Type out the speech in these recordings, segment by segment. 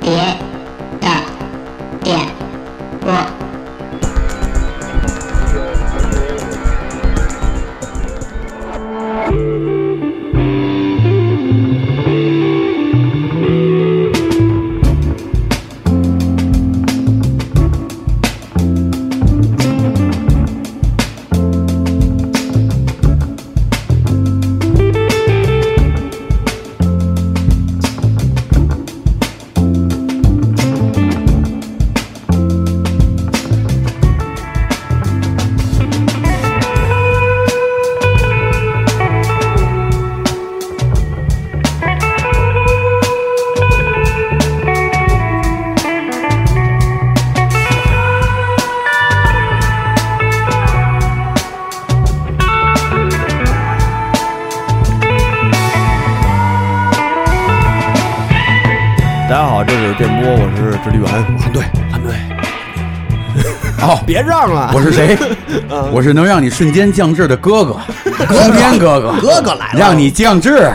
别的点播。大家好，这里是电波，我是直立员。啊很对，很对。哦，别让了，我 是谁？嗯我是能让你瞬间降智的哥哥，哥边哥哥，哥哥来了让你降智。哦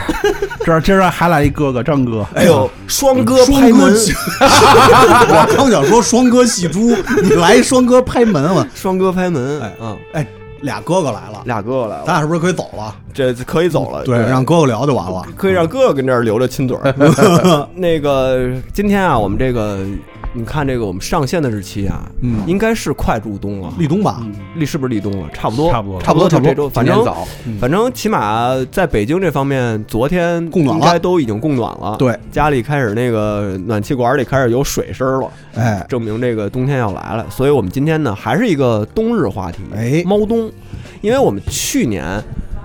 这儿今儿还来一哥哥张哥，哎呦，双嗯哥拍门， 我刚想说双哥戏珠，你来一双哥拍门了，双哥拍门，哎嗯，哎，俩哥哥来了，俩哥哥来咱了，俩是不是可以走了？这可以走了。对，让哥哥聊就完了。可以让哥哥跟这儿留着亲嘴儿。 那个今天啊，我们这个你看这个我们上线的日期啊，嗯应该是快入冬了，立冬吧，立是不是立冬了？差不多，差不多了差不多，就这周，反今正天早，嗯反正起码在北京这方面，昨天供暖应了该都已经供暖了。对，家里开始那个暖气管里开始有水声了，哎证明这个冬天要来了。所以我们今天呢，还是一个冬日话题，哎猫冬，因为我们去年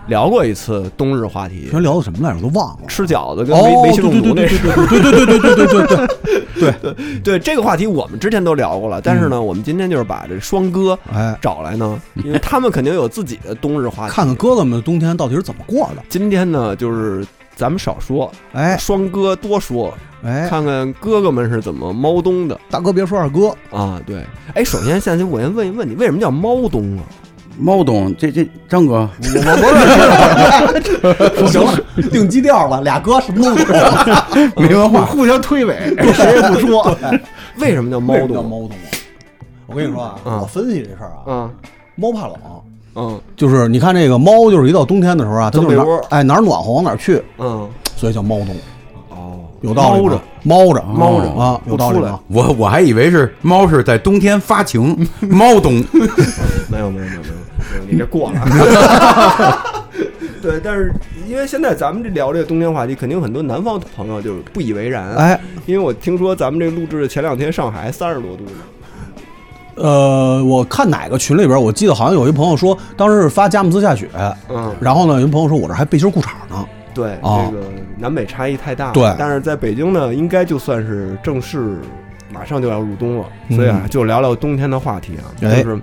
聊过一次冬日话题昨，天聊的什么来着？我都忘了。吃饺子跟哦煤，煤气中对对毒对那对事儿。对对对对对对对对对， 嗯对这个话题，我们之前都聊过了，但是呢，我们今天就是把这双哥 哎，找来呢，因为他们肯定有自己的冬日话 题。看看哥哥们冬天到底是怎么过的。今天呢，就是咱们少说，哎双哥多说，哎，看看哥哥们是怎么猫冬的大哥别说二哥，啊？对，哎，首先现在我先问一问你，为什么叫猫冬啊？猫懂这这张哥，行了，定基调了，俩哥什么都不说， 没文化，互相推诿，谁也不说。哎为什么叫猫为什么叫冬？猫冬啊？我跟你说啊，嗯我分析这事儿啊，啊，猫怕冷，嗯就是你看这个猫，就是一到冬天的时候啊，它就钻是哪被窝儿哎哪儿暖和往哪儿去，嗯，所以叫猫冬，哦，有道理猫吗着，猫着，猫着啊，有道理吗？我我还以为是猫是在冬天 发情，猫懂。没有没有没有没有没有，你这过了。 对，但是因为现在咱们这聊这个冬天话题，肯定很多南方朋友就是不以为然。，哎，因为我听说咱们这录制的前两天上海三十多度呢。呃，我看哪个群里边，我记得好像有一朋友说，当时是发佳木斯下雪，嗯，然后呢，有一朋友说我这还背心儿裤衩呢，对，哦这个南北差异太大。对但是在北京呢，应该就算是正式，马上就要入冬了，嗯所以啊，就聊聊冬天的话题啊，哎就是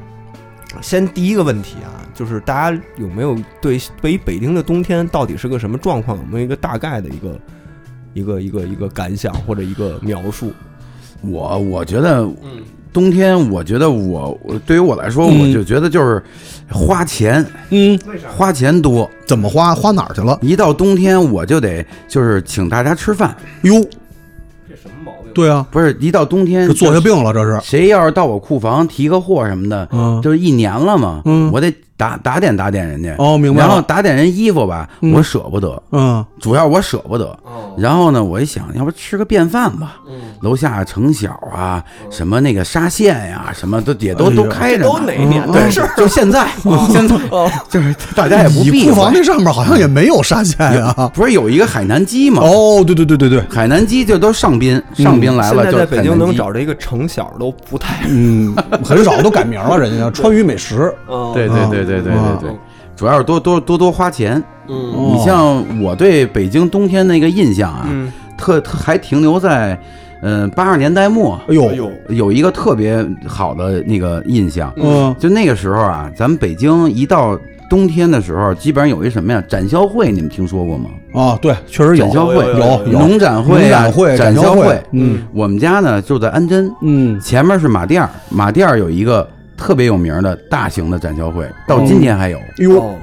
先第一个问题啊，就是大家有没有对对于北京的冬天到底是个什么状况，有没有一个大概的一个一个一个一个感想或者一个描述？我我觉得嗯，冬天，我觉得我我对于我来说，嗯我就觉得就是花钱嗯，为啥？花钱多。怎么花花哪儿去了？一到冬天，我就得就是请大家吃饭。哟，这什么毛病？对啊，不是一到冬天这坐下病了，这是，谁要是到我库房提个货什么的，嗯，就是一年了嘛，嗯我得打打点打点人家，哦，明白然后了，打点人衣服吧，嗯我舍不得，嗯，主要我舍不得。哦，然后呢，我一想，要不吃个便饭吧，嗯，楼下城小啊，什么那个沙县呀、什么都也都哎呦都开着都呢哪。嗯年的对，事儿？啊就现在，现在 哦，就是大家也不你避库讳房。那上面好像也没有沙啊县呀。不是有一个海南鸡吗？哦，对对对对对，海南鸡就都上宾，上宾 嗯来现了在就在北海京南能鸡找着一个城小都不太，嗯，很少都改名了，人家川渝美食，啊嗯，对对对对对对对嗯，主要是多多多多花钱。嗯哦你像我对北京冬天那个印象啊，嗯，特特还停留在，嗯、八十年代末哎呦，呦，有一个特别好的那个印象，嗯，就那个时候啊，咱们北京一到冬天的时候，基本上有一什么呀，展销会，你们听说过吗？啊，对，确实有，展销会哎有有农展会啊，展会、展销会。嗯我们家呢就在安贞，嗯，前面是马甸儿，马甸儿有一个特别有名的大型的展销会，到今天还有。哟，哦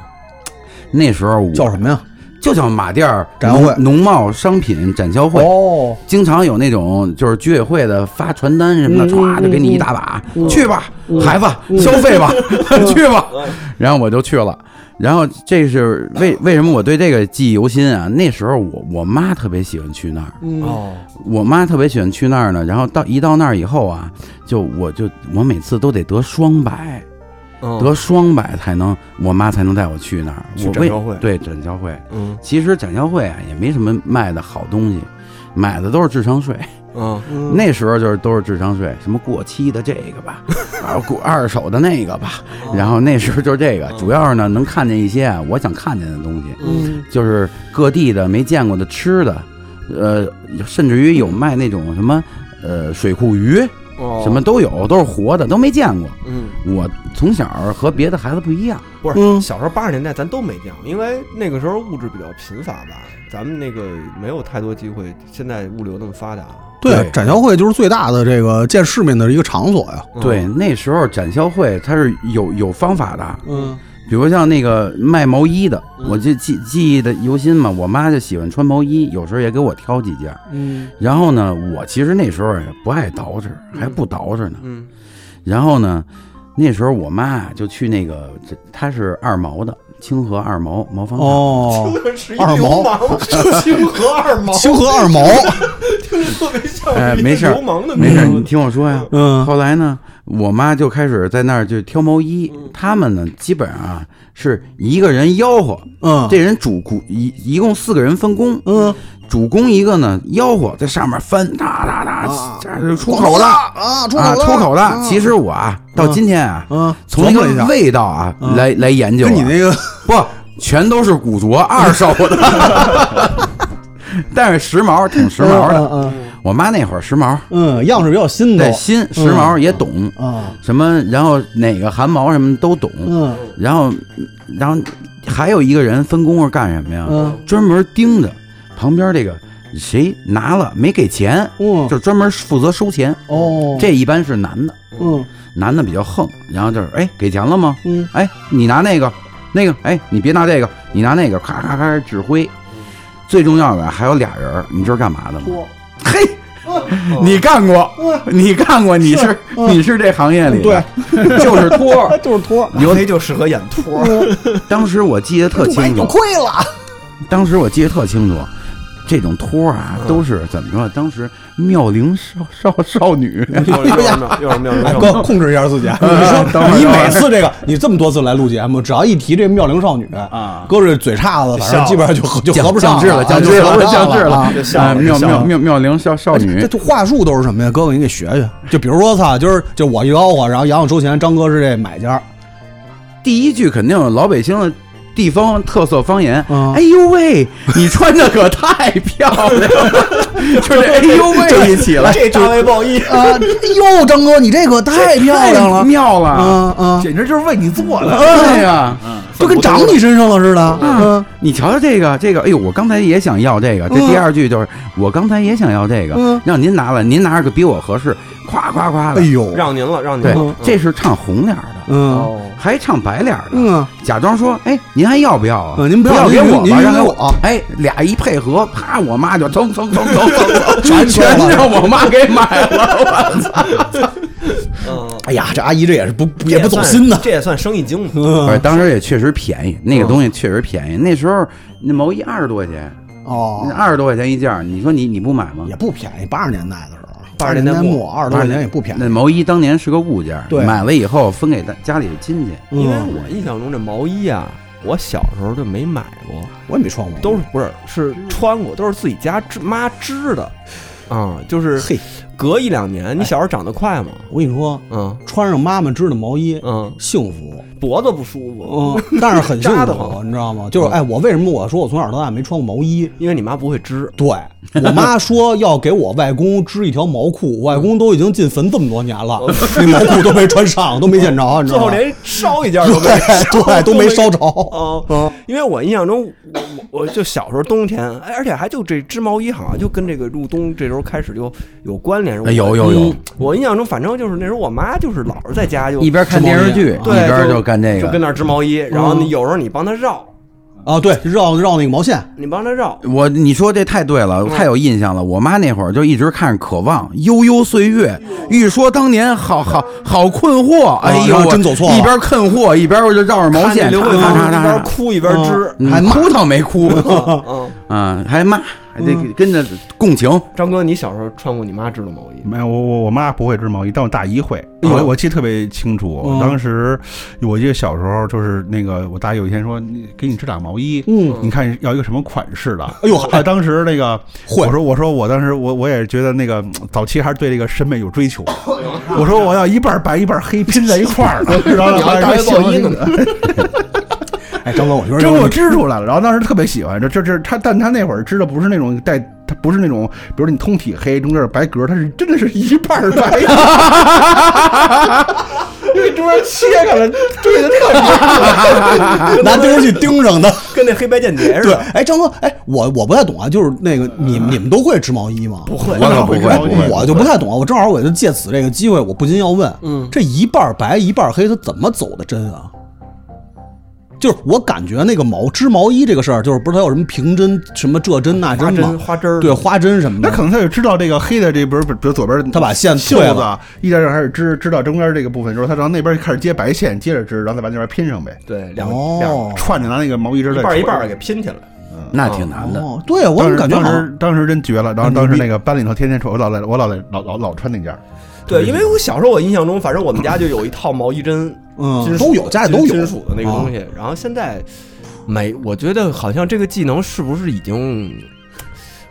那时候我嗯叫什么呀？就像马店儿展销会农农贸商品展销会，哦，经常有那种就是居委会的发传单什么的，歘就给你一大把，去吧，孩子，消费吧， 去吧。然后我就去了。然后这是为为什么我对这个记忆犹新啊？那时候我我妈特别喜欢去那儿，哦，我妈特别喜欢去那儿呢。然后到一到那儿以后啊，就我就我每次都得得双百，得得双百才能我妈才能带我去那儿。嗯去我展为销会对展销会，嗯其实展销会啊也没什么卖的好东西，买的都是智商税。嗯那时候就是都是智商税，什么过期的这个 吧，啊，过二手的那个吧，哦然后那时候就是这个，主要是呢能看见一些啊我想看见的东西，嗯就是各地的没见过的吃的，呃，甚至于有卖那种什么呃水库鱼，哦什么都有，都是活的，都没见过。嗯我从小和别的孩子不一样，不嗯是小时候八十年代咱都没见过，因为那个时候物质比较贫乏吧，咱们那个没有太多机会。现在物流那么发达，对对，展销会就是最大的这个见世面的一个场所呀。嗯对，那时候展销会它是有有方法的，嗯，比如像那个卖毛衣的，嗯我就记记忆的犹新嘛。我妈就喜欢穿毛衣，有时候也给我挑几件。嗯，然后呢，我其实那时候也不爱捯饬，还不捯饬呢。嗯然后呢，那时候我妈就去那个，这她是二毛的，清河二毛毛纺厂。哦， 是一二毛流清河二毛，清河二毛，听着特别像哎没事儿流氓的没事，你名字听我说呀。嗯后来呢，我妈就开始在那儿就挑毛衣。他们呢，基本上啊是一个人吆喝，嗯， 这人主顾一一共四个人分工，嗯，主攻一个呢，吆喝在上面翻，哒哒哒，这是出口的啊，啊，出口出口的啊。其实我啊，到今天啊，嗯，从那琢磨一个下味道啊嗯来来研究啊，跟你 那个不全都是古着二手的，但是时髦挺时髦的。嗯我妈那会儿时髦，嗯，嗯样式比较新的对，新时髦也懂啊，什么，然后哪个汗毛什么都懂，嗯然后然后还有一个人分工是干什么呀？嗯专门盯着旁边这个谁拿了没给钱，嗯，就是专门负责收钱。哦，这一般是男的， 嗯男的比较横，然后就是哎给钱了吗？嗯哎你拿那个，那个哎你别拿这个，你拿那个，咔咔咔指挥。嗯最重要的还有俩人，你知道干嘛的吗？嘿，你干过，你干过，你是嗯你是这行业里的， 就是托。就是托，刘雷就适合演托，当时我记得特清楚，哎亏了，当时我记得特清楚，这种托儿啊，都是怎么说？当时妙龄少少少女，又是又是妙又是妙又是妙哥哎控制一下自己啊。你嗯等说会儿你等会儿每次这个，你这么多次来录节目，只要一提这妙龄少女啊，哥这嘴叉子，反正基本上就就合不上哎降智了，降智合了，不降上智啊了就，笑了啊，妙就笑妙了妙妙龄少少女哎这，这话术都是什么呀？哥哥，你给学学。就比如说，操，就是就我一吆喝，然后杨洋收钱，张哥是这买家。第一句肯定有老北京的地方特色方言。嗯哎呦喂，你穿的可太漂亮了，就是哎呦喂一起来，这大卫鲍伊啊，哟，张哥，你这可太漂亮太了，妙了，啊啊，简直就是为你做的。对呀。都跟长你身上了似的。啊，你瞧瞧这个，这个，哎呦，我刚才也想要这个。这嗯第二句就是，我刚才也想要这嗯个，让您拿了，您拿着个比我合适，夸夸夸哎的。呦，让您了，让您对了，，这是唱红脸儿的，嗯哦，还唱白脸儿的，嗯啊，假装说，哎，您还要不要啊？嗯您不不要要给您我您吧，您让给我我。哎，俩一配合，啪，我妈就蹭蹭蹭蹭 蹭，全全全让我妈给买了。嗯，哎呀，这阿姨这也是不不这也不走算心呐。这也算生意经嘛，不是，嗯当时也确实便宜，那个东西确实便宜。那时候那毛衣二十多块钱，哦，二十多块钱一件儿，你说你你不买吗也？不便宜，八十年代的时候， 80十啊年代代末二十多块钱也不便宜。那毛衣当年是个物件儿，对买了以后分给大家里的亲戚。嗯因为我印象中这毛衣啊，我小时候就没买过，我也没穿过，都是不是是穿过，都是自己家织妈织的，啊、就是嘿，哎隔一两年，你小时候长得快嘛，我跟你说，嗯穿上妈妈织的毛衣，嗯，幸 福，脖子不舒服，嗯，但是很幸扎得慌嗯福，你知道吗？就是哎，我为什么我说我从小到大没穿过毛衣？因为你妈不会织，对我妈说要给我外公织一条毛裤，我外公都已经进坟这么多年了，那毛裤都没穿上，都没见着，你嗯 知最道后吗？连烧一件 都没对对，都没烧着。哦，因为我印象中，我我我就小时候冬天，哎，而且还就这织毛衣好啊像就跟这个入冬这时候开始就有关联。哎有有有嗯我印象中反正就是那时候我妈就是老是在家就一边看电视剧，一对边就干这就跟个。那儿织毛衣，然后嗯你有时候你帮她绕，啊，对，绕绕那个毛 线，你帮他绕，我你说这太对了，太有印象了。我妈那会儿就一直看着《渴望》，悠悠岁哎月，欲说当年，好好好困惑。哎然呦，啊后真走错了一边困惑一边我就绕着毛看见线，刘慧嚓芳嚓一嚓边嚓哭一边织，嚓还哭倒 没哭，嗯，嗯，还骂，还得嗯跟着共情。张哥，你小时候穿过你妈织的毛衣？没有，我我我妈不会织毛衣，但我大姨会。哎呦我我记得特别清楚，嗯当时我记得小时候就是那个，我大姨有一天说，你给你织打毛衣，嗯，你看要一个什么款式的。哎呦啊，当时那 个会我说我说我当时我我也觉得那个嗯早期还是对这个审美有追求。哎我说我要一半白一半黑拼在一块 儿的，然后你还当大时学报音呢？哎，张哥，我觉得真给我织出来了，然后当时特别喜欢，这这这他，但他那会儿织的不是那种带，他不是那种，比如你通体黑中间有白格，他是真的是一半儿白， 因为中间切开了，对的特拿钉儿去钉上的。跟那黑白间谍似对的。，哎，张哥，哎，我我不太懂啊，就是那个你们你们都会织毛衣吗？不会，我可不会，不会，我就不太懂啊。我正好我就借此这个机会，我不禁要问，嗯，这一半白一半黑，它怎么走的针啊？就是我感觉那个毛织毛衣这个事儿，就是不是它有什么平针、什么这针那花针针、吗？花针儿，对，花针什么那的。可能他就知道这个黑的这边，比如左边他把线退袖了子啊一点点开始织，织到中间这个部分之后，他然后那边开始接白线，接着织，然后再把那边拼上呗，对，两哦两串着拿那个毛衣针一再半儿一半儿串给拼起来。那挺难的。哦，对啊，我当怎么时感觉当好像时当时真绝了，然后当时那个班里头天天穿，我老在我老在老老老穿那件儿，对，因为我小时候我印象中，反正我们家就有一套毛衣针，嗯金属都有家里都有嗯金属的那个东西。然后现在没，我觉得好像这个技能是不是已经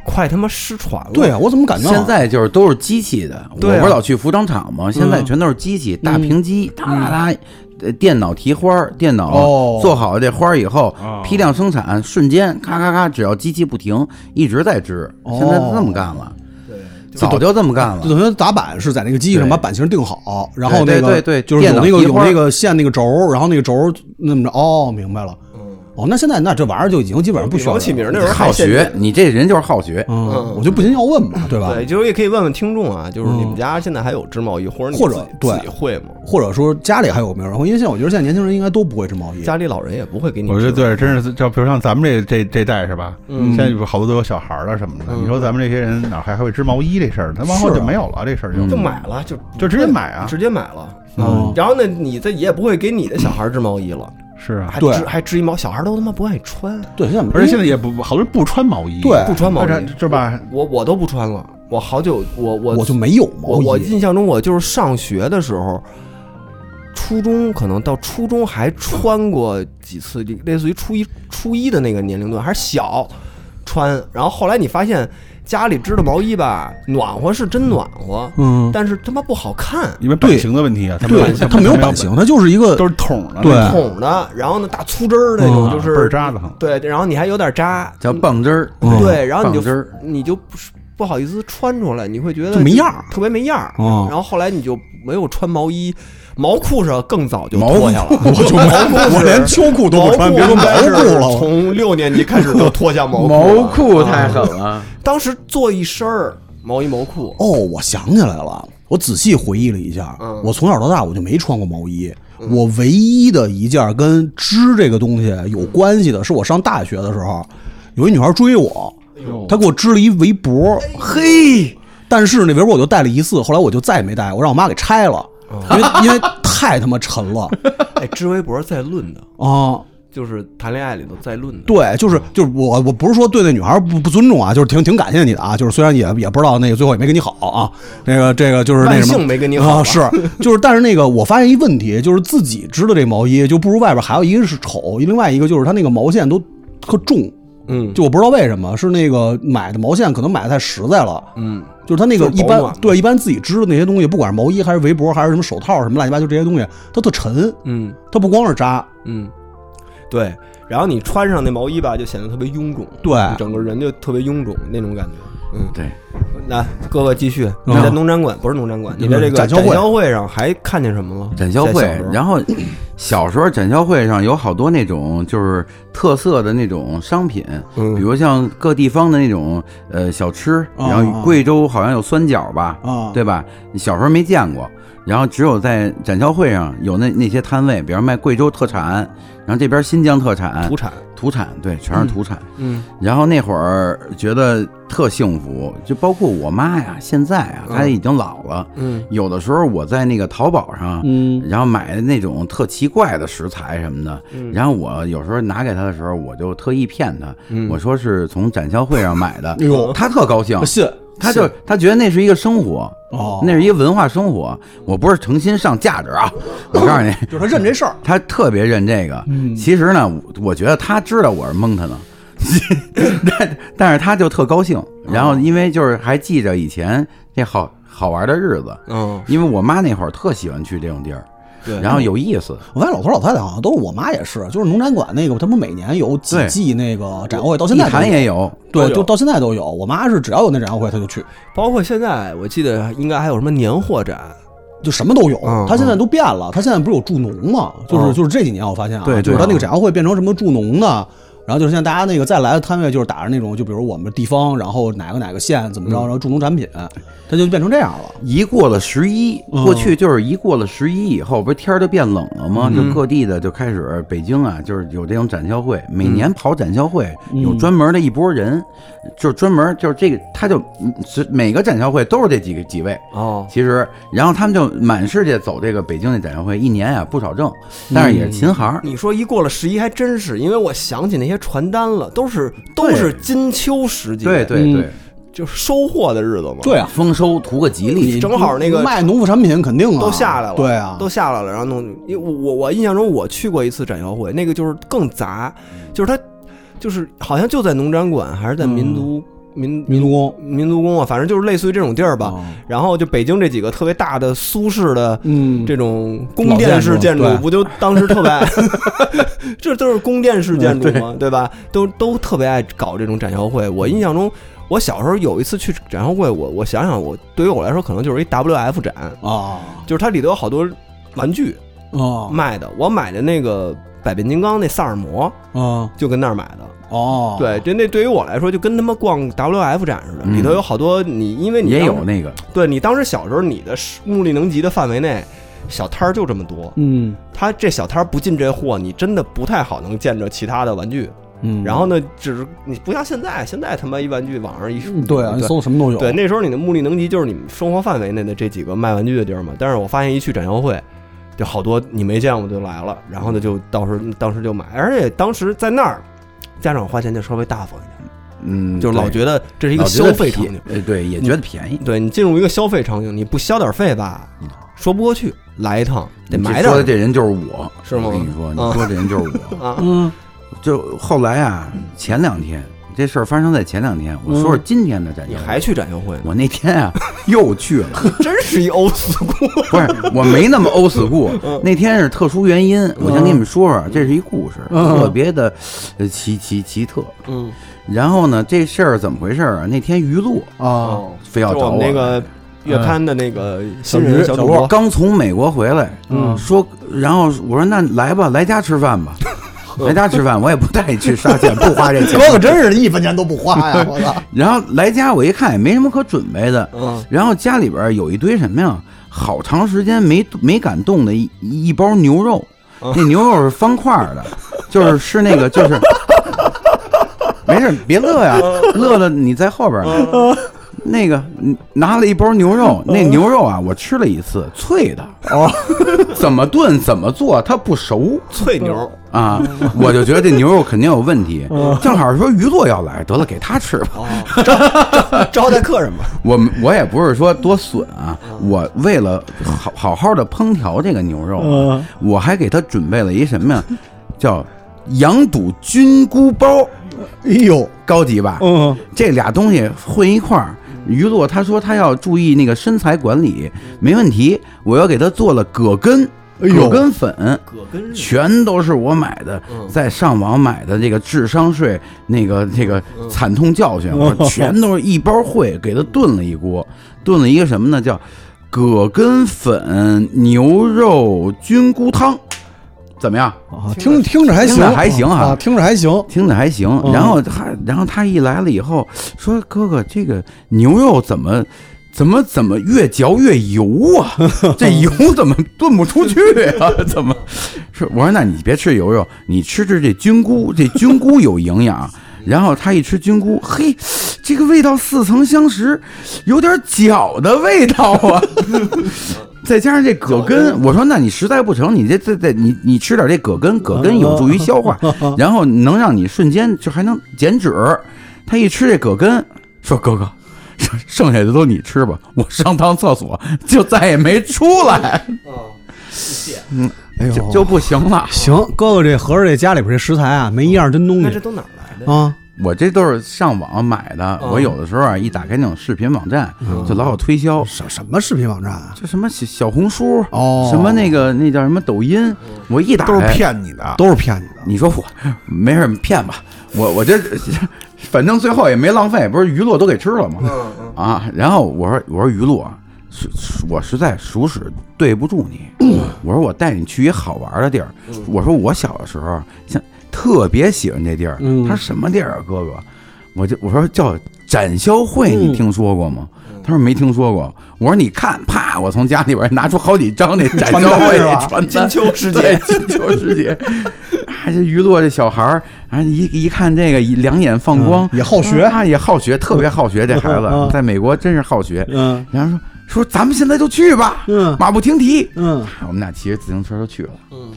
快他妈失传了？对啊，，我怎么感觉好像现在就是都是机器的，我不对啊是老去服装厂吗？现在全都是机器，大屏机，哒哒哒，呃电脑提花儿，电脑哦做好这花儿以后哦，批量生产，瞬间咔咔咔，只要机器不停，一直在织。哦现在这么干了，对早就这么干就了。等于打板是在那个机器上啊对把版型定好，然后对那个对对对就是有那个电脑提有花那个线那个轴，然后那个轴那么着哦，明白了。哦，那现在那这玩意儿就已经基本上不需要我嗯起名儿了那时候还好限学定，你这人就是好学。嗯嗯，我就不禁要问嘛，对吧？对，就是也可以问问听众啊，就是嗯你们家现在还有织毛衣，或者你或自者己对自己会吗？或者说家里还有没有人会？因为现在我觉得现在年轻人应该都不会织毛衣。家里老人也不会给你织。我觉得对，真是就比如像咱们这这这代是吧？嗯，现在不是好多都有小孩儿了什么的。你说咱们这些人哪还还会织毛衣这事儿？咱往后是就啊没有了这事儿就就买了，就就直接买啊直接买了。嗯嗯，然后呢，你这也不会给你的小孩织毛衣了，是啊。还对织还织一毛，小孩都他妈不爱穿，对，现在而且现在也不好多人不穿毛衣，对不穿毛衣而且是吧？我我都不穿了，我好久我我我就没有我毛我衣。印象中我就是上学的时候，初中可能到初中还穿过几次，类似于初一初一的那个年龄段，还是小穿。然后后来你发现家里织的毛衣吧，暖和是真暖和，嗯，但是他妈不好看，因为版型的问题啊，他们对版，型它没有版，型，它就是一个都是筒的，对那种筒的，然后呢大粗针儿那种，嗯就倍儿是扎的很。对，然后你还有点扎，叫棒汁儿，嗯对，然后你棒汁就儿你就不是不好意思穿出来，你会觉得就没样儿特别没样儿。嗯然后后来你就没有穿毛衣，毛裤上更早就毛脱下了，我就没有，我连秋裤都不穿，别说应毛该裤是了。我从六年级开始就脱下 毛毛了裤太狠了，当时做一身儿毛衣毛裤，哦，我想起来了，我仔细回忆了一下，嗯我从小到大我就没穿过毛衣，我唯一的一件跟织这个东西有关系的是我上大学的时候，有一女孩追我，她给我织了一围脖，嘿。但是那围脖我就戴了一次，后来我就再也没戴，我让我妈给拆了，因为因为太他妈沉了哎，织围脖在论的，啊！就是谈恋爱里头在论的。对，就是就是我我不是说对那女孩不不尊重啊，就是挺挺感谢你的啊，就是虽然也也不知道那个最后也没跟你好啊，那个这个就是那万什么幸没跟你好啊，是就是但是那个我发现一问题，就是自己织的这毛衣就不如外边还有一个是丑，另外一个就是它那个毛线都特重。嗯就我不知道为什么是那个买的毛线可能买的太实在了，嗯，就是它那个就是一保般暖嘛对一般自己织的那些东西，不管是毛衣还是围脖还是什么手套什么乱七八糟这些东西，它特沉，嗯它不光是扎，嗯，对。然后你穿上那毛衣吧，就显得特别臃肿，对你整个人就特别臃肿那种感觉。嗯，对，那哥哥继续，你在农展馆不是农展馆，你在这个嗯展销销会会上还看见什么了？展销在会小时候，然后小时候展销会上有好多那种就是特色的那种商品，嗯比如像各地方的那种呃小吃，啊然后贵州好像有酸饺吧，啊对吧？你小时候没见过，然后只有在展销会上有那那些摊位，比如卖贵州特产，然后这边新疆特产土。产，土产，对，全是土产。嗯然后那会儿觉得特幸福，就包括我妈呀，现在啊，她已经老了，嗯，有的时候我在那个淘宝上，嗯然后买的那种特奇怪的食材什么的，嗯然后我有时候拿给她的时候，我就特意骗她，嗯我说是从展销会上买的，呦她特高兴，信她就她觉得那是一个生活。哦那是一个文化生活，我不是诚心上价值啊！我告诉你，就是他认这事儿，他特别认这个。嗯其实呢，我我觉得他知道我是蒙他呢， 但但是他就特高哦兴。然后因为就是还记着以前这好好玩的日子，嗯，因为我妈那会儿特喜欢去这种地儿，对然后有意思。我发现老头老太太好像都是我妈也是，就是农展馆那个，他不是每年有几对季那个展会，到现一在都坛也有，对，就到现在都有。我妈是只要有那展会，她就去，包括现在我记得应该还有什么年货展，就什么都有嗯。她现在都变了，她现在不是有助农嘛？就是嗯就是这几年我发现啊，对对就是她那个展会变成什么助农的。然后就是像大家那个再来的摊位，就是打着那种，就比如我们地方，然后哪个哪个县怎么嗯着，然后助农产品，它就变成这样了。一过了十一，嗯过去就是一过了十一以后，不是天儿就变冷了嗯吗？就各地的就开始，北京啊，就是有这种展销会，每年跑展销会、嗯有专门的一波人，就是专门就是这个，他就嗯是每个展销会都是这几个几位。哦，其实，然后他们就满世界走这个北京的展销会，一年啊不少挣，嗯但是也是琴行儿。你说一过了十一还真是，因为我想起那些传单了，都是都是金秋时节，对，对对，就是收获的日子嘛，，对啊，丰收图个吉利。正好那个卖农副产品肯定啊都下来了，对啊，都下来了。然后弄，因为我我我印象中我去过一次展销会，那个就是更杂，嗯就是它就是好像就在农展馆还是在民族、民嗯民族工民族宫啊，反正就是类似于这种地儿吧。啊然后就北京这几个特别大的苏式的嗯这种宫殿式建筑老建筑对，不就当时特别 爱， 这都是宫殿式建筑嘛，对吧？都都特别爱搞这种展销会。我印象中，我小时候有一次去展销会，我我想想我，对于我来说，可能就是一 WF 展，啊就是它里头有好多玩具啊卖的。我买的那个百变金刚那萨尔摩啊就跟那儿买的。哦，对，这那对于我来说，就跟他妈逛 WF 展似的，嗯里头有好多你，因为你也当有时那个，对你当时小时候，你的目力能及的范围内，小摊儿就这么多。嗯他这小摊儿不进这货，你真的不太好能见着其他的玩具。嗯，然后呢，只是你不像现在，现在他妈一玩具网上一嗯对啊，你对搜什么都有，对，那时候你的目力能及就是你们生活范围内的这几个卖玩具的地儿嘛。但是我发现一去展销会，就好多你没见过就来了，然后呢就到时当时就买，而且当时在那儿，家长花钱就稍微大方一点，嗯，就是老对觉得这是一个老觉消得费场便景。嗯呃，对，也觉得便宜。对你进入一个消费场景，你不消点费吧，说不过去，来一趟得买嗯你点说的儿这人就是我，是吗我跟你说，你啊说这人就是我。啊，嗯就后来啊，前两天这事儿发生在前两天，我说说今天的展你销会。还去展销会呢？我那天啊又去 了，真是一欧死姑。不是我没那么欧死过。嗯那天是特殊原因，我先跟你们说说，这是一故事，特别的呃奇奇奇特。嗯，然后呢，这事儿怎么回事儿啊？那天于露啊，非 要就找我们那个月刊的那个新人小主我播，刚从美国回来，嗯说，然后我说那来吧，来家吃饭吧，来家吃饭，我也不带你去杀钱，不花这钱哥。可真是一分钱都不花 呀！我操，然后来家我一看也没什么可准备的，嗯然后家里边有一堆什么呀，好长时间没没敢动的一一包牛肉，那牛肉是方块儿的，就是是那个就是，没事别乐呀，乐了你在后边儿。那个嗯拿了一包牛肉，那牛肉啊，我吃了一次，脆的哦， 怎么炖怎么做，它不熟脆牛，啊，我就觉得这牛肉肯定有问题。正好说于洛要来，得了，给他吃吧。哦招待客人 嘛。我我也不是说多损啊，我为了好好好的烹调这个牛肉啊，嗯我还给他准备了一什么呀，叫羊肚菌菇包，哎呦，高级吧？嗯，这俩东西混一块儿。于洛他说他要注意那个身材管理，没问题，我要给他做了葛根。哎葛根粉，全都是我买的，在上网买的这个智商税那个这个惨痛教训，我全都是一包烩，给他炖了一锅，炖了一个什么呢？叫葛根粉牛肉菌菇汤，怎么样？啊，听听着还行，听着还行啊啊，听着还行，听着还行。嗯然后他，然后他一来了以后说：“哥哥，这个牛肉怎么？”怎么怎么 越嚼越油啊？这油怎么炖不出去啊？怎么？是我说那你别吃油肉，你吃吃这菌菇，这菌菇有营养。然后他一吃菌菇，嘿，这个味道似曾相识，有点脚的味道啊。再加上这葛根，我说那你实在不成，你这这这你你吃点这葛根，葛根有助于消化，然后能让你瞬间就还能减脂。他一吃这葛根，说哥 哥，剩剩下的都你吃吧，我上趟厕所就再也没出来，哎呦，就就不行了。行，哥哥这合着这家里边这食材啊，没一样真东那西这都哪儿来的？啊。我这都是上网买的，我有的时候啊，一打开那种视频网站，就老有推销，什什么视频网站啊？就什么小小红书，嗯哦什么那个那叫什么抖音，我一打都是开，骗你的。都是骗你的。你说我没事，骗吧，我我这反正最后也没浪费，不是鱼露都给吃了吗？啊，然后我说我说鱼露啊，是是我实在属实对不住你，我说我带你去一好玩的地儿，我说我小的时候像特别喜欢这地儿，他说什么地儿啊，哥哥？我就我说叫展销会，你听说过吗？他说没听说过。我说你看，啪！我从家里边拿出好几张那展销会的传单，金秋师姐，金秋师姐，啊，这于洛这小孩儿，啊，一一看这个一两眼放光，嗯也好学啊，也好学，特别好学。这孩子嗯嗯在美国真是好学。嗯然后说说咱们现在就去吧，嗯马不停蹄。嗯啊我们俩骑着自行车就去了。嗯，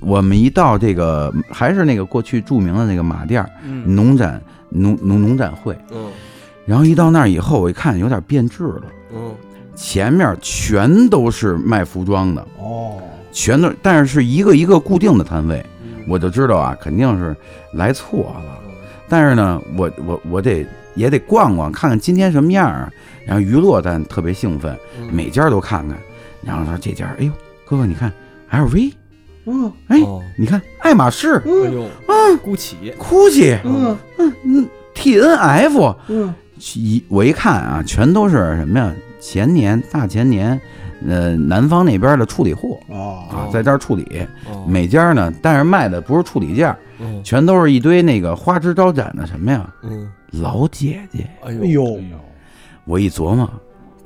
我们一到这个还是那个过去著名的那个马店儿农展农农农展会，嗯然后一到那儿以后，我一看有点变质了，嗯，前面全都是卖服装的，哦，全都，但是是一个一个固定的摊位，我就知道啊，肯定是来错了。但是呢，我我我得也得逛逛，看看今天什么样儿。然后娱乐但特别兴奋，每家都看看。然后说这家，哎呦，哥哥你看 LV，嗯，哎，哦你看爱马仕、哎呦，嗯，姑起，哦 GUCCI，嗯嗯，TNF，嗯，一我一看啊，全都是什么呀？前年、大前年，呃，南方那边的处理货啊，在这儿处理。每家呢，但是卖的不是处理价，哦嗯全都是一堆那个花枝招展的什么呀，嗯，老姐姐。哎哎呦，呦，我一琢磨，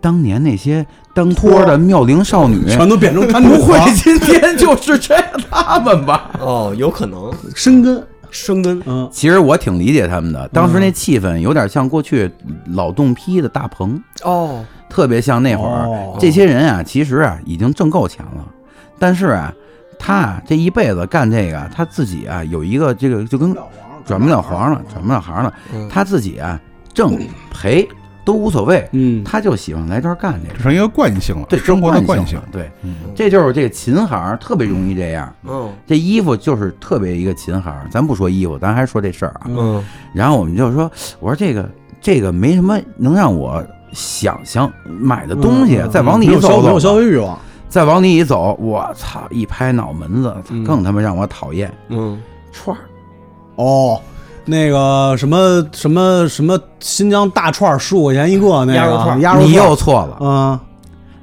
当年那些当托的妙龄少女，全都变成摊主哎 不会了今天就是这他们吧？ 哦，有可能生根。生根，嗯，其实我挺理解他们的，当时那气氛有点像过去老洞批的大棚，哦，特别像那会儿、哦这些人啊，其实啊已经挣够钱了，但是啊，他啊这一辈子干这个，他自己啊有一个这个就跟转不了行了，转不了行了，嗯他自己啊挣赔都无所谓，嗯他就喜欢来这儿干这这个，成一个惯性了，对生活的惯惯了对，嗯这就是这个琴行特别容易这样。嗯这衣服就是特别一个琴行，咱不说衣服，咱还说这事儿啊。嗯然后我们就说，我说这个这个没什么能让我想想买的东西，啊再往里嗯没有一消走没走有消费欲望，再往里一走，我操！一拍脑门子，更他妈让我讨厌嗯，串儿。哦，那个什么什么什么新疆大串儿十五块钱一个，那个鸭肉串儿鸭肉你串又儿，错了，嗯，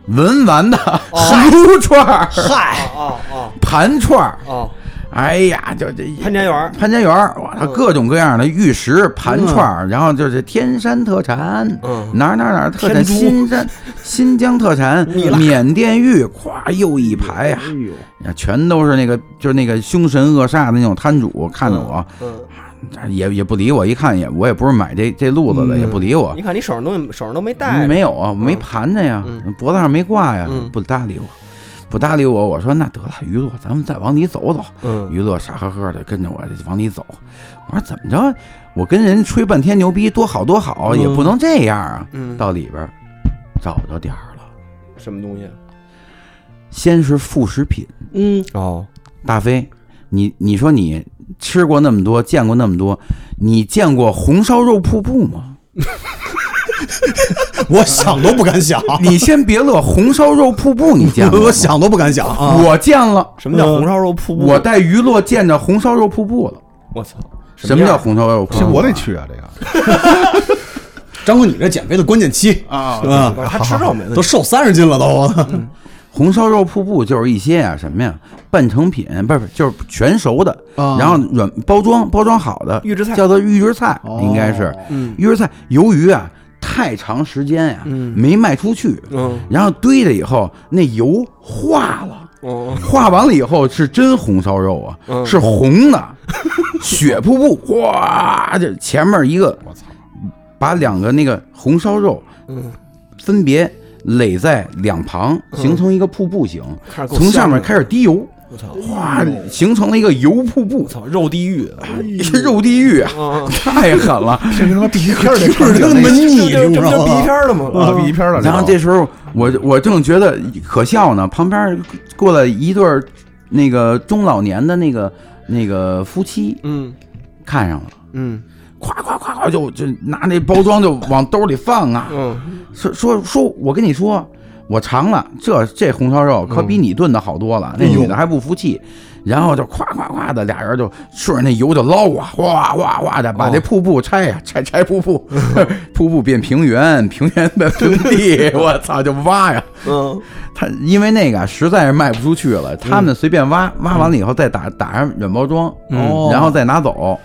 文玩的 撸串儿、嗨，哦哦盘串儿，哦，哎呀，就这潘家园嗯儿，潘家园儿，哇，它各种各样的玉石盘串儿，然后就是天山特产，嗯哪儿哪儿哪儿特山产，猪新山新疆 特产，缅甸玉，咵又一排哎呀、全都是那个就是那个凶神恶煞的那种摊主，看着我、嗯，嗯也也不理我，一看也我也不是买这这路子的，也不理我你，看你手上东西手上都没带，没有啊，没盘着呀，脖子上没挂呀，嗯不搭理我。不搭理我，我说那得了，娱乐，咱们再往里走走。嗯娱乐傻呵呵的跟着我往里走。我说怎么着？我跟人吹半天牛逼，多好多好，也不能这样啊。嗯，到里边儿找着点儿了，什么东西？啊先是副食品，嗯，哦，大飞，你你说你吃过那么多，见过那么多，你见过红烧肉瀑布吗？我想都不敢 想，你先别乐，红烧肉瀑布你见过吗？我想都不敢想啊，我见了，什么叫红烧肉瀑布？呃我带娱乐见着红烧肉瀑布了。我操，什么叫红烧肉瀑这布？我得去啊，这个张哥，你这减肥的关键期 啊，啊，他吃肉没问都题，嗯瘦三十斤了都，红烧肉瀑布就是一些啊什么呀，半成品，不是不是就是全熟的，啊然后软包装包装好的预制菜叫做预制菜，哦应该是嗯预制菜。由于啊太长时间呀、嗯没卖出去，嗯 然后堆着以后那油化了，哦，画完了以后是真红烧肉啊，是红的，血瀑布，哗，这前面一个，我操，把两个那个红烧肉，分别垒在两旁，形成一个瀑布形，看着够从香上面的开始滴油，我操，哗，形成了一个油瀑布，嗯操，肉地狱， 肉地狱啊，啊，太狠了。这 跟他妈 B 级片儿的听着场景跟那门这你这听这不着就 B 吗？片了吗？啊 B 啊级片儿了。然后种这时候我我正觉得可笑呢，旁边过来一对儿那个中老年的那个那个夫妻嗯看上了，嗯夸夸夸夸就就拿那包装就往兜里放啊，嗯，说说说，我跟你说，我尝了这这红烧肉，可比你炖的好多了。那女的还不服气，然后就夸夸夸的，俩人就顺着那油就捞啊，哗哗哗的把这瀑布拆呀、拆拆瀑布，瀑布变平原，平原变盆地，我操，就挖呀。嗯，他因为那个啊实在是卖不出去了，他们随便挖，挖完了以后再打打上软包装，嗯然后再拿走。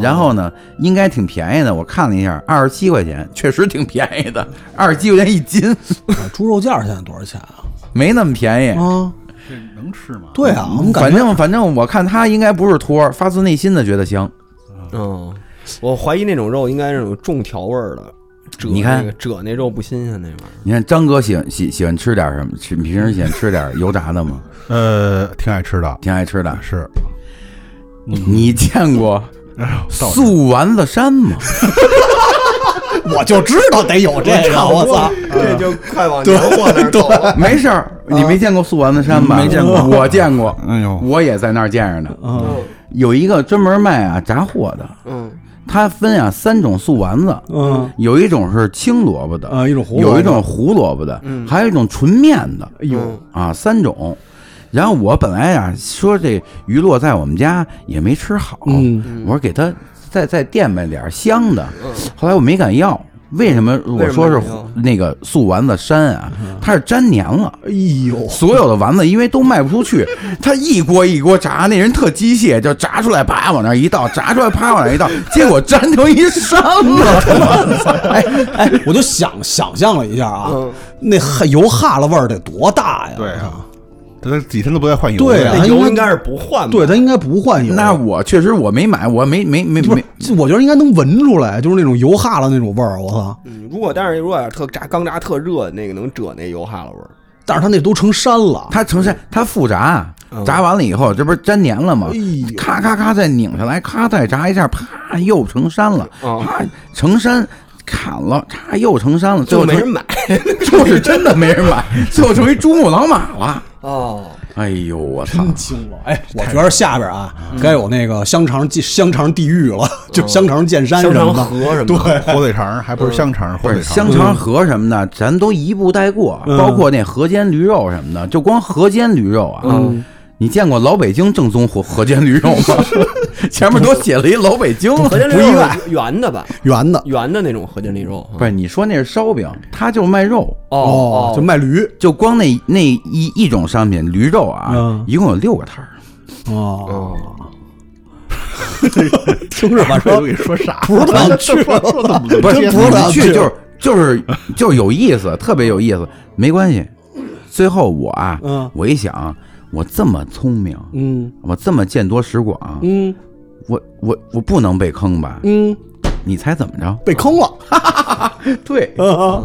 然后呢，应该挺便宜的，我看了一下，二十七块钱，确实挺便宜的，二十七块钱一斤， 猪肉价现在多少钱啊？没那么便宜。啊，能吃吗？对啊，我们感反觉正反正，我看他应该不是托，发自内心的觉得香。嗯，我怀疑那种肉应该是那种重调味儿的。褶你看那个褶那肉不新鲜那玩意儿，你看张哥喜欢喜喜欢吃点什么？吃平时喜欢吃点油炸的吗？呃，挺爱吃的，挺爱吃的。是嗯你见过哎素丸子 山吗？我就知道得有这个，我操！这就快 往年货那儿走了。没事儿，你没见过素丸子山嗯吧？没见过，我见过，哎呦我也在那儿见着呢。嗯有一个专门卖啊炸货的，嗯，它分啊三种素丸子，嗯，有一种是青萝卜的，啊一种胡萝卜有一种胡萝卜的，还有一种纯面的，哎呦啊，三种。然后我本来啊说这鱼落在我们家也没吃好，嗯我说给它再再垫吧点儿香的，后来我没敢要。为什么我说是嗯为什么嗯胡那个素丸子山啊？它是粘黏了，哎呦，所有的丸子因为都卖不出去，他一锅一锅炸，那人特机械，就炸出来啪往那儿一倒，炸出来啪往那儿一倒，结果粘成一山 了。哎，哎，我就想想象了一下啊，嗯那汗油哈了味儿得多大呀？对啊，他几天都不带换油的。对啊 那油应该是不换吧？对，它应该不换油。那我确实我没买，我没没没不没是，这我觉得应该能闻出来，就是那种油哈了那种味儿。我操！嗯，如果但是如果要是特炸刚炸特热，那个能褶那油哈喇味儿。但是它那都成山了，它成嗯山，它复炸，炸完了以后，这不是粘黏了吗？哎咔咔咔再拧下来，咔再炸一下，啪又成山了，哦啪成山砍了，咔又成山了，最就后没成人买 就是真的没人买，最后成一珠穆朗玛了。哦，哎呦我操！真惊了！哎，我觉得下边啊，该有那个香肠地香肠地狱了，就香肠见山香什肠么的。盒什么的，火腿肠儿还不是香肠儿，不火腿是香肠儿。嗯肠盒什么的，咱都一步带过，嗯包括那河间驴肉什么的，就光河间驴肉啊，嗯你见过老北京正宗河河间驴肉吗？ 前面都写了一老北京，河间不驴肉意是外。圆的吧？圆的圆的那种河间驴肉。不是你说那是烧饼，他就卖肉，哦，嗯就卖驴就光那那一一种商品驴肉啊嗯，一共有六个摊儿。哦，哦，听着吧，我说跟你说傻，不知道去了， 不是真不知道你去就是就是就是有意思，特别有意思，没关系。最后我啊，嗯我一想，我这么聪明，嗯我这么见多识广，嗯我我我不能被坑吧？嗯，你猜怎么着？被坑了。对，啊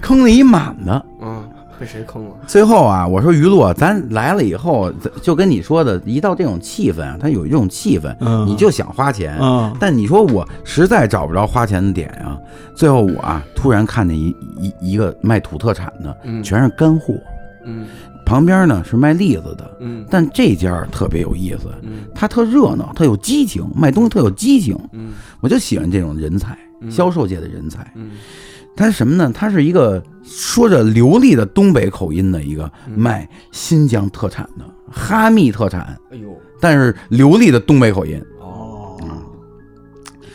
坑了一满的。嗯，被谁坑了？最后啊，我说于洛，咱来了以后，咱就跟你说的，一到这种气氛啊，它有一种气氛，嗯你就想花钱。嗯但你说我实在找不着花钱的点啊，最后我啊，突然看见一一一个卖土特产的，全是干货，嗯旁边呢是卖栗子的，嗯但这家儿特别有意思，嗯它特热闹，特有激情，卖东西特有激情。嗯我就喜欢这种人才，销售界的人才。嗯他是什么呢？他是一个说着流利的东北口音的一个卖新疆特产的哈密特产，哎呦，但是流利的东北口音。哦，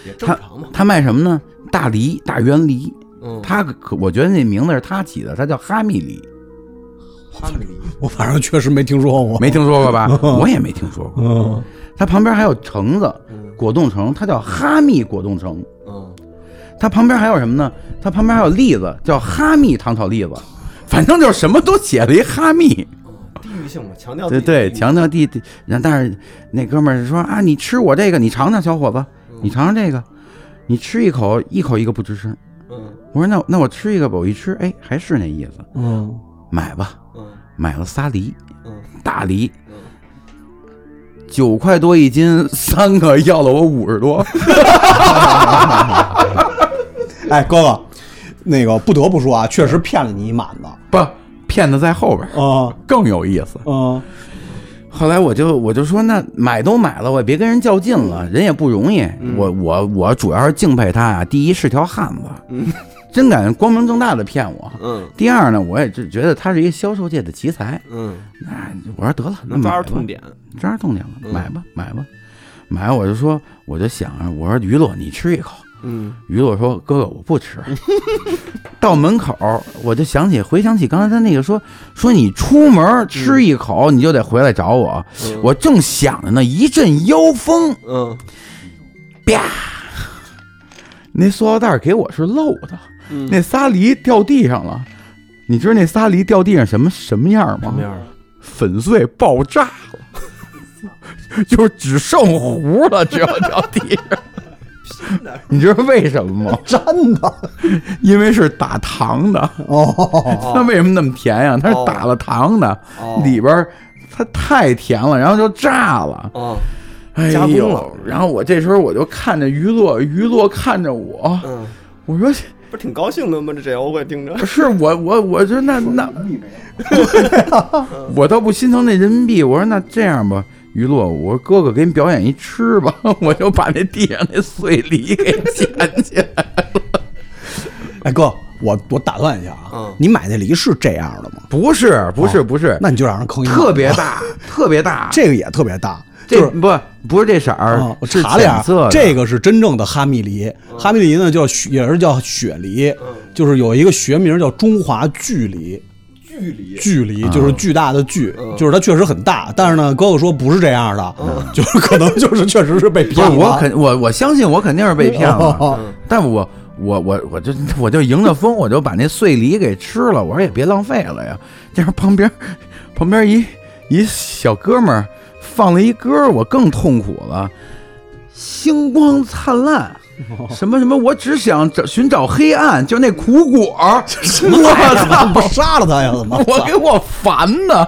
也正他常嘛。他卖什么呢？大梨、大圆梨。嗯，他可我觉得那名字是他起的，他叫哈密梨，哈密梨，我反正确实没听说过，没听说过吧？我也没听说过。嗯，它旁边还有橙子嗯果冻橙，它叫哈密果冻橙。嗯，它旁边还有什么呢？它旁边还有栗子，叫哈密糖炒栗子，反正就是什么都写了一哈密。嗯地域域性嘛，强调对对，强调地地，然后但是那哥们儿说啊，你吃我这个，你尝尝，小伙子，嗯你尝尝这个，你吃一口，一口一个不吱声。嗯我说那那我吃一个吧，我一吃，哎，还是那意思，嗯，买吧，嗯买了仨梨，嗯大梨嗯，九块多一斤，三个要了我五十多，哎，哥哥，那个不得不说啊，确实骗了你一满子不，骗子在后边儿啊更有意思。啊后来我就我就说，那买都买了，我也别跟人较劲了，嗯人也不容易。我我我主要是敬佩他啊，第一是条汉子， 真敢光明正大的骗我。嗯第二呢，我也就觉得他是一个销售界的奇才。嗯，那我说得了，那能抓买住吧痛点，抓着痛点了，嗯买吧买吧，买我就说我就想啊，我说于乐你吃一口，嗯，于乐说哥哥我不吃。 到门口我就想起回想起刚才他那个说说你出门吃嗯一口你就得回来找我，我正想着呢，一阵妖风，嗯那塑料袋儿给我是漏的，嗯那仨梨掉地上了。你知道那仨梨掉地上什么什么样吗？什么样儿？粉碎爆炸了， 就是只剩糊了，只有掉地上。你知道为 什么吗？真的因为是打糖的，哦，它为什么那么甜呀、它是打了糖的，哦里边儿它太甜了，然后就炸了。哦，哎加工了呦！然后我这时候我就看着于乐，于乐看着我，嗯，我说不是挺高兴的吗？这这妖怪听着， 是我我我说那那， 我倒不心疼那人民币。我说那这样吧，于洛，我说哥哥给你表演一吃吧， 我就把那地上那碎梨给捡起来。 哎哥，我我打断一下啊，嗯你买那梨是这样的吗？不是不是不是，那你就让人坑一哦特别大。大特别大，这个也特别大，这就是。不不是这哦色儿啊，我，是查了一浅下色，的这个是真正的哈密梨。嗯哈密梨呢，叫雪，也是叫雪梨，就是有一个学名叫中华巨梨。距离嗯巨梨就是啊巨大的巨，就是它确实很大，但是呢，哥哥说不是这样的，就是 可能就是确实是被不是骗了。我肯我我相信我肯定是被骗了哦，但我我我我就我就迎着风，我就把那碎梨给吃了。我说也别浪费了呀，这样旁边旁边一一小哥们儿放了一歌，我更痛苦了。星光灿烂，什么什么，我只想找寻找黑暗，就那苦果儿，我操！ 我杀了他呀！怎么？ 我给我烦的。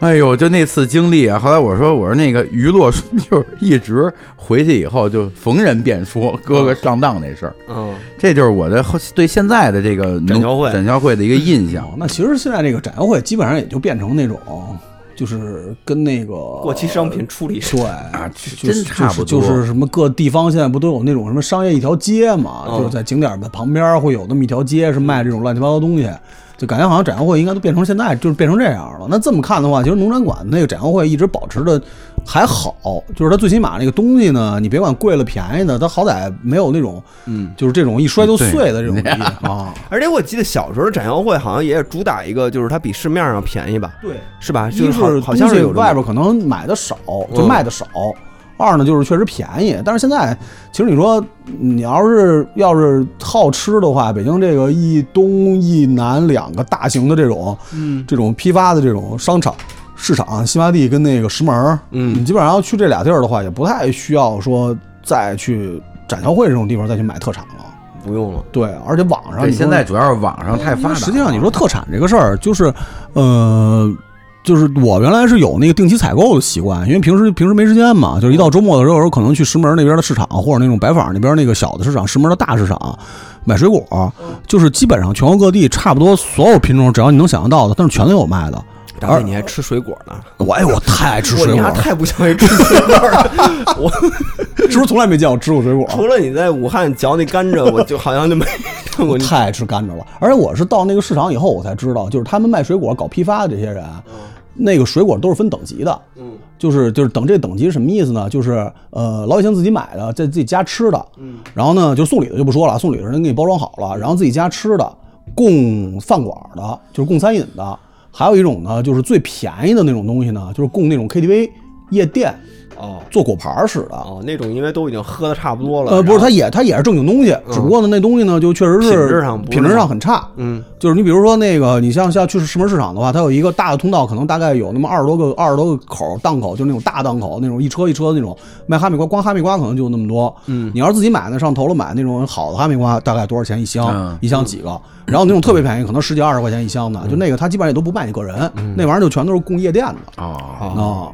哎呦，就那次经历啊，后来我说我说那个娱乐就是一直回去以后就逢人便说哥哥上当那事儿，嗯这就是我的后对现在的这个展销会展销会的一个印象。那其实现在这个展销会基本上也就变成那种，就是跟那个过期商品处理对啊就真是差不就是，多就是什么各地方现在不都有那种什么商业一条街嘛，就是在景点的旁边会有那么一条街是卖这种乱七八糟东西，就感觉好像展销会应该都变成现在就是变成这样了。那这么看的话，其实农展馆那个展销会一直保持的还好，就是它最起码那个东西呢，你别管贵了便宜的，它好歹没有那种嗯，就是这种一摔就碎的这种地啊。而且我记得小时候的展销会好像也是主打一个，就是它比市面上便宜吧，对，是吧？一哎就是好好像东是西有这嗯么外边可能买的少，就卖的少；二呢就是确实便宜，但是现在其实你说你要是要是好吃的话，北京这个一东一南两个大型的这种，嗯，这种批发的这种商场。市场啊新发地跟那个石门，嗯，你基本上要去这俩地儿的话，也不太需要说再去展销会这种地方再去买特产了。不用了，对，而且网上对，你说现在主要是网上太发达了。嗯实际上，你说特产这个事儿，就是，呃，就是我原来是有那个定期采购的习惯，因为平时平时没时间嘛，就是一到周末的时候，有时候可能去石门那边的市场，或者那种白坊那边那个小的市场，石门的大市场买水果，就是基本上全国各地差不多所有品种，只要你能想象到的，但是全都有卖的。大哥你还吃水果呢？我哎，我太爱吃我水你果还了，太不像一吃水果了， 我是不是从来没见我吃过水果？啊除了你在武汉嚼那甘蔗，我就好像就没 看过你。太爱吃甘蔗了。而且我是到那个市场以后，我才知道，就是他们卖水果搞批发的这些人，啊嗯那个水果都是分等级的。嗯，就是就是等这等级是什么意思呢？就是呃，老百姓自己买的，在自己家吃的。嗯，然后呢，就送礼的就不说了，送礼的人给你包装好了，然后自己家吃的，供饭馆的，就是供餐饮的。还有一种呢，就是最便宜的那种东西呢，就是供那种 KTV 夜店哦做果盘儿使的。哦，那种因为都已经喝的差不多了，呃，不是，然后嗯它也它也是正经东西，只不过呢，那东西呢就确实是品质上不是品质上很差。嗯，就是你比如说那个，你像像去石门市场的话，它有一个大的通道，可能大概有那么二十多个二十多个口档口，就是那种大档口，那种一车一车的那种卖哈密瓜，光哈密瓜可能就有那么多。嗯，你要是自己买呢，上头了买那种好的哈密瓜，大概多少钱一箱？嗯一箱几个？然后那种特别便宜，可能十几二十块钱一箱的，就那个它基本上也都不卖你个人，那玩意儿就全都是供夜店的嗯哦，啊、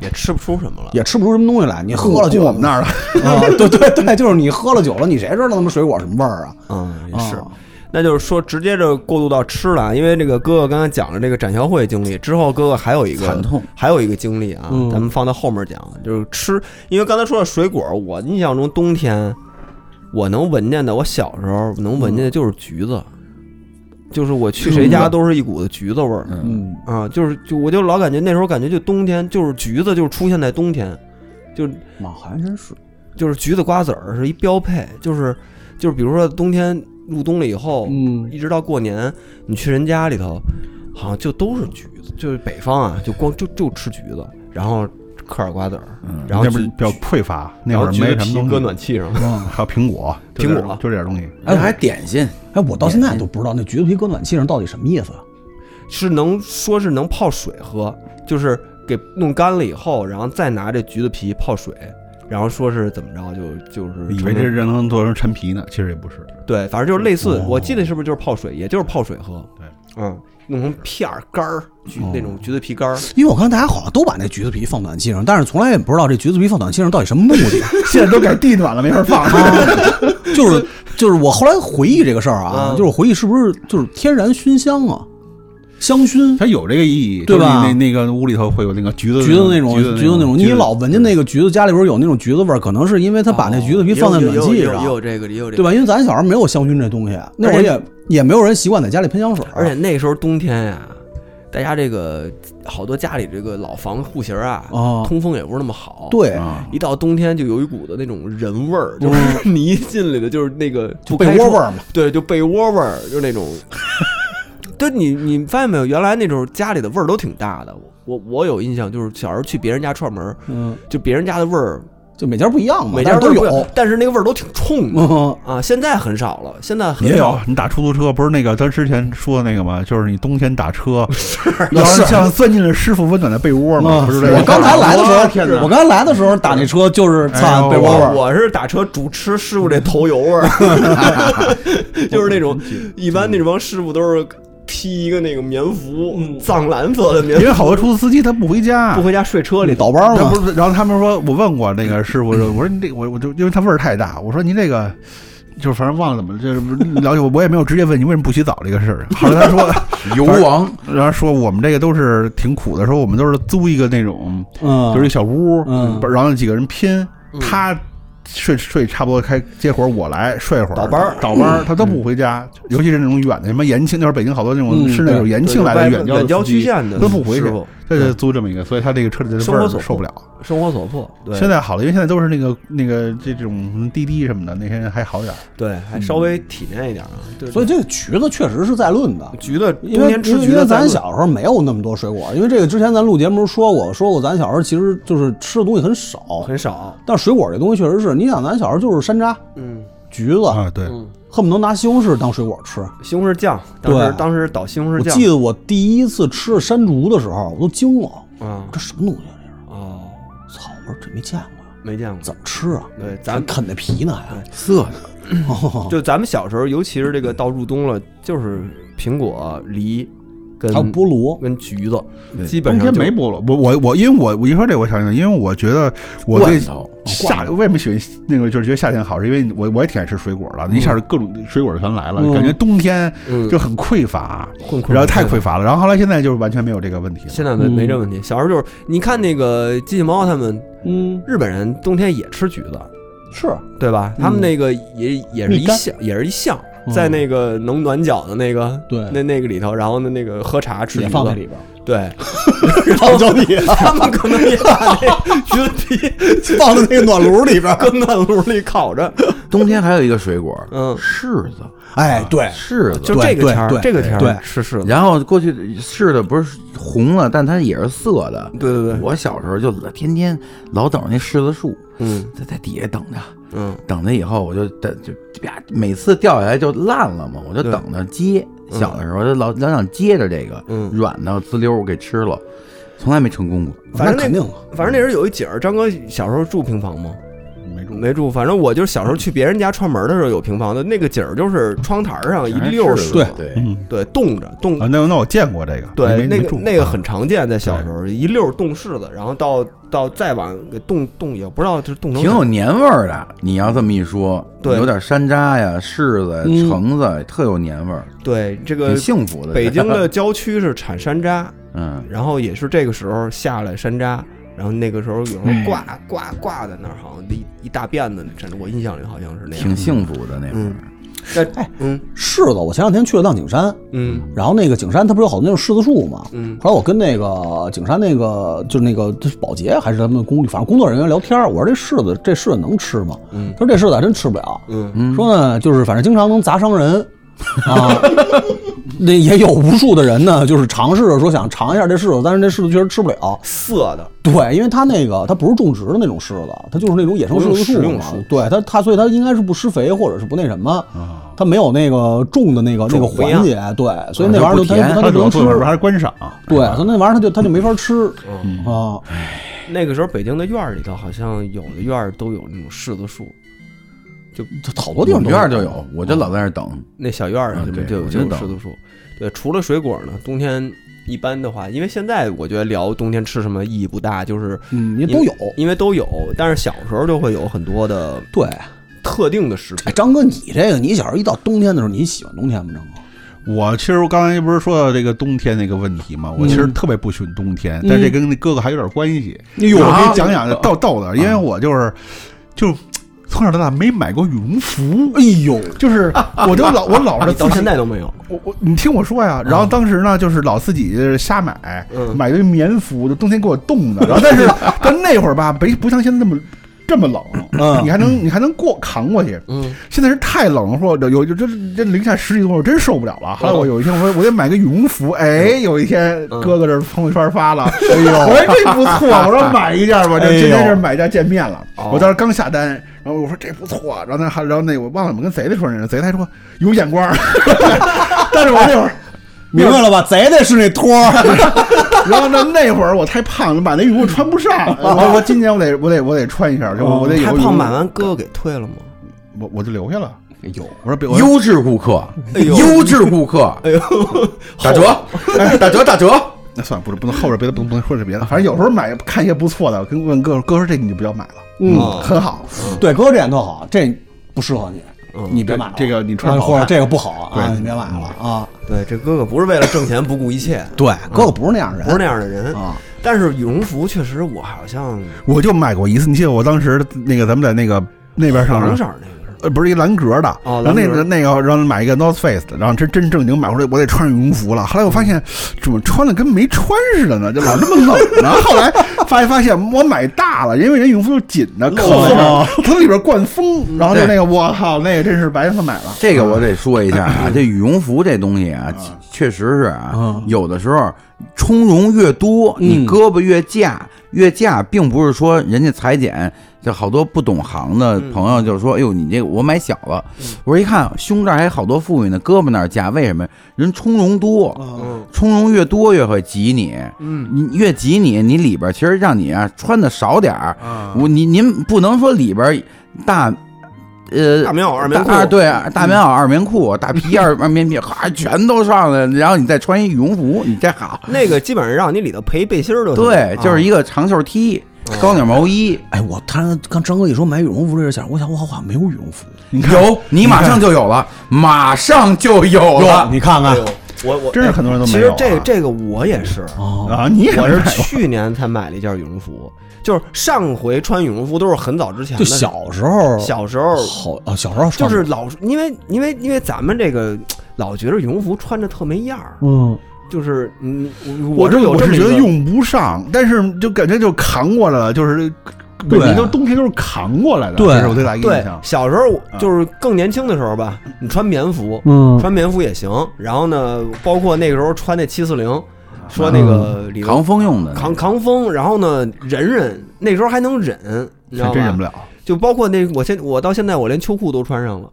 也吃不出什么了。也吃不出什么东西来。你喝过了酒我们那儿了，啊，对对对，就是你喝了酒了，你谁知道他妈水果什么味儿啊？嗯，也是啊。那就是说，直接就过渡到吃了啊，因为这个哥哥刚才讲了这个展销会经历之后，哥哥还有一个惨痛，还有一个经历啊，嗯咱们放到后面讲。就是吃，因为刚才说到水果，我印象中冬天我能闻见的，我小时候能闻见的就是橘子，就是我去谁家都是一股子橘子味儿。嗯，啊，就是就我就老感觉那时候感觉就冬天就是橘子就是出现在冬天，就是妈，还真是。就是橘子瓜子儿是一标配，就是就是比如说冬天入冬了以后，嗯一直到过年，你去人家里头，好像就都是橘子，就是北方啊，就光就就吃橘子，然后嗑点瓜子儿，然后嗯那不是橘比较匮乏，那然会后儿橘没子什么皮东搁西，嗯暖气上，还有苹果，就苹这果就这点东西。哎，还点心，哎，我到现在都不知道那橘子皮搁暖气上到底什么意思啊？ 是能说是能泡水喝，就是给弄干了以后，然后再拿这橘子皮泡水。然后说是怎么着，就就是以为成这人能做成陈皮呢，其实也不是。对，反正就是类似，我记得是不是就是泡水，也就是泡水喝。哦对，哦嗯，弄成片儿干儿，橘那种橘子皮干儿。因为我看大家好像都把那橘子皮放暖气上，但是从来也不知道这橘子皮放暖气上到底什么目 的。啊现在都改地暖了，没法放。啊就是就是我后来回忆这个事儿啊，嗯就是回忆是不是就是天然熏香啊，香薰。它有这个意义，对吧就是你那那个屋里头会有那个橘子、橘子那种，橘橘子那种，你老闻见那个橘子，家里边有那种橘子味儿，可能是因为他把那橘子皮放在暖气也上，哦有这个，也有这对个。吧？因为咱小时候没有香薰这东西，啊那会儿也也没有人习惯在家里喷香水儿，啊而且那时候冬天呀，大家这个好多家里这个老房户型啊，哦通风也不是那么好。，对，嗯一到冬天就有一股的那种人味儿，就是你一进来的就是那个不被开窝窗味儿嘛，对，就被窝味儿，就 那种。对你，你发现没有？原来那时候家里的味儿都挺大的。我我有印象，就是小时候去别人家串门儿，嗯，就别人家的味儿，就每家不一样嘛，每但家是都不一样有，但是那个味儿都挺冲的、 嗯，啊。现在很少了，现在很也有少。，你打出租车不是那个咱之前说的那个吗？就是你冬天打车，那要是是像钻进了师傅温暖的被窝嘛，啊不是这个。我刚才来的我时天候，哪我刚才来的时候打那车就是哎呦擦被窝味我儿，我是打车主吃师傅这头油味儿，就是那种一般那帮师傅都是披一个那个棉服，藏蓝色的棉嗯服，因为好多出租司机他不回家，不回家睡车里。倒班儿他嘛，不是，然后他们说，我问过那个师傅，我说你这我我就因为他味儿太大，我说您这个。就是反正忘了怎么就是了解我，我也没有直接问你为什么不洗澡这个事儿。后来他说，油王，然后说我们这个都是挺苦的，说我们都是租一个那种嗯，就是一小屋，嗯然后几个人拼，他睡睡差不多开接活儿，我来睡会儿，倒班儿倒班儿，他都不回家，尤其是那种远的，什么延庆，那会儿北京好多那种嗯是那种延庆来的远郊郊郊区县的都不回去师，傅，他就租这么一个，所以他这个车里的生味活儿所迫受不了。生活所迫。对，现在好了，因为现在都是那个那个这种滴滴什么的，那些还好点儿。对，还稍微体面一点啊。对所以这个橘子确实是在论的。橘子因冬为天吃橘因为子在咱论，小时候没有那么多水果，因为这个之前咱录节目说过，说过咱小时候其实就是吃的东西很少，很少。但水果这东西确实是，你想咱小时候就是山楂、嗯，橘子，啊，对，恨不能拿西红柿当水果吃。西红柿酱，当时对当时倒西红我柿酱。记得我第一次吃山竹的时候，我都惊了，啊这什么东西啊？这哦，是？操！我说这没见过，没见过。怎么吃啊？对，咱啃的皮呢还。色哦就咱们小时候，尤其是这个到入冬了，就是苹果、梨跟还有菠萝，跟橘子，基本冬上天就没菠萝，我我我，因为我我一说这我想起来，因为我觉得我对罐头啊夏为什么喜欢那个，就是觉得夏天好，是因为我我也挺爱吃水果的，一下各种水果全来了，嗯感觉冬天嗯就很匮乏，困困然后太匮乏了。然后后来现在就是完全没有这个问题了。现在没没这问题。小时候就是，你看那个机器猫他们，嗯，日本人冬天也吃橘子，是对吧？他们那个也也是一嗯蜜柑嗯项，也是一项，在那个能暖脚的那个，对那那个里头，然后呢，那个喝茶吃也鱼放在子，里边儿， 对，放啊 教你他们可能也把那鱼皮 放在那个暖炉里边儿。搁暖炉里烤着，冬天还有一个水果，嗯，柿子，啊哎，对，柿子。就这个对天儿，对这个天对儿是是，然后过去柿子不是红了，但它也是涩的。对对对，我小时候就天天老等着那柿子树，嗯在在底下等着，嗯，等着以后我就等就呀，每次掉下来就烂了嘛，我就对等着接。小的时候就老老想接着这个嗯软的滋溜儿给吃了，从来没成功过。反那正那肯定反正那时候有一景儿，张哥小时候住平房吗？没住。没住，反正我就是小时候去别人家串门的时候有平房的那个景儿，就是窗台上一溜儿柿水子对对，嗯对，冻着冻啊，那那我见过这个，对，没啊那没个住那个很常见，在小时候一溜儿冻柿子，然后到到再往给冻冻也不知道就是冻成挺有年味儿的。你要这么一说，对有点山楂呀、柿子呀、嗯橙子呀，特有年味儿，对这个挺幸福的。北京 的郊区是产山楂，嗯，然后也是这个时候下来山楂，然后那个时候有时候挂挂挂在那儿，好像一一大辫子，反正我印象里好像是那样。挺幸福的那会儿嗯。但嗯柿子，我前两天去了趟景山，嗯然后那个景山它不是有好多那种柿子树吗？嗯后来我跟那个景山那个就是那个就是保洁还是他们工反正工作人员聊天儿，我说这柿子这柿子能吃吗？嗯他说这柿子还真吃不了，嗯说呢就是反正经常能砸伤人啊。 那也有无数的人呢，就是尝试着说想尝一下这柿子，但是这柿子确实吃不了。涩的，对，因为它那个它不是种植的那种柿子，它就是那种野生柿子不是食树用嘛树。对它它，所以它应该是不施肥或者是不那什么，嗯啊它没有那个种的那个那个种不一环样节。对，所以那玩意儿就它不甜它它就它主不要能吃做。的还是观赏，啊对，所以那玩意儿它就它就没法吃啊。那个时候北京的院儿里头，好像有的院儿都有那种柿子树，它好我多地方们都院儿就有，我就老在那儿等。那小院儿啊里面对就有我就就有懂柿子树。对，除了水果呢，冬天一般的话，因为现在我觉得聊冬天吃什么意义不大，就是嗯，也都有。因为都有，但是小时候就会有很多的对，特定的食哎，品。张哥，你这个，你小时候一到冬天的时候，你喜欢冬天吗？张哥，我其实我刚才不是说到这个冬天那个问题嘛，我其实特别不喜欢冬天，但这跟那哥哥还有点关系。哎呦我给你讲讲逗逗的，因为我就是就从小到大没买过羽绒服，哎呦，就是我就老我老是你啊自到己啊现在都没有，我我你听我说呀，然后当时呢，就是老自己瞎买，嗯买的棉服，就冬天给我冻的。然后但是但那会儿吧，没不像现在那么这么冷，嗯你还能你还能过扛过去。嗯，现在是太冷了，或者有有这这零下十几度，我真受不了了。后来我有一天，我说我得买个羽绒服。哎，有一天嗯哥哥这朋友圈发了，哎呦，我说这不错，我说买一件吧，这哎呦今天这买一件见面了哦。我当时刚下单，然后我说这不错，啊然后那还然后那我忘了我们跟贼的说那个，贼他说有眼光儿， 但是我那会儿。明白了吧？贼的是那托儿，然后呢，那会儿我太胖了，买那羽绒服穿不 上。我说我今年我得我得我得穿一下，就我得有太羽绒胖买完哥哥给退了吗？我我就留下了。有我说别我说优质顾客，嗯哎呦优质顾客，打折， 打折，打折。哎那算了，不是不能后边别的不能不能说这别的，反正有时候买看一些不错的，跟问哥哥说这你就不要买了，嗯啊很好。对，哥这点特好，这不适合你，你别买了这个你穿不好或者看这个不好啊，对你别买了啊。对，这哥哥不是为了挣钱不顾一切，对，哥哥不是那样人，不是那样的人啊。但是羽绒服确实，我好像我就买过一次，你记得我当时那个咱们在那个那边上黄色儿那个是吧呃，不是一蓝格的，哦然后那蓝格个那个让他买一个 North Face 的，然后这真正经买回来，我得穿上羽绒服了。后来我发现怎么穿的跟没穿似的呢，就老这么冷呢。后来发现发现我买大了，因为人羽绒服是紧的，扣子哦上从里边灌风，嗯然后就那个我靠，那个真是白他妈买了。这个我得说一下啊，这羽绒服这东西啊，确实是啊嗯，有的时候充绒越多，你胳膊越架，越架，并不是说人家裁剪，就好多不懂行的朋友就说：“哎呦，你这个我买小了。”我一看胸这儿还好多富裕呢，胳膊那儿架，为什么？人充绒多，嗯充绒越多越会挤你，嗯，你越挤你，你里边儿其实让你啊穿的少点儿，我你您不能说里边儿大，呃，大棉袄、二棉裤大，对，大棉袄、二棉裤、大皮二二棉皮，哈，全都上来，然后你再穿一羽绒服，你这好， 那个基本上让你里头配一背心儿就行对，就是啊一个嗯哦长袖 T，高领毛衣，哎，我他刚张哥一说买羽绒服这事儿，我想我好像没有羽绒服。有，你马上就有了，马上就有哟，了，啊啊你看看，哎我我啊真是很多人都其没有实啊这这个我也 是，哦啊，你也我是是去年才买了一件羽绒服，就是上回穿羽绒服都是很早之前就的，小时候小时候好啊，小时候就穿是老因为因为因为咱们这个老觉着羽绒服穿着特没样儿，嗯，就是嗯，我是这有我这么是一觉个得用不上，但是就感觉就扛过来了，就是对每年都冬天都是扛过来的，对这是我最大一嗯个印对象。小时候我就是更年轻的时候吧，你穿棉服，嗯穿棉服也行。然后呢，包括那个时候穿那七四零，说那个嗯里头扛风嗯用的，扛扛风，然后呢忍忍，那时候还能忍，你知道还真忍吗不？了，就包括那我现我到现在我连秋裤都穿上 了。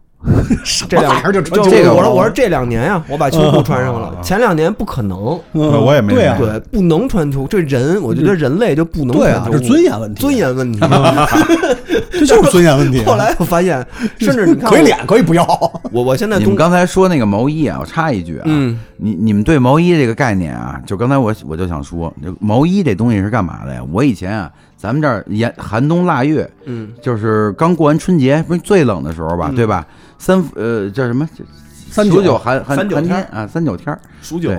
这两玩意儿就穿嗯就这个我说我说这两年呀，我把秋裤穿上了。前两年不可能，我我也没对啊买，对，不能穿秋。这人，我觉得人类就不能对穿啊，秋这裤，是尊严问题，尊严 问题。这就是尊严问题。啊 后来我发现，甚至你 看我可以脸可以不要，我我现在你冬们刚才说那个毛衣啊，我插一句啊，嗯你你们对毛衣这个概念啊，就刚才我我就想说，就毛衣这东西是干嘛的呀？我以前啊，咱们这儿严寒冬腊月，嗯，就是刚过完春节，不是最冷的时候吧，对吧？三呃叫什么？三九九九寒三寒寒九天天啊，三九天儿。数对，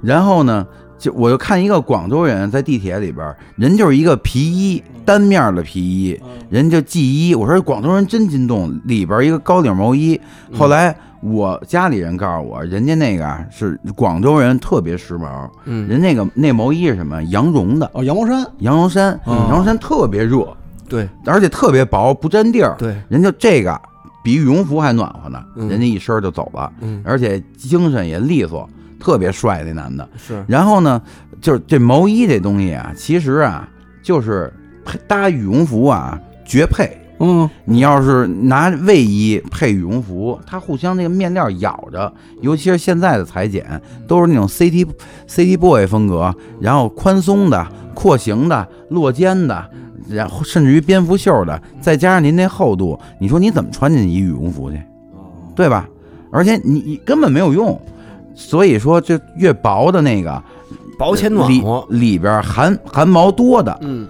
然后呢，就我就看一个广州人在地铁里边儿，人就是一个皮衣单面儿的皮衣，人就系衣。我说广州人真心动，里边儿一个高领毛衣。后来我家里人告诉我，人家那个啊是广州人特别时髦，嗯人那个那毛衣是什么羊绒的，哦，羊毛衫羊绒衫，哦羊绒衫特别热，对而且特别薄，不沾地儿。对，人就这个比羽绒服还暖和呢，嗯人家一身儿就走了，嗯而且精神也利索，特别帅那男的。是然后呢，就是这毛衣这东西啊，其实啊，就是配搭羽绒服啊，绝配。嗯，你要是拿卫衣配羽绒服，它互相那个面料咬着，尤其是现在的裁剪，都是那种 CT CT boy 风格，然后宽松的、廓形的、落肩的，然后甚至于蝙蝠袖的，再加上您那厚度，你说你怎么穿进一羽绒服去，对吧？而且你你根本没有用，所以说这越薄的那个薄且暖里和，里边含含毛多的，嗯，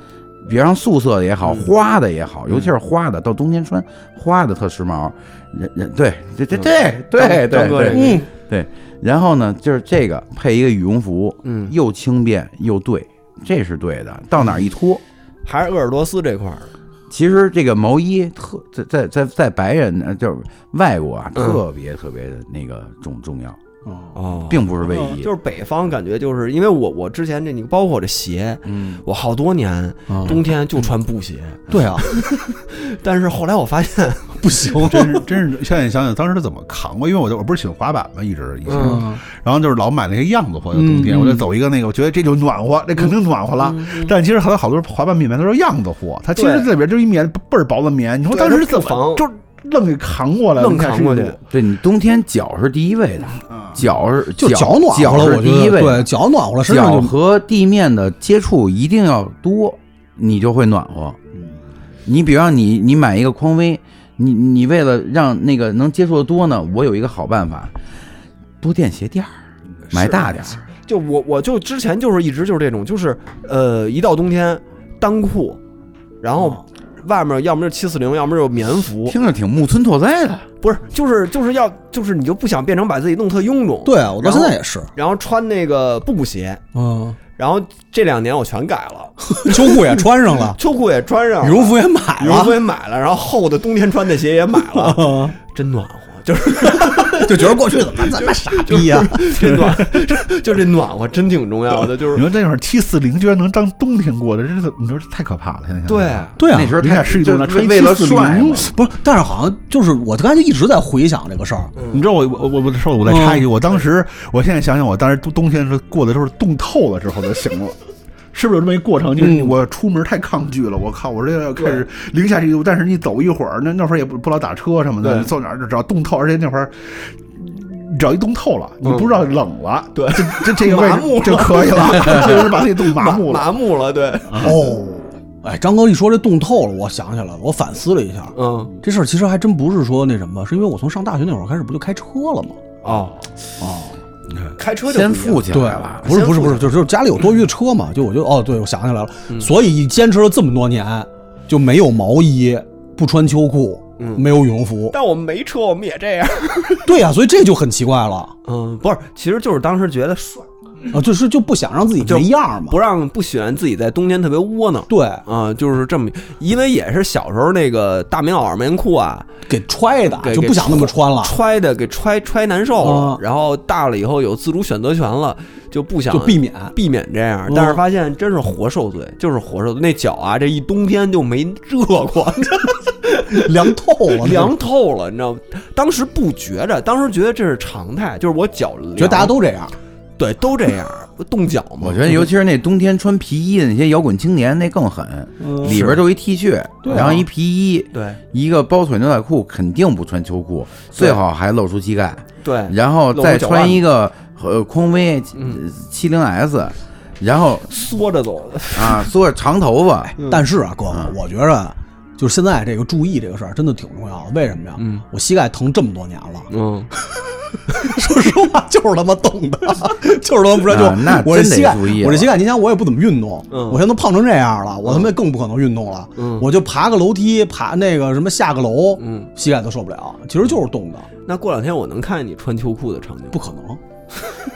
别让素色的也好，嗯花的也好，尤其是花的，到冬天穿花的特时髦。人人对，这这这对对张哥这个，对嗯对。然后呢，就是这个配一个羽绒服，嗯又轻便又对，这是对的。到哪儿一脱，还是鄂尔多斯这块儿，其实这个毛衣特在在在在白人呃就是外国啊，嗯特别特别的那个重重要，嗯哦并不是卫衣就。是北方感觉就是因为我我之前这你包括我这鞋，嗯，我好多年冬天就穿布鞋，对啊，但是后来我发现， 不 行，真是真是，现在想想当时他怎么扛过，因为我就我不是喜欢滑板嘛，一直以前，嗯然后就是老买那些样子货，就冬天、嗯我就走一个那个，我觉得这就暖和，这肯定暖和了。但其实好多好多滑板品牌都是样子货，它其实嗯对这里边就是一棉倍儿薄的棉，你说对当它时怎不防么就愣给扛过来了，愣扛过去对你冬天脚是第一位的，脚是就脚暖和脚了，是我觉第一得位的对，脚暖和了，身上脚就和地面的接触一定要多，你就会暖和。你比方你你买一个匡威，你你为了让那个能接触的多呢，我有一个好办法，多垫鞋垫儿，买大点儿。就我我就之前就是一直就是这种，就是呃，一到冬天单裤，然后外面要么就七四零，要么就棉服，听着挺木村拓哉的，不是就是就是要就是你就不想变成把自己弄特臃肿，对啊，我到然后现在也是，然后穿那个布鞋，嗯，然后这两年我全改了，，秋裤也穿上 了秋裤也穿上了，啊羽绒服也买羽绒服了，也买了，然后厚的冬天穿的鞋也买了，嗯真暖和，就是 就觉得过去怎么这么傻逼呀？这暖，就这暖和真挺重要的，就你是说那会儿 T 四零居然能当冬天过的，这是你说这太可怕了。现在想想 对，对啊那，时候人家太是一种就的穿为为了740帅嘛，不是，但是好像就是我刚才就一直在回想这个事儿，你知道我我我我说我再插一句，嗯我当时我现在想想，我当时冬天的时候过的都是冻透了之后才醒了。是不是有这么一过程？嗯就是我出门太抗拒了，我靠！我这要开始零下这一度，但是你走一会儿，那那会儿也不不老打车什么的，对你坐哪儿就只要冻透，而且那会儿只要一冻透了，你嗯不知道冷了，对这这这个位麻木置了就可 以了，就是把自己冻麻木了。麻木了，对，哦，哎，张哥一说这冻透了，我想起来了，我反思了一下，嗯，这事儿其实还真不是说那什么，是因为我从上大学那会儿开始不就开车了吗？哦哦，开车就先不一样富起来了。不是不是不是，就是就是家里有多余的车嘛，就我就哦，对，我想起来了，所以坚持了这么多年就没有毛衣，不穿秋裤，嗯没有羽绒服。但我没车，我们也这样。对呀、所以这就很奇怪了嗯，不是，其实就是当时觉得帅，啊，就是就不想让自己就没样儿嘛不。让不喜欢自己在冬天特别窝囊。对，啊、就是这么，因为也是小时候那个大棉袄、棉裤啊，给揣的给就不想那么穿了，揣的给揣揣难受了。啊然后大了以后有自主选择权了，就不想就避免。避免这样嗯。但是发现真是活受罪，就是活受罪。那脚啊，这一冬天就没热过，凉透了，凉透了，你知道吗？当时不觉着，当时觉得这是常态，就是我脚凉，觉得大家都这样。对都这样，冻脚嘛。我觉得，尤其是那冬天穿皮衣的那些摇滚青年，那更狠，里边都一 T 恤，嗯对啊然后一皮衣，对一个包腿牛仔裤，肯定不穿秋裤，最好还露出膝盖，对，然后再穿一个个呃匡威嗯七零 S，然后缩着走的，啊缩着长头发，但是啊，哥，我觉着就是现在这个注意这个事儿真的挺重要的。为什么呀？我膝盖疼这么多年了， 嗯，说实话就是他妈冻的， 就是他妈不然就、啊那我这真得膝盖，注意了我这膝盖，你想我也不怎么运动，嗯我现在都胖成这样了，我他妈更不可能运动了。我就爬个楼梯，爬那个什么下个楼，嗯膝盖都受不了。其实就是冻的， 那过两天我能看见你穿秋裤的场景吗不可能，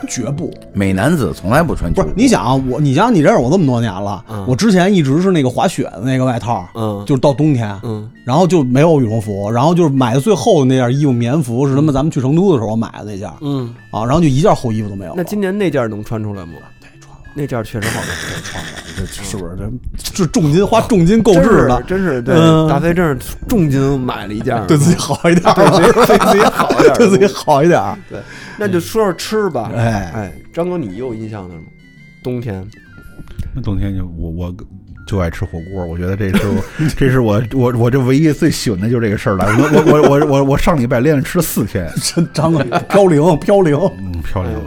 绝不。美男子从来不穿不秋是裤，你想啊，我你想你认识我这么多年了，嗯我之前一直是那个滑雪的那个外套，嗯就是到冬天，嗯然后就没有羽绒服，然后就是买的最厚的那件衣服棉服是他妈咱们去成都的时候买的那件，嗯，啊，然后就一件厚衣服都没有了。那今年那件能穿出来吗？那件确实好看， 这是不是这这重金花重金购真置是的，真是对嗯。大飞真是重金买了一件，对自己好一点儿 吧，，对自己好一点对自己好一点儿。对，那就说说吃吧。哎哎，张哥，你有印象的吗？冬天，那冬天就我我就爱吃火锅，我觉得这是我这是我我我这唯一最喜欢的就是这个事儿了。我我我我我我上礼拜连着吃了四天，这张哥飘零飘零，嗯，漂亮。哎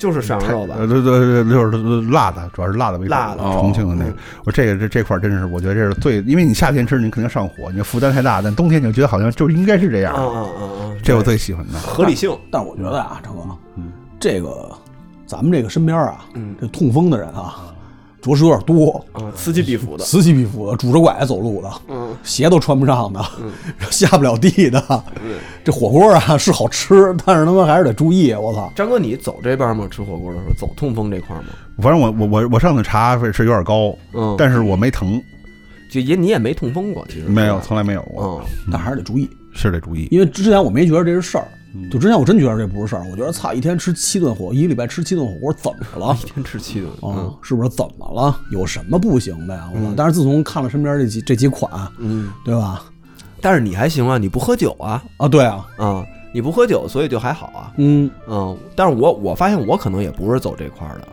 就是涮羊肉吧呃，？对对对，就是辣的，主要是辣的为主。辣的哦重庆的那个，我这个这这块儿真是，我觉得这是最，因为你夏天吃你肯定上火，你负担太大，但冬天你就觉得好像就应该是这啊样。啊啊啊！这我最喜欢的。合理性，但我觉得嗯啊，张哥，这个咱们这个身边啊，嗯这痛风的人啊，着实有点多，啊，此起彼伏的。此起彼伏的，拄着拐走路的，嗯，鞋都穿不上的， 下不了地的。这火锅啊是好吃，但是他妈还是得注意。啊我操，张哥，你走这边吗？吃火锅的时候走痛风这块吗？反正我我我我上次查是是有点高，嗯但是我没疼，就也你也没痛风过，其实没有，。从来没有过，嗯，但还是得注意，是得注意。因为之前我没觉得这是事儿。嗯就之前我真觉得这不是事儿，我觉得操，一天吃七顿火，一个礼拜吃七顿火锅怎么了？一天吃七顿。啊，是不是怎么了？有什么不行的呀？我操但是自从看了身边这几这几款，嗯，对吧？但是你还行啊，你不喝酒啊啊，对啊，啊，你不喝酒，所以就还好啊。嗯，嗯，但是我我发现我可能也不是走这块儿的，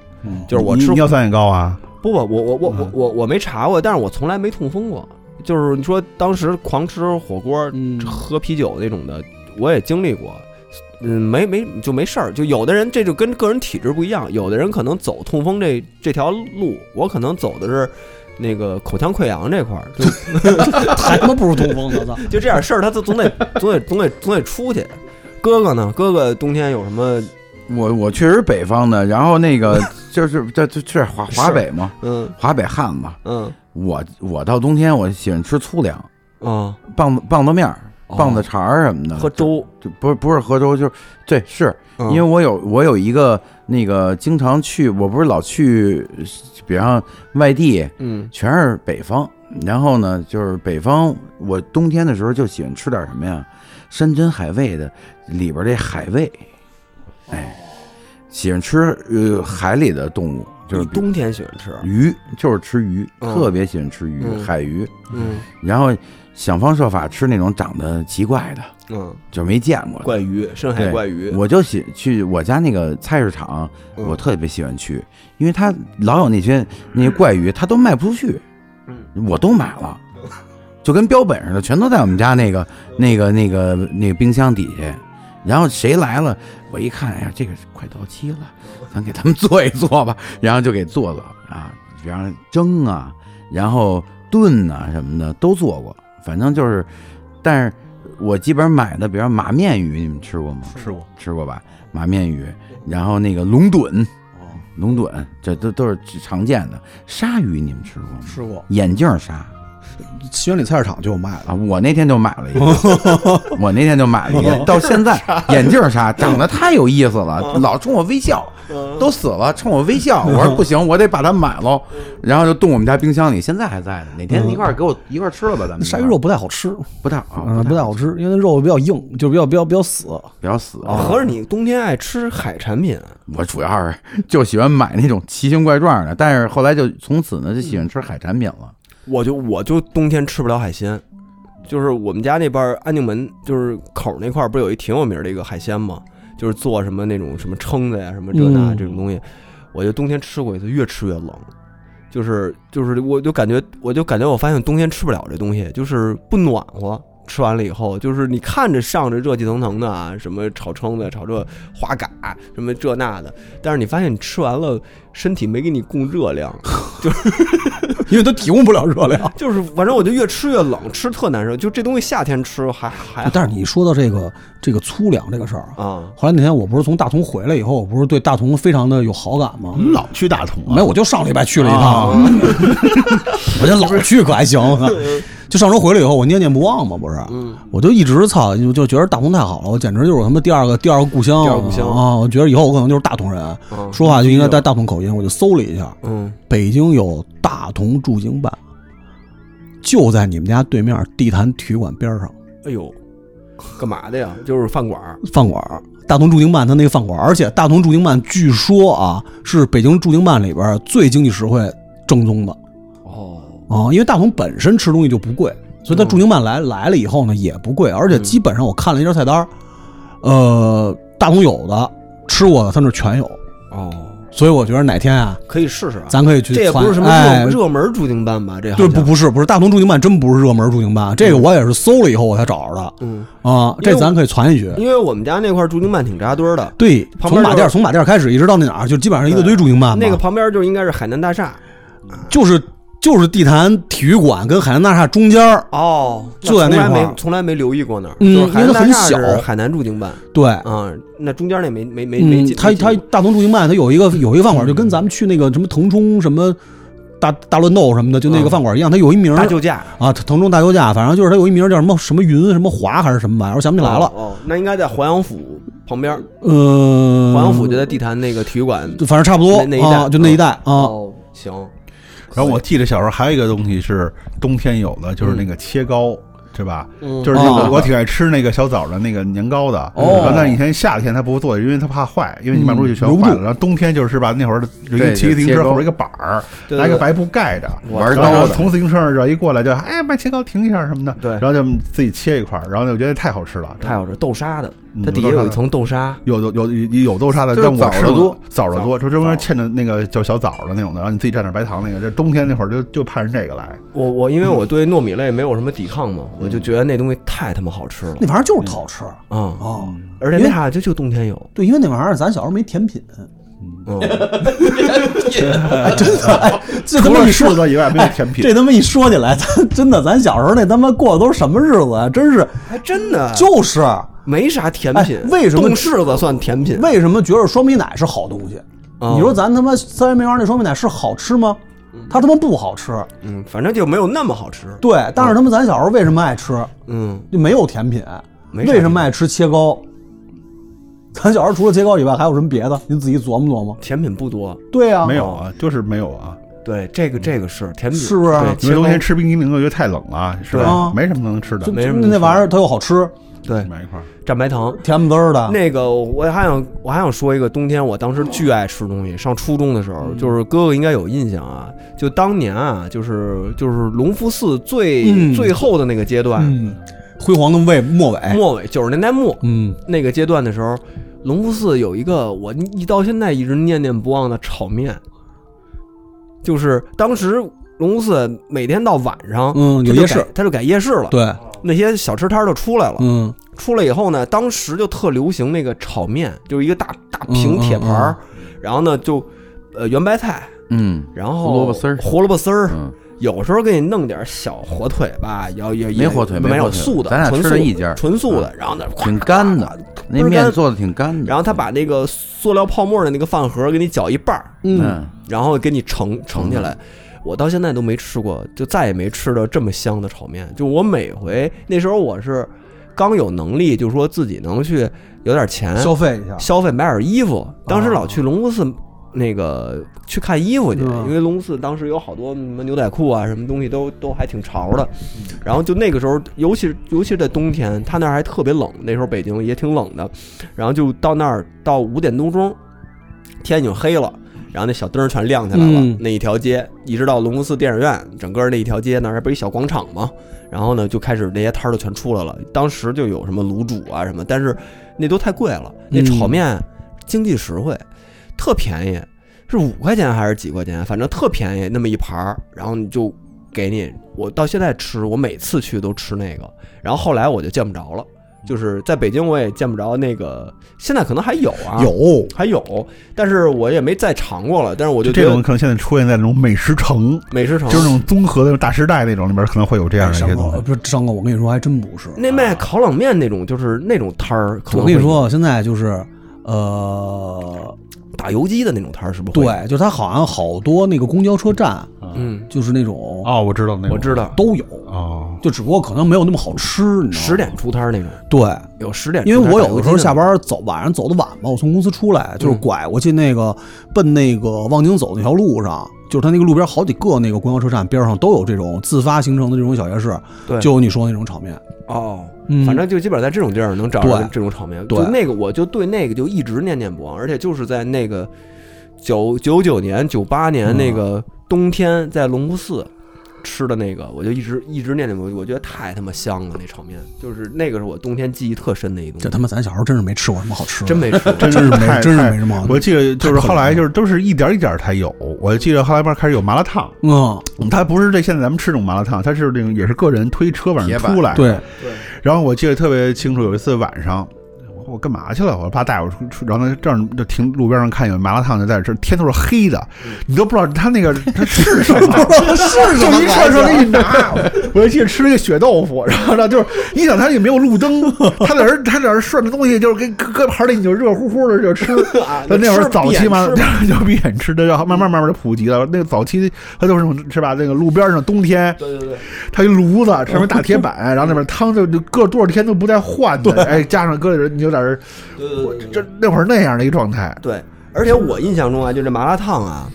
就是我嗯你嗯吃你尿酸也高啊，不不，我我我我我我没查过，但是我从来没痛风过。就是你说当时狂吃火锅、嗯喝啤酒那种的，我也经历过。嗯，没没就没事儿，就有的人这就跟个人体质不一样，有的人可能走痛风这这条路，我可能走的是那个口腔溃疡这块儿，就 还他妈不如痛风呢，操！就这点事儿，他总总得总得总得总得出去。哥哥呢？哥哥冬天有什么？我我确实北方的，然后那 个就是这这这华华北嘛，嗯华北汉子，嗯我我到冬天我喜欢吃粗粮，啊，棒子棒子面儿、哦棒子肠儿什么的，喝粥，就不是不是喝粥，就是对，是嗯因为我有我有一个那个经常去，我不是老去，比方外地，嗯全是北方。然后呢，就是北方，我冬天的时候就喜欢吃点什么呀，山珍海味的里边这海味，哎，喜欢吃呃海里的动物，就是你比冬天喜欢吃，鱼，就是吃鱼，嗯特别喜欢吃鱼，嗯海鱼。嗯然后想方设法吃那种长得奇怪的，嗯，就没见过的。怪鱼，深海对怪鱼，我就喜去我家那个菜市场，嗯我特别喜欢去，因为它老有那些那些怪鱼，它都卖不出去，嗯我都买了，就跟标本似的，全都在我们家那嗯个那个那个那个冰箱底下。然后谁来了，我一看，哎呀，这个快到期 了，咱给他们做一做吧，然后就给做了啊，比方蒸啊，然后炖啊什么的都做过，反正就是，但是我基本上买的，比方马面鱼，你们吃过吗？吃过。吃过吧？马面鱼，然后那个龙趸，哦龙趸，这都都是常见的。鲨鱼你们吃过吗？吃过，眼镜鲨，西园里菜市场就有卖的。啊，我那天就买 了一个，我那天就买了一个，到现在眼镜儿啥长得太有意思嗯了，老冲我微笑，都死了冲我微笑。我说不行，我得把它买喽，嗯然后就冻我们家冰箱里，现在还在呢。哪天一块儿给我一块儿吃了吧，咱们鲨鱼肉不太好吃，不太好，嗯，不太好吃，哦因为那肉比较硬，就比较比较比较死。不要死。哦合着你冬天爱吃海产品，啊我主要是就喜欢买那种奇形怪状的，但是后来就从此呢就喜欢吃海产品了。我就我就冬天吃不了海鲜。就是我们家那边儿安定门，就是口儿那块儿，不是有一挺有名儿的一个海鲜吗？就是做什么那种什么蛏子呀、什么这那嗯这种东西。我就冬天吃过一次，越吃越冷。就是就是，我就感觉我就感觉我发现冬天吃不了这东西，就是不暖和。吃完了以后，就是你看着上着热气腾腾的啊，什么炒蛏子、炒这花蛤，什么这那的，但是你发现你吃完了，身体没给你供热量， 因为它提供不了热量。就是反正我就越吃越冷，吃特难受。就这东西夏天吃还还哎但是你说到这个这个粗粮这个事儿啊，啊，后来那天我不是从大同回来以后，我不是对大同非常的有好感吗？我们老去大同啊，没有，我就上礼拜去了一趟，啊 我这老去可还 行。就上周回来以后，我念念不忘嘛，不是？嗯我就一直操，就就觉得大同太好了，我简直就是他妈第二个第二个故乡，第二个故乡啊！我觉得以后我可能就是大同人，嗯说话就应该带大同口音。我就搜了一下，嗯，北京有大同驻京办，就在你们家对面地坛体育馆边上哎呦，干嘛的呀？就是饭馆儿，饭馆儿。大同驻京办，它那个饭馆儿，而且大同驻京办据说啊，是北京驻京办里边儿最经济实惠、正宗的。哦，啊、因为大同本身吃东西就不贵，嗯所以他驻京办来来了以后呢也不贵，而且基本上我看了一下菜单儿，呃，大同有的吃过的他那儿全有，哦，所以我觉得哪天啊，可以试试啊。咱可以去这也不窜是什么哎热热门驻京办吧？这好对像不不是不是大同驻京办真不是热门驻京办，这个我也是搜了以后我才找着的嗯，啊、因为这咱可以传一局。因为我们家那块儿驻京办挺扎堆儿的，对，旁边从马就是甸儿从马甸儿开始一直到那哪儿，就基本上一大堆驻京办嘛。那个旁边就应该是海南大厦。就是就是地坛体育馆跟海南大厦中间儿，哦，就在那从来块儿没从来没留意过那儿，嗯就是海南大因为它厦很小是海南驻京办对，啊，那中间那没没没没嗯，进。他没进嗯他大同驻京办，他有一个有一个饭馆，就跟咱们去那个什么腾冲什么大大乱斗什么的，就那嗯个饭馆一样，他有一名儿大救架啊，腾冲大酒架，反正就是他有一名儿叫什么什么云什么华还是什么玩意儿，我想不起来了。哦，哦那应该在淮阳府旁边，呃，嗯淮阳府就在地坛那个体育馆。就反正差不多那那一带啊，就那一带啊。哦，行，然后我记得小时候还有一个东西是冬天有的，就是那个切糕，对吧？嗯就是那哦个我挺爱吃那个小枣的那个年糕的。哦然后但以前夏天它不做，因为它怕坏，因为你买出去全嗯留不坏住了。然后冬天就是吧，那会儿有一对个骑个自行切车糕后边一个板儿，对对拿一个对白布盖着，玩然高后的从自行车上这一过来就哎卖切糕停一下什么的，对然后就自己切一块儿，然后我觉得太好吃了，太好吃，豆沙的，嗯它底下有一层豆沙，有有有有有豆沙的，就是但我吃枣的多过枣的多，就中间嵌着那个叫小枣的那种的，然后你自己蘸点白糖那个，这冬天那会儿就就盼着这个来。我我因为嗯我对糯米类没有什么抵抗嘛，我就觉得那东西太他妈好吃了那玩意儿就是特好吃啊、啊！而且为啥就就冬天 有？对，因为那玩意儿咱小时候没甜 品，嗯，哎，真的，哎，这他除妈了一说哎柿子以外，没有甜品。这他妈一说起来，咱真的，咱小时候那他妈过的都是什么日子啊？真是，还真的就是没啥甜品哎，为什么冻柿子算甜品？为什么觉得双皮奶是好东西？哦你说咱他妈三元梅园那双皮奶是好吃吗？它他妈不好吃。嗯，反正就没有那么好吃。对，但是他妈咱小时候为什么爱吃？嗯，就没有甜品，没啥为什么爱吃切糕？ 咱小时候除了切糕以外还有什么别的？你自己琢磨琢磨。甜品不多。对呀、没有啊，就是没有啊，对，这个这个是甜品，是不是啊对因为切冬糕天吃冰激凌我觉得太冷了，是对啊吧？没什么能吃的就，没就什么那玩意儿它又好吃，对买一块儿。蘸白糖。甜不滋儿的。那个，我还想，我还想说一个，冬天我当时巨爱吃东西。上初中的时候，就是哥哥应该有印象啊，就当年啊，就是就是隆福寺最、嗯最后的那个阶段，嗯，辉煌的尾末尾，末尾九十年代末嗯，那个阶段的时候，隆福寺有一个我一到现在一直念念不忘的炒面，就是当时隆福寺每天到晚上，嗯它有就夜市改，它就改夜市了，对，那些小吃摊儿就出来了。嗯，出来以后呢，当时就特流行那个炒面，就是一个大大平铁盘儿，然后呢就呃圆白菜，嗯，然后胡萝卜丝儿胡萝卜丝儿，嗯有时候给你弄点小火腿吧，要要没火腿没没有火腿素的，咱俩纯吃素了一家嗯纯素的，然后呢挺干的，那面做的挺干的。然后他把那个塑料泡沫的那个饭盒给你搅一半儿，嗯，然后给你盛盛起来。我到现在都没吃过，就再也没吃到这么香的炒面。就我每回那时候我是刚有能力，就说自己能去有点钱消费一下，哦消费买点衣服。当时老去隆福寺那个去看衣服去，嗯因为隆福寺当时有好多什么牛仔裤啊，什么东西都都还挺潮的。嗯然后就那个时候，尤其是尤其是在冬天，他那儿还特别冷，那时候北京也挺冷的。然后就到那儿到五点多钟，天已经黑了。然后那小灯儿全亮起来了，嗯那一条街一直到隆福寺电影院，整个那一条街那儿不是一小广场吗？然后呢，就开始那些摊儿就全出来了。当时就有什么卤煮啊什么，但是那都太贵了。那炒面经济实惠，特便宜，是五块钱还是几块钱？反正特便宜，那么一盘儿，然后你就给你。我到现在吃，我每次去都吃那个，然后后来我就见不着了。就是在北京我也见不着那个，现在可能还有啊，有还有，但是我也没再尝过了。但是我就觉这种得可能现在出现在那种美食城，美食城就是那种综合的大时代那种里边可能会有这样的一些上东过西。不是上过，我跟你说还真不是。那卖烤冷面那种，就是那种摊儿，可能我跟你会说，啊现在就是呃，打游击的那种摊儿是不会。，对，就是它好像好多那个公交车站，嗯，就是那种哦，我知道那种我知道，都有，哦，就只不过可能没有那么好吃，你知道吗？十点出摊儿那种，对，有十点出因为摊儿打游击的那种，我有的时候下班走，晚上走的晚嘛，我从公司出来就是嗯拐过去那个奔那个望京走那条路上，就是它那个路边好几个那个公交车站边上都有这种自发形成的这种小夜市，对就有你说的那种炒面，哦，嗯反正就基本上在这种地儿能找到对这种炒面。对就那个我就对那个就一直念念不忘，而且就是在那个九九九年、九八年那个冬天，在隆福寺吃的那个，我就一直一直念念不忘。我觉得太他妈香了，那炒面就是那个是我冬天记忆特深的一东这西，他妈咱小时候真是没吃过什么好吃的，真没吃过。真真是没太真是太没什么哦好吃我记得就是太后可怜来了就是都是一点一点才有，我记得后来慢慢开始有麻辣烫，嗯，它不是这现在咱们吃这种麻辣烫，它是那种也是个人推车晚铁上板出来，哎对，然后我记得特别清楚，有一次晚上，我我干嘛去了？我爸带我出出，然后他这样就停路边上看有麻辣烫，就在这儿天都是黑的，你都不知道他 那个他是什么，嗯是什么，就一串串给你 拿。我就记得吃那个血豆腐，然后呢就是你想他也没有路灯， 他在这儿他在这儿涮着东西，就是跟搁搁盘里你就热乎乎的就 吃。他那会儿早期 嘛，就闭眼吃的，然后慢慢慢慢就普及了。那个早期他都是那种是吧？那个路边上冬天，对对对，它一炉子上面大铁板，然后那边汤就就搁多少天都不带换的，哎，加上搁点你有点儿对我这那会儿那样的一个状态，对，而且我印象中啊，就这麻辣烫啊，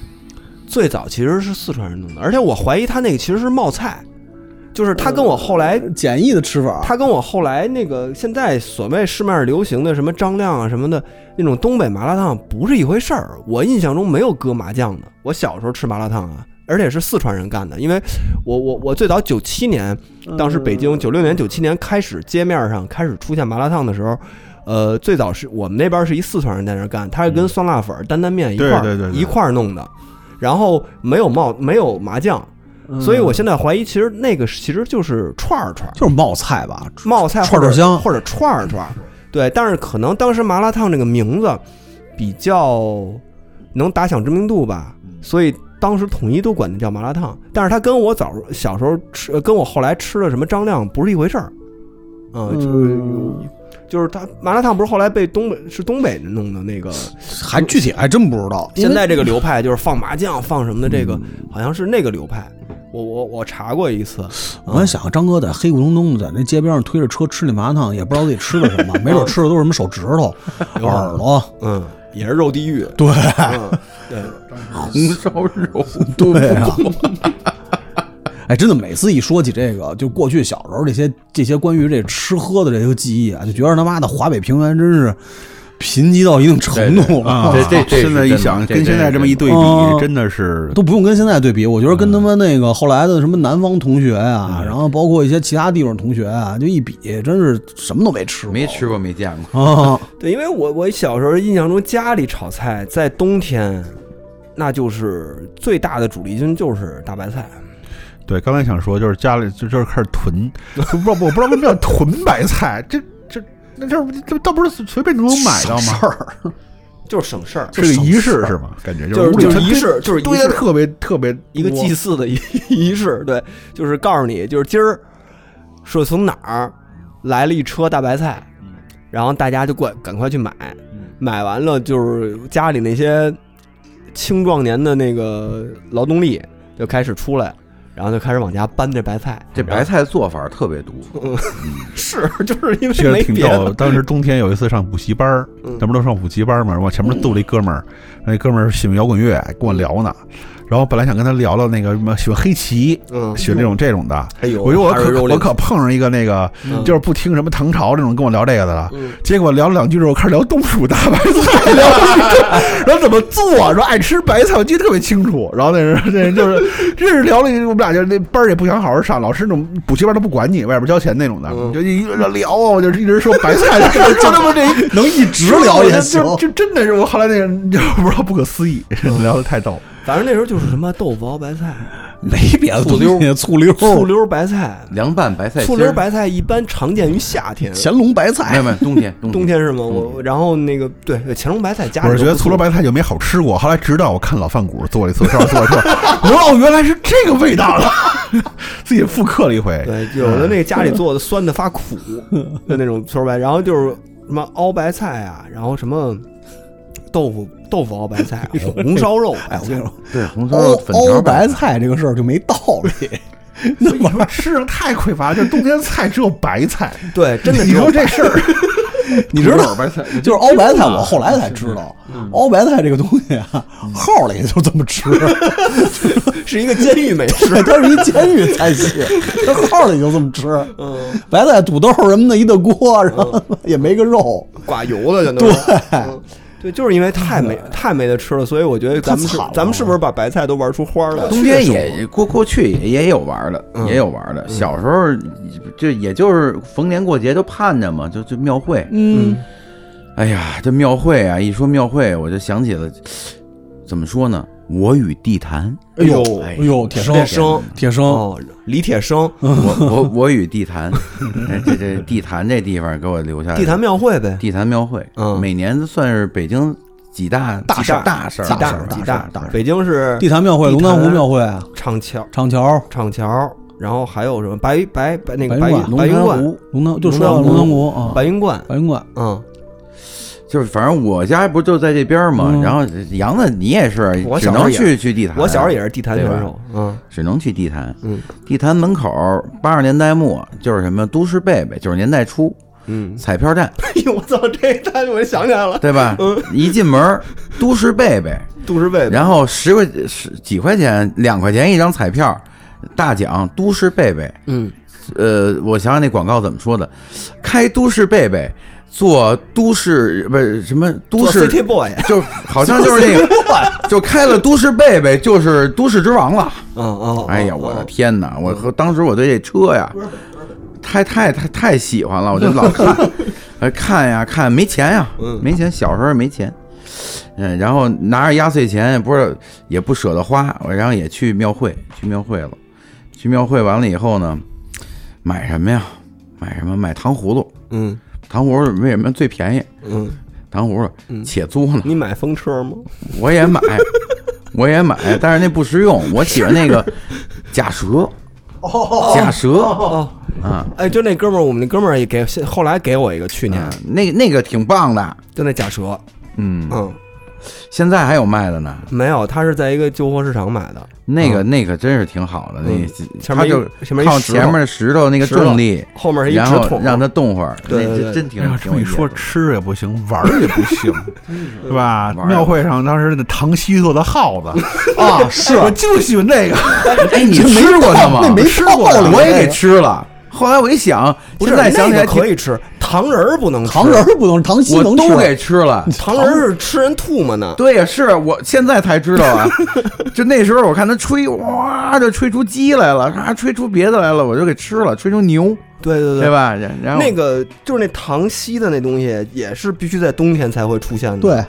最早其实是四川人弄的，而且我怀疑他那个其实是冒菜，就是他跟我后来简易的吃法，他跟我后来那个现在所谓市面上流行的什么张亮啊什么的那种东北麻辣烫不是一回事儿。我印象中没有搁麻酱的。我小时候吃麻辣烫啊，而且是四川人干的，因为我我我最早九七年，当嗯时北京九六年九七年开始街面上开始出现麻辣烫的时候。呃，最早是我们那边是一四川人在那儿干，他是跟酸辣粉、担担面一块儿对对对对一块儿弄的，然后没有冒没有麻酱，嗯所以我现在怀疑，其实那个其实就是串儿串儿，就是冒菜吧，冒菜串或者串香或者串儿串儿，对。但是可能当时麻辣烫这个名字比较能打响知名度吧，所以当时统一都管它叫麻辣烫。但是它跟我早小时候吃，呃跟我后来吃的什么张亮不是一回事儿，嗯，就是就是它麻辣烫不是后来被东北是东北人弄的那个，还具体还真不知道，因为嗯现在这个流派就是放麻酱放什么的，这个好像是那个流派。我我我查过一次，我还想张哥在黑咕隆咚的在那街边上推着车吃那麻辣烫，也不知道自己吃的 什么，没准吃的都是什么手指头、耳朵，嗯，也是肉地狱，对嗯，对。红烧肉，对啊。 哎，真的，每次一说起这个，就过去小时候这些这些关于这吃喝的这些记忆啊，就觉得他妈的华北平原真是贫瘠到一定程度了，啊这这这是现在一真的想，这跟这现在是这么一对真的比，真的是都不用跟现在对比，我觉得跟他们那个后来的什么南方同学啊，然后包括一些其他地方同学啊，就一比，真是什么都没吃过，没吃过没见过。啊，对，因为我我小时候印象中家里炒菜在冬天，那就是最大的主力军就是大白菜。对。刚才想说就是家里就就是开始囤，就不知道我不知道为什么叫囤白菜，这这那这这倒不是随便都能买到吗？就是省事儿，是个仪式是吗？感觉就是是屋里就是它仪式堆就是仪堆的式特别特别一个多祭祀的仪 仪式。对，就是告诉你，就是今儿说从哪儿来了一车大白菜，然后大家就过赶快去买，买完了就是家里那些青壮年的那个劳动力，就开始出来，然后就开始往家搬这白菜。这白菜做法特别毒，是 就是因其为实没挺别逗的。的，嗯当时冬天有一次上补习班儿，咱不都上补习班儿嘛，我前面揍了一哥们儿，那哥们儿喜欢摇滚乐，跟我聊呢。然后本来想跟他聊聊那个什么喜欢黑棋，嗯，喜欢这种这种的。哎呦，我说我还是可肉我类可碰上一个那个嗯就是不听什么唐朝这种跟我聊这个的了。嗯结果聊了两句之后，开始聊冬储大白菜，聊冬储然后怎么做，说爱吃白菜，我记得特别清楚。然后那人那人就是，这是聊了一，我们俩就那班儿也不想好好上，老师那种补习班都不管你，外边交钱那种的，嗯就一个聊啊，我就一直说白 菜的事儿，就这么这一能一直聊也行。就就真的是我后来那个你知道不知道不可思议，嗯聊的太逗了。反正那时候就是什么豆腐熬白菜、没别的东西，醋溜、醋溜白菜、凉拌白菜醋心溜儿，白菜一般常见于夏天，乾隆白菜没有没有，冬天冬冬天天是吗？我然后那个对乾隆白菜加，嗯我是觉得醋溜白菜就没好吃过，后来直到我看老饭骨做了一次，做了做了做了，我说哦，原来是这个味道了， 自己复刻了一回。对，有的那个家里嗯做的酸的发 苦的那种搓白，然后就是什么熬白菜啊，然后什么豆腐豆腐熬白 菜、啊红烧肉白菜，哎，我跟你说，对红烧熬肉粉条熬白菜这个事儿就没道理。那玩意儿吃上太匮乏，这冬天菜只有白菜。对，真的你只有说这事儿，你知道，白菜就是熬白菜，我后来才知道，熬白菜这个东西啊，号里就这么吃，是一个监狱美食。它是一监狱菜系，它号里就这么吃。嗯，白菜、土豆什么的，一大锅，然后也没个肉，寡油的就能对嗯对，就是因为太没嗯太没得吃了，所以我觉得咱们是太惨了咱们是不是把白菜都玩出花来了？啊冬天也过过去也也有玩的，也有玩的。小时候这也就是逢年过节就盼着嘛，就就庙会。嗯，哎呀，这庙会啊，一说庙会，我就想起了，怎么说呢？我与地坛，哎呦哎哎呦，铁生铁生铁生，哦，李铁生我我我与地坛，哎这这地坛这地方给我留下来地坛庙会呗，地坛庙会，嗯每年算是北京几大大几事儿大事儿几大大事儿几大事大儿大事儿北京是地坛庙会、地龙坛潭湖庙会、厂桥厂桥、厂桥，然后还有什么白白白那个白白云观云白龙云潭观湖、龙潭就说到龙潭湖啊，白云观，白云观，嗯，就是反正我家不就在这边儿嘛，嗯然后杨子你也是，我嗯只小时候能也去去地坛，啊我小时候也是地坛选对手，嗯 只能去地坛。嗯地坛门口八十年代末就是什么都市贝贝，九十年代初嗯，彩票站，哎呦，我操，这一单我想起来了，对吧？嗯一进门儿都市贝贝，杜氏贝贝，然后十块十几块钱，两块钱一张彩票，大奖都市贝贝。嗯，呃，我想想那广告怎么说的，开都市贝贝，做都市不是什么都做市 City Boy，就好像就是 那个，就开了都市贝贝，就是都市之王了。嗯嗯，哎呀，嗯我的嗯天哪！我和当时我对这车呀，太太太太喜欢了，我就老看，呃看呀看，没钱呀，没钱，小时候没钱，嗯，然后拿着压岁钱，不是也不舍得花，我然后也去庙会，去庙会了，去庙会完了以后呢，买什么呀？买什么？买糖葫芦，嗯糖葫芦为什么最便宜？嗯，糖葫芦且租呢，你买风车吗？我 也买，我也买，但是那不实用，我喜欢那个假蛇。假蛇哦，啊，哎，就那哥们儿，我们那哥们儿也给，现后来给我一个，去年啊那那个挺棒的，就那假蛇，嗯，嗯，现在还有卖的呢。没有，他是在一个旧货市场买的，嗯那个那个真是挺好的，那哦前它面一就前面一靠石头前面的石头那个石头重力，后面是一然纸后筒，让它动会儿，对那对这对真挺哎呀，这挺么有意一思说，的。吃也不行，玩儿也不行，是吧玩儿？庙会上当时那糖稀做的耗子啊是我就喜欢这个。 哎，你这没吃过它道吗？那没吃过道理，我也给吃了。后来我一想，不是现在想起来那个可以吃，糖人儿不能吃，糖人儿不能，糖稀挺，能我吃都给吃 了。糖人儿是吃人吐沫 呢，对呀，是啊我现在才知道 啊，就那时候我看它吹，哇，就吹出鸡来了，啊，吹出别的来了，我就给吃了，吹出牛，对对对吧？然然后那个就是那糖稀的那东西，也是必须在冬天才会出现的。对，，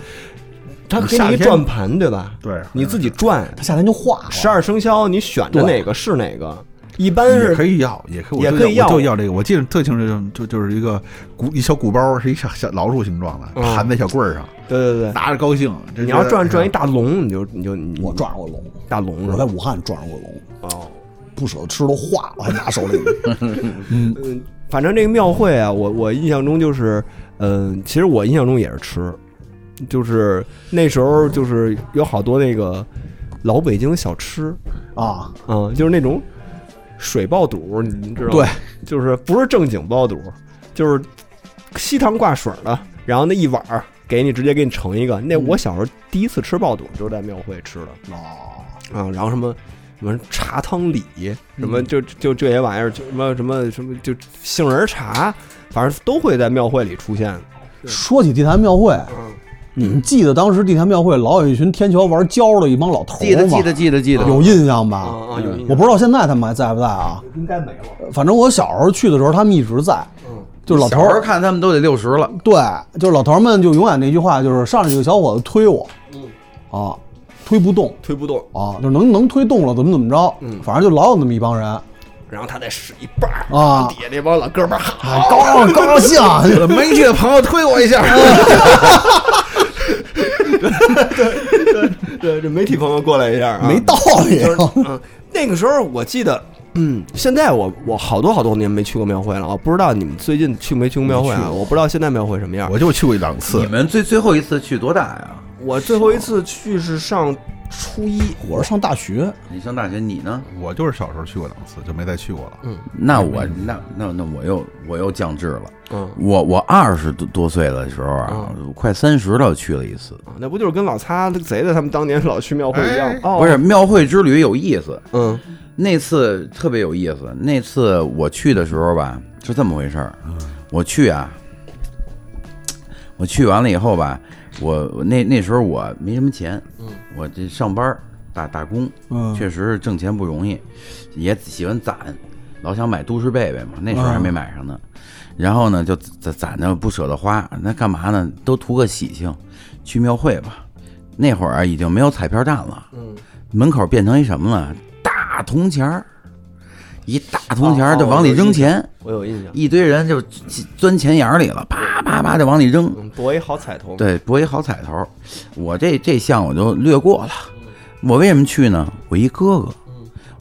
它给夏你一天转盘，对吧？对你自己转它夏天就化了。十二生肖，你选着哪个是哪个。一般也可是以要，也可以，我也就可以要，我要就要这个。我记得特清楚，就就就是一个鼓，一小鼓包，是一小小老鼠形状的，嗯盘在小棍儿上，对对对，拿着高兴。你要转啊转一大龙，你就你就你我撞上过龙，大龙我是在吧？武汉撞上过龙，哦，不舍得吃都化了，还拿 手里。嗯，反正这个庙会啊，我我印象中就是，嗯、其实我印象中也是吃，就是那时候就是有好多那个老北京小吃，啊，嗯，就是那种水爆肚，你知道吗？对，就是不是正经爆肚，就是稀汤挂水的，然后那一碗儿给你直接给你盛一个。那我小时候第一次吃爆肚就是在庙会吃的哦啊，然后什么。什么茶汤里，什么就就这些玩意儿，就什么什么什么就杏仁茶，反正都会在庙会里出现。说起地坛庙会，你们记得当时地坛庙会老有一群天桥玩胶的一帮老头儿吗？记得记得记得记得，有嗯印象吧？啊啊有印象我不知道现在他们还在不在啊？应该没了。反正我小时候去的时候，他们一直在。就是老头小时候儿，看他们都得六十了，对，就是老头儿们就永远那句话，就是上来有个小伙子推我，啊，推不动推不动，啊，就是能能推动了，怎么怎么着，反正就老有那么一帮人啊，然后他再使一半儿，啊底下那帮老哥们儿哈，高高兴，没去的朋友推我一 下，啊对，这媒体朋友过来一下、啊，没道理就是嗯，那个时候我记得，嗯，现在我我好多好多年没去过庙会了，我不知道你们最近去没去过庙会啊？我不知道现在庙会什么样。我就去过一两次你。们最最后一次去多大呀？我最后一次去是上初一，我是上大学，你上大学，你呢？我就是小时候去过两次，就没再去过了。那我那那那我又我又降智了。嗯，我我二十多多岁的时候啊，快三十了去了一次，啊那不就是跟老擦贼的他们当年老去庙会一样吗？哦，不是，庙会之旅有意思。嗯那次特别有意思，那次我去的时候吧，是这么回事儿。我去啊，我去完了以后吧，我我那那时候我没什么钱，我这上班儿打打工，嗯确实是挣钱不容易，也喜欢攒，老想买都市贝贝嘛，那时候还没买上呢。然后呢，就攒攒着不舍得花，那干嘛呢？都图个喜庆，去庙会吧。那会儿啊，已经没有彩票站了，嗯门口变成一什么了？大铜钱儿，一大铜钱儿就往里扔钱，我哦有印象，一堆人就钻钱眼儿里了，啪啪啪就往里扔。嗯，博一好彩头，对，博一好彩头。我这这项我就略过了。我为什么去呢？我一哥哥，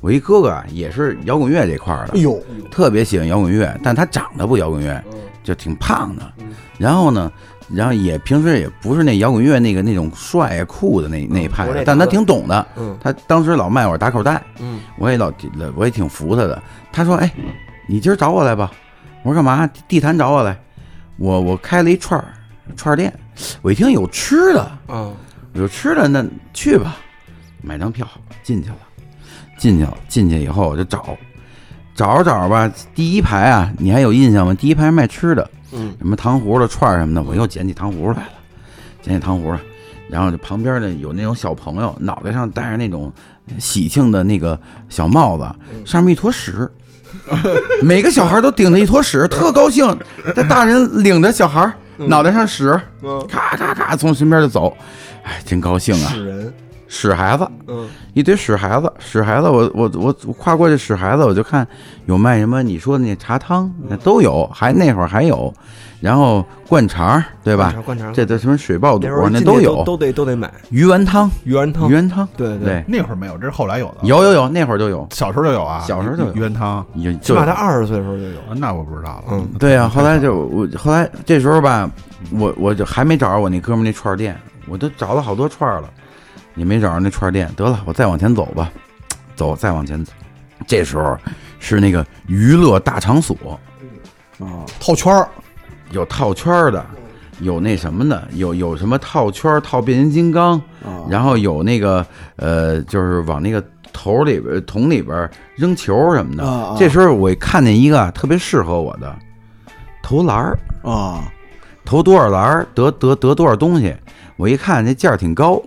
我一哥哥啊，也是摇滚乐这块儿的，哎呦，特别喜欢摇滚乐，但他长得不摇滚乐，嗯就挺胖的。然后呢，然后也平时也不是那摇滚乐那个那种帅啊酷的嗯那那一派不是的那，但他种的挺懂的。嗯他当时老卖我打口袋，嗯，我也老我也挺服他的。他说：“哎，你今儿找我来吧。”我说：“干嘛？地坛找我来。我”我开了一串儿串儿店，我一听有吃的，嗯，我说吃的那去吧，买张票进去了，进去了，进去以后我就找，找着找着吧，第一排啊，你还有印象吗？第一排卖吃的，嗯，什么糖葫芦串儿什么的，我又捡起糖葫芦来了，捡起糖葫芦，然后就旁边呢有那种小朋友，脑袋上戴着那种喜庆的那个小帽子，嗯上面一坨屎。 每个小孩都顶着一坨屎，特高 兴。这大人领着小孩，嗯脑袋上屎，咔咔咔从身边就走，哎，真高兴啊！纸人，屎孩子，嗯，一堆屎孩子，屎孩子，我我我我跨过这屎孩子，我就看有卖什么你说的那茶汤，嗯那都有，还那会儿还有，然后灌肠儿，对吧？灌肠灌肠这都什么水爆肚啊那时候进那去都有，都得都得买鱼丸汤，鱼丸汤鱼，丸汤，对对对，那会儿没有，这是后来有的。有有有，那会儿就有，小时候就有啊，小时候就有原汤啊，有起就码他二十岁的时候就有，那我不知道了。嗯对啊，后来就我后来这时候吧，我我就还没找着我那哥们儿那串儿店，我都找了好多串儿了，也没找着那串儿店。得了，我再往前走吧，走再往前走。这时候是那个娱乐大场所，套圈儿，有套圈儿的，有那什么的，有有什么套圈儿套变形金刚，啊然后有那个呃，就是往那个头里边桶里边扔球什么的。啊啊这时候我看见一个特别适合我的投篮儿。啊，投多少篮儿得得得多少东西。我一看这价儿挺高，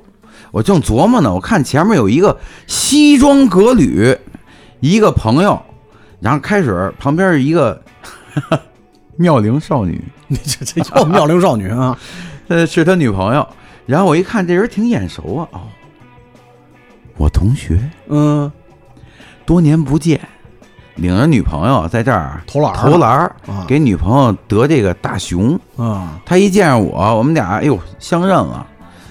我正琢磨呢，我看前面有一个西装革履，一个朋友，然后开始旁边是一个 妙龄少女，你这这叫妙龄少女啊，呃，是他女朋友。然后我一看这人挺眼熟啊，哦，我同学，嗯，多年不见，领着女朋友在这儿投篮儿投篮儿啊给女朋友得这个大熊。啊，他一见着我，我们俩哎呦相认了，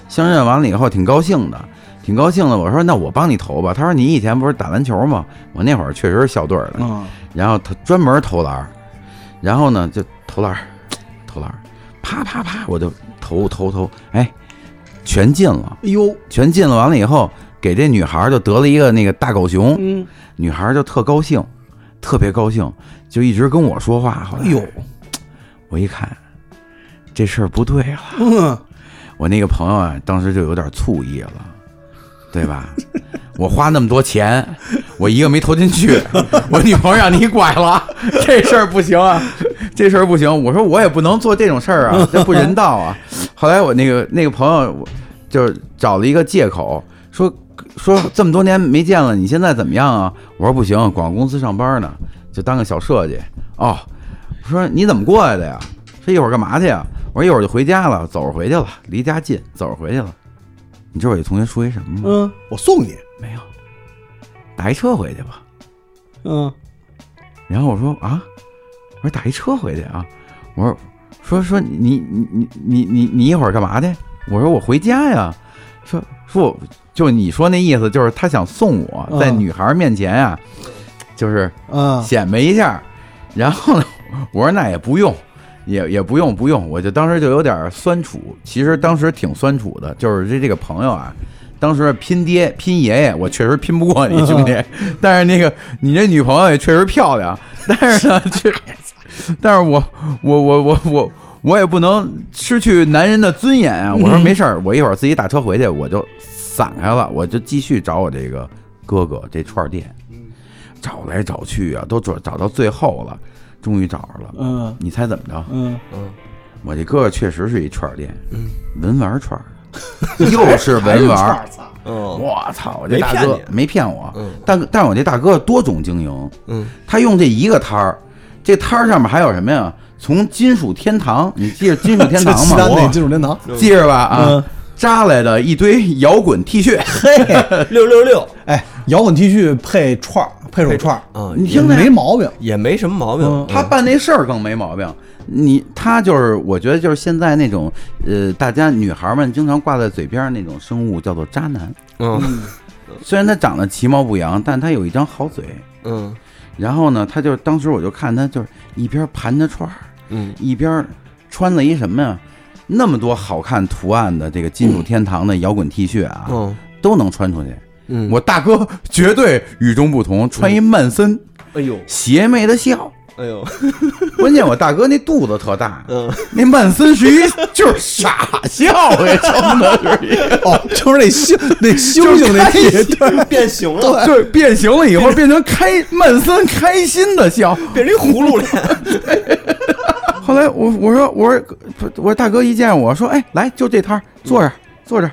相认完了以后挺高兴的，挺高兴的。我说那我帮你投吧。他说你以前不是打篮球吗？我那会儿确实是校队儿的，嗯，然后他专门投篮儿，然后呢就投篮儿，投篮儿，啪啪啪我就投投投，哎，全进了，哎呦，全进了。完了以后，给这女孩儿就得了一个那个大狗熊，嗯，女孩儿就特高兴，特别高兴，就一直跟我说话。后来，哎呦，我一看这事儿不对了，嗯，我那个朋友啊，当时就有点醋意了，对吧？ 我花那么多钱，我一个没投进去，我女朋友让你拐了，这事儿不行啊，这事儿不行。我说我也不能做这种事儿啊，这不人道啊。后来我那个那个朋友，我就是找了一个借口，说说这么多年没见了，你现在怎么样啊？我说不行，广告公司上班呢，就当个小设计。哦，我说你怎么过来的呀？说一会儿干嘛去呀？我说一会儿就回家了，走着回去了，离家近，走着回去了。你知道我一同学说一什么吗？嗯，我送你，没有，打一车回去吧。嗯，然后我说啊，我说打一车回去啊，我说说说你你你你你你一会儿干嘛去？我说我回家呀，说说我就你说那意思就是他想送我嗯在女孩面前啊，就是啊，显摆一下。然后呢，我说那也不用，也也不用不用，我就当时就有点酸楚，其实当时挺酸楚的，就是这这个朋友啊。当时拼爹拼爷爷，我确实拼不过你兄弟，但是那个你这女朋友也确实漂亮，但是呢，确，但是我我我我我我也不能失去男人的尊严啊！我说没事儿，我一会儿自己打车回去，我就散开了，我就继续找我这个哥哥这串儿店，找来找去啊，都找找到最后了，终于找着了。嗯你猜怎么着？嗯，我这哥哥确实是一串儿店，文玩串儿，嗯 又是文玩儿。嗯我操！我这没大骗哥你没骗我嗯，但但我这大哥多种经营，嗯，他用这一个摊儿，这摊儿上面还有什么呀？从金属天堂，你记着金属 天堂吗？西单那我金属天堂，记着吧嗯啊，扎来的一堆摇滚 T 恤，呃六六六，哎，摇滚 T 恤配串儿，配手串儿，嗯，你也听着没毛病，也没什么毛病嗯。 他办那事儿更没毛病。你他就是，我觉得就是现在那种，呃，大家女孩们经常挂在嘴边儿那种生物叫做渣男。嗯虽然他长得其貌不扬，但他有一张好嘴。嗯然后呢，他就当时我就看他就是一边盘着串儿，嗯一边穿了一什么呀？那么多好看图案的这个金属天堂的摇滚 T 恤啊，嗯都能穿出去。嗯，我大哥绝对与众不同，穿一曼森， 哎呦邪魅的笑。哎呦，关键我大哥那肚子特大，嗯那曼森是一 就是傻笑呀，真的是一个，哦，就是那星那星星那 T 恤，变形了，就是变形了以后变成开曼森开心的笑。变成一葫 芦脸。后来我我说我说不我说大哥一见我说哎来就这摊儿坐这儿坐这儿，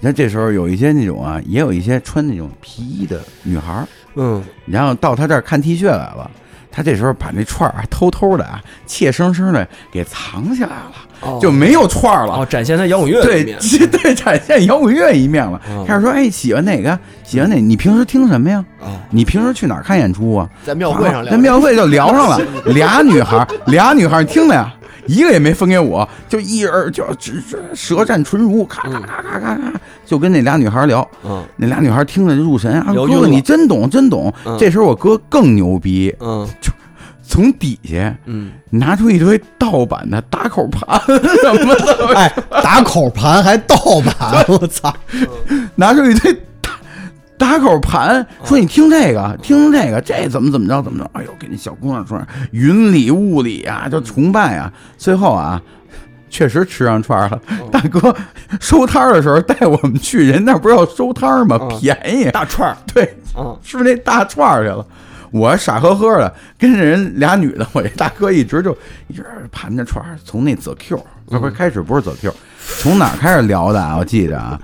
然嗯后这时候有一些那种啊，也有一些穿那种皮衣的女孩儿，嗯，然后到他这儿看 T 恤来了。他这时候把那串儿啊偷偷的啊，怯生生的给藏起来了，就没有串儿了。哦，展现他摇滚乐的一对面，嗯这对，展现摇滚乐一面了。开始说，哎，喜欢哪个？喜欢哪？你平时听什么呀？你平时去哪儿看演出啊？嗯在庙会上聊在庙会就聊上了。俩女孩儿，俩女孩儿，你听着呀，一个也没分给我，就一人就只只舌战唇儒，咔咔咔咔咔咔，就跟那俩女孩儿聊。嗯那俩女孩儿听着就入神啊，聊哥晕哥了你真懂真懂。嗯这时候我哥更牛逼，嗯从底下嗯，拿出一堆盗版的打口盘 什么的。哎，打口盘还盗版，我操， 拿出一堆打打口盘，说你听这个，听这个，这怎么怎么着，怎么着？哎呦，给那小姑娘说云里雾里啊，就崇拜啊。最后啊，确实吃上串儿了。哦大哥收摊儿的时候带我们去，人那儿不是要收摊儿吗？嗯便宜，大串儿， 对，嗯吃那大串儿去了。我傻呵呵的跟着人俩女的，我这大哥一直就一直盘着串儿，从那泽 Q 嗯不不是开始不是泽 Q，从哪儿开始聊的啊？我记着啊，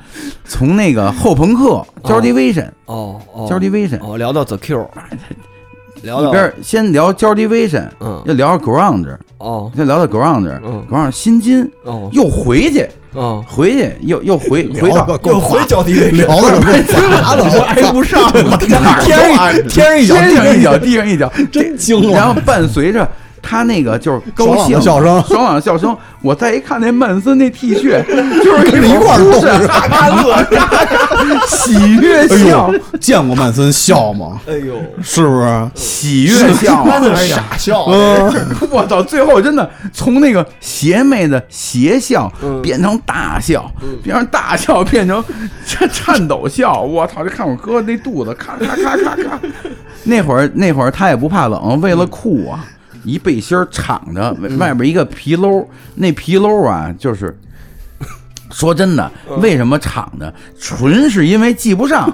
从那个后朋克 Jordy Vision 哦哦 Jordy Vision 哦，聊到 The Q，聊一到边儿先聊 Jordy Vision，嗯又聊 Ground，哦再聊到 Ground，嗯 Ground 新金，哦又回去哦，回去又又回回聊到得够回脚底聊的 够杂的，我挨不 上了，天上天上一脚天上一脚，地上一脚， 真惊了然后伴随着他那个就是 爽高朗兴的笑声爽朗的 笑声。我再一看那曼森那 T 恤，就是跟着一块儿动是哈哈乐，哈哈喜悦哎笑，呦，见过曼森笑吗？哎呦，是不是？喜悦笑，那是傻笑， 我操！最后真的从那个邪魅的邪笑变成大笑，变成大笑变成颤颤抖笑。我操！就看我哥那肚子咔咔咔咔咔。那会儿那会儿他也不怕冷，为了酷啊，一背心儿敞着，外边一个皮褛，那皮褛啊就是。说真的，为什么敞着？纯是因为系不 上，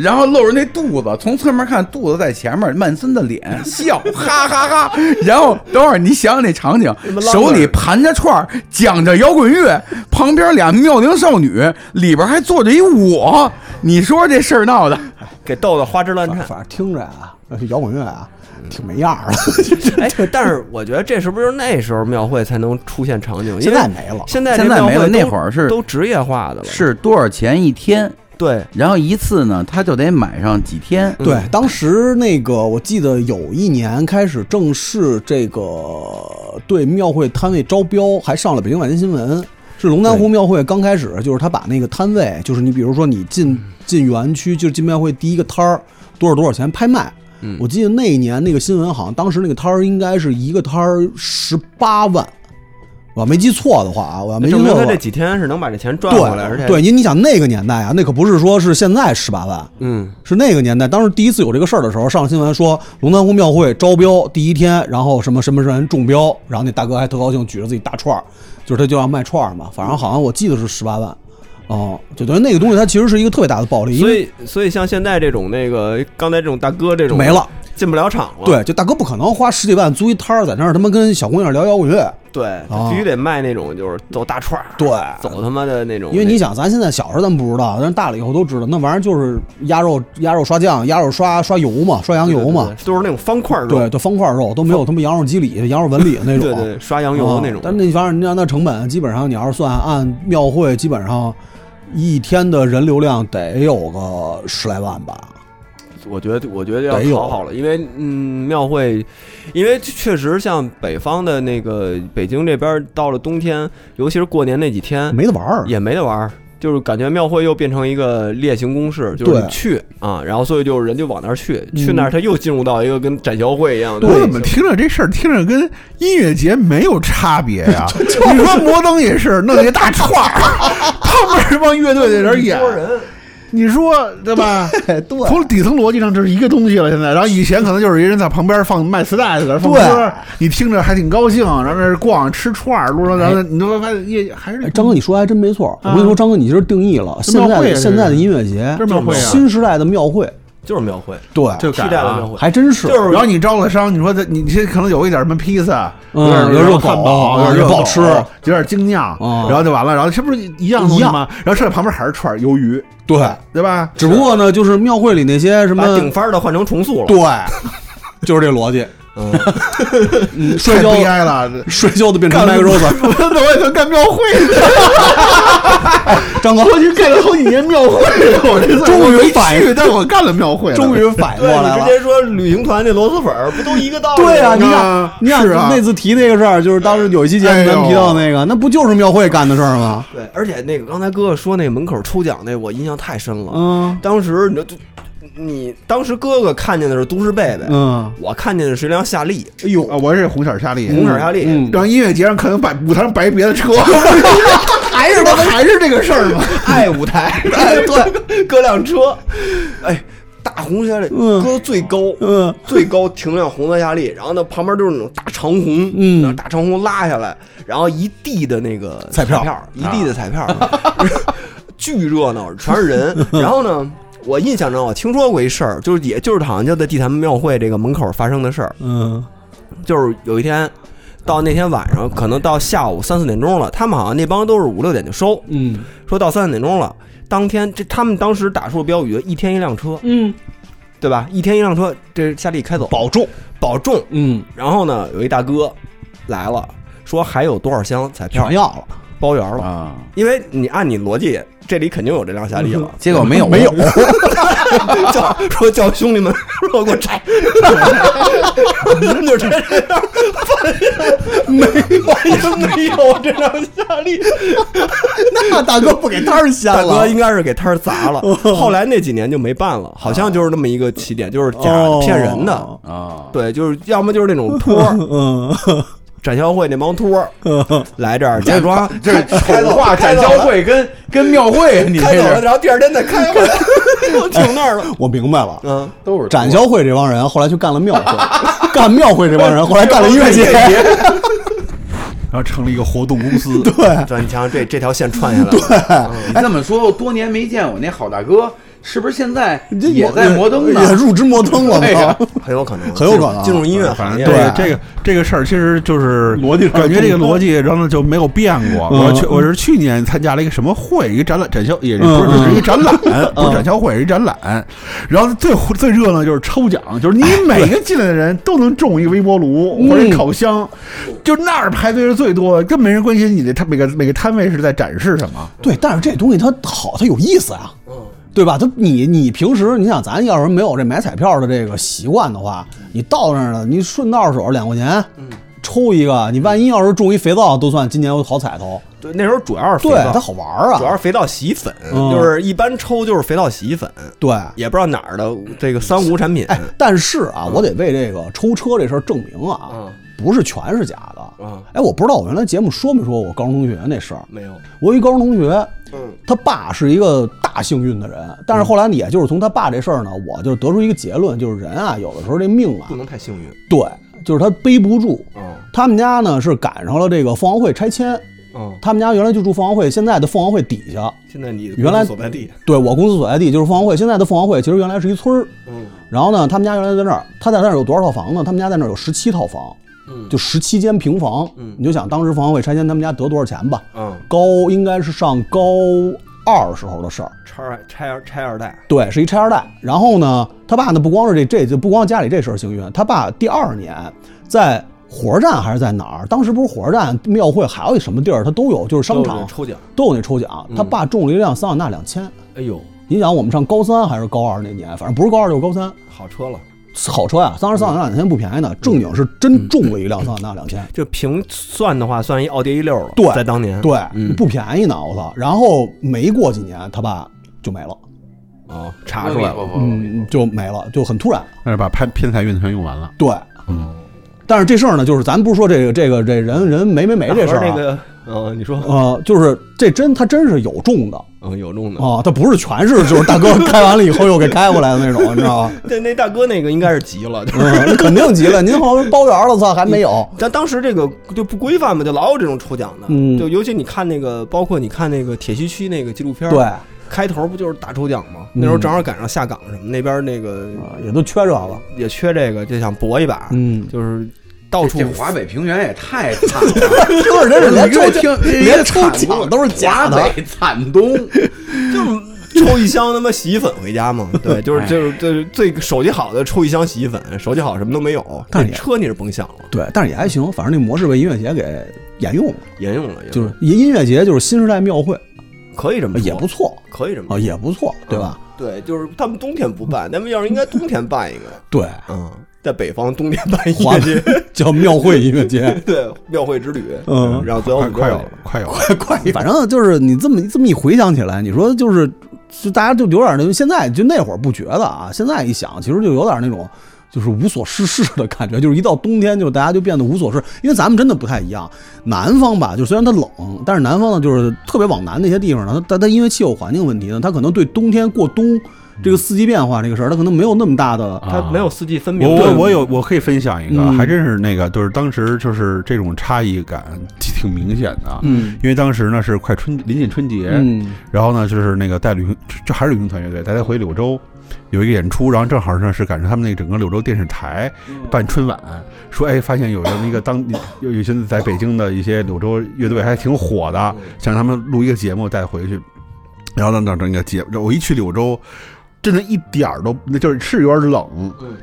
然后露着那肚子，从侧面看肚子在前面，曼森的脸 笑，哈哈哈然后等会儿你想想那场景，手里盘着串儿，讲着摇滚乐，旁边俩妙龄少女，里边还坐着一我，你说这事儿闹的，给逗得花枝乱反 颤。正听着啊，摇滚乐啊，挺没样儿的。哎，但是我觉得这是不是那时候庙会才能出现场景？因为 现在没了现在现在这没庙了会都那会儿是都职业化的了，是多少钱一天？对，然后一次呢，他就得买上几天。嗯对，当时那个我记得有一年开始正式这个对庙会摊位招标，还上了北京晚间新闻。是龙南湖庙会刚开始，就是他把那个摊位，就是你比如说你嗯进进园区，就是进庙会第一个摊儿多少多少钱拍卖。嗯我记得那一年那个新闻好像当时那个摊儿应该是一个摊儿十八万，我要没记错的话啊，我要没记证错明的他话，这几天是能把这钱赚回来，而且对，对，你你想那个年代啊，那可不是说是现在十八万，嗯，是那个年代，当时第一次有这个事儿的时候，上新闻说龙潭湖庙会招标第一天，然后什么什么人中标，然后那大哥还特高兴，举着自己大串儿，就是他就要卖串儿嘛，反正好像我记得是十八万，哦、就等于那个东西它其实是一个特别大的暴利，因所为以所以像现在这种那个刚才这种大哥这种没了，进不了场了，对，就大哥不可能花十几万租一摊儿在那儿他妈跟小姑娘聊摇滚乐，对，哦他必须得卖那种就是走大串儿，对走他妈的那种，因为你想，咱现在小时候咱们不知道，但是大了以后都知道，那玩意儿就是鸭肉鸭肉刷酱、鸭肉刷刷油嘛，刷羊对油嘛，，对对都是那种方块肉，对，就方块肉都没有他妈羊肉肌理、羊肉纹理的那对种，对，刷羊油那种啊，但是那玩意儿，你让那成本，基本上你要是算按庙会，基本上一天的人流量得有个十来万吧。我觉得，我觉得得要有讨好了，因为嗯，庙会，因为确实像北方的那个北京这边儿，到了冬天，尤其是过年那几天，没得玩儿，也没得玩儿，就是感觉庙会又变成一个例行公事，就是对嗯你去啊，然后所以就人就往那儿去，去那儿他又进入到一个跟展销会一样的，我怎么听着这事儿听着跟音乐节没有差别 呀、你说摩登也是弄一大串 儿，他们是帮乐队在这儿演，你说对吧？ 对对从底层逻辑上，这是一个东西了。现在，然后以前可能就是一人在旁边放卖磁带的，在那放歌对，你听着还挺高兴，然后在那逛吃串儿，路上咱哎们你都发现也还是张哥，你说还真没错。我跟你说，张哥，你这是定义了现啊庙在会啊的是现在的音乐节，这是庙会啊新时代的庙会，就是庙会，对，就替改代了庙会，还真是。然后你招了商，你说这你这可能有一点什么披萨，嗯有有点热狗汉堡，有嗯点热不狗好吃有点精酿，嗯然后就完了，然后这不是一样东西吗？然后剩下旁边还是串儿鱿鱼，对，对吧？只不过呢，就是庙会里那些什么把，顶番儿的换成重塑了，对，就是这逻辑。 嗯，摔太跤悲哀了，摔跤的变成 m i c r o s 我怎么也能干哦庙会？张哥我去干了好几年庙会了， 我这次终于反应去，但我干了庙会了，终于反应对过你来 直了。接说旅行团那螺蛳粉儿不都一个道理吗？对啊，你想啊，你想是啊那次提那个事儿，就是当时有一期节目咱们提到那个，那不就是庙会干的事儿吗？对，而且那个刚才哥哥说那门口抽奖那，我印象太深了。嗯当时你就你当时哥哥看见的是都市贝贝，嗯，我看见的是一辆夏利，哎呦，啊我是红色夏利，红色夏利。嗯然后音乐节上可能摆舞台上摆别的车，还是他还是这个事儿吗？爱舞台，哎，对， 搁辆车，哎，大红夏利，嗯搁最高，嗯，最高停辆红色夏利，然后呢，旁边就是那种大长虹，嗯然后大长虹拉下来，然后一地的那个彩票啊一地的彩票， 巨热闹，全是人。嗯然后呢，我印象中我啊听说过一事儿，就是也就是好像就在地坛庙会这个门口发生的事儿，嗯就是有一天。到那天晚上，可能到下午三四点钟了，他们好像那帮都是五六点就收，嗯说到三四点钟了。当天这他们当时打出了标语，一天一辆车，嗯对吧？一天一辆车，这夏利开走，保重，保重。嗯，然后呢，有一大哥来了，说还有多少箱彩票全，要了，包圆了，啊，因为你按你逻辑，这里肯定有这辆夏利了，结果没有啊没有， 叫说叫兄弟们 说给我拆，就这样， 没有没有这辆夏利，那大哥不给摊儿掀大哥了应，该是给摊儿砸了。后来那几年就没办了，好像就是那么一个起点，就是假的骗人的，啊，对，就是要么就是那种托儿，嗯，展销会那帮托儿来这儿假装这是丑化展销会跟跟庙会，啊你开这走了，是然后第二天再开回来，我停那儿 了。我明白了。嗯，都是展销会这帮人后来去干了庙会，干庙会这帮人后来干了音乐节， 然后成立一个活动公 司，对，这你瞧这这条线串下来了，哎，这么说，多年没见我那好大哥，是不是现在这也在摩登呢？也入职摩登了对呀嘛？很有可能，很有可能进入进入音乐反行业。正这个这个这个事儿，其实就是逻辑，感觉这个逻辑，然后就没有变过。嗯我去，我是去年参加了一个什么会，一个展览展销，也嗯不是嗯是一个展 览，不是展销会，是一展览。然后最最热闹就是抽奖，就是你每个进来的人都能中一个微波炉或者一烤箱，就那儿排队是最多的，根本没人关心你的摊每个每个摊位是在展示什么。对，但是这东西它好，它有意思啊，嗯对吧？它你你平时你想咱要是没有这买彩票的这个习惯的话，你到那儿了，你顺道手两块钱，嗯抽一个，你万一要是中一肥皂，都算今年有好彩头。对，那时候主要是肥对，皂它好玩儿主要啊，是肥皂洗衣粉，嗯就是一般抽就是嗯肥皂洗衣粉，对。也不知道哪儿的这个三无产品。哎，但是啊，我得为这个抽车这事儿证明啊嗯，不是全是假的嗯。哎，我不知道我原来节目说没说我高中同学那事儿，没有，我有一高中同学，嗯他爸是一个大幸运的人，但是后来呢，也就是从他爸这事儿呢，我就得出一个结论，就是人啊，有的时候这命啊不，能太幸运。对，就是他背不住。嗯他们家呢是赶上了这个凤凰会拆迁，嗯，他们家原来就住凤凰会，现在的凤凰会底下，现在你原来所在地，对我公司所在地就是凤凰会，现在的凤凰会其实原来是一村儿。嗯然后呢，他们家原来在那儿，他在那儿有多少套房呢？他们家在那儿有十七套房，嗯就十七间平房。嗯你就想当时凤凰会拆迁，他们家得多少钱吧？嗯，高应该是上高二时候的事儿。拆二拆二拆二代，对，是一拆二代。然后呢，他爸呢不光是这这就不光家里这事儿幸运，他爸第二年在火车站还是在哪儿？当时不是火车站、庙会，还有一什么地儿，他都有，就是商都有场抽奖。都有那抽奖。他爸中了一辆桑塔纳两千。哎呦，你想，我们上高三还是高二那年，反正不是高二就是高三，好车了。好车呀、当时桑塔纳两千不便宜呢，正经是真中了一辆桑塔纳两千。就凭算的话，算一奥迪 A 六了。对在当年，对，不便宜呢，我操！然后没过几年，他爸就没了，哦，查出来了。了。嗯，就没了，就很突然。但是把偏偏财运全用完了，对，嗯。但是这事儿呢，就是咱不是说这个这个这人人没没没这事儿、啊，那个，嗯，你说，呃，就是这真他真是有中的嗯，有中的。啊，他不是全是就是大哥开完了以后又给开回来的那种，你知道 吗？那那大哥那个应该是急了， 就是嗯，那肯定急了，您好像包圆了，操，还没有。但当时这个就不规范嘛，就老有这种抽奖的，嗯就尤其你看那个，包括你看那个铁西区那个纪录片， 对，，啊开头不就是大抽奖吗？那时候正好赶上下岗什么，那边那个啊也都缺这个。也缺这个，就想搏一把，嗯，就是到处这华北平原也太惨 了，就是 真是连你给我抽听奖，连连抽奖都是假的华。北惨冬，就是抽一箱他妈洗衣粉回家嘛，对， 哎就是就是就是最手机好的抽一箱洗衣粉，手机好什么都没有，但是这车你是甭想了， 对，但是也还行，反正那模式被音乐节给沿用了，沿用了，就是音音乐节就是新时代庙会，可以这么说，也不错嗯可以这么啊，说，也不错，对吧？对，就是他们冬天不办，他们要是应该冬天办一个， 对，嗯，在北方冬天办一华个去。叫庙会音乐节， 对，庙会之旅，嗯然后最后快你快有说了，快有了。快， 反正就是你这么这么一回想起来，你说就是就大家就有点那现在就那会儿不觉得啊，现在一想其实就有点那种。就是无所事事的感觉，就是一到冬天，就大家就变得无所事，因为咱们真的不太一样。南方吧，就虽然它冷，但是南方呢，就是特别往南那些地方呢，它它它因为气候环境问题呢，它可能对冬天过冬这个四季变化这个事儿，它可能没有那么大的它没有四季分明。我我对我有我可以分享一个，嗯还真是那个，就是当时就是这种差异感挺挺明显的，嗯因为当时呢是快春临近春节，嗯然后呢就是那个带旅行，这还是旅行团乐队，大家回柳州有一个演出，然后正好呢是赶上他们那个整个柳州电视台嗯办春晚，说哎发现有这么一个当地有有些在北京的一些柳州乐队还挺火嗯的，想让他们录一个节目带回去，然后呢整整个节，我一去柳州。真的一点儿都，那就是是有点冷，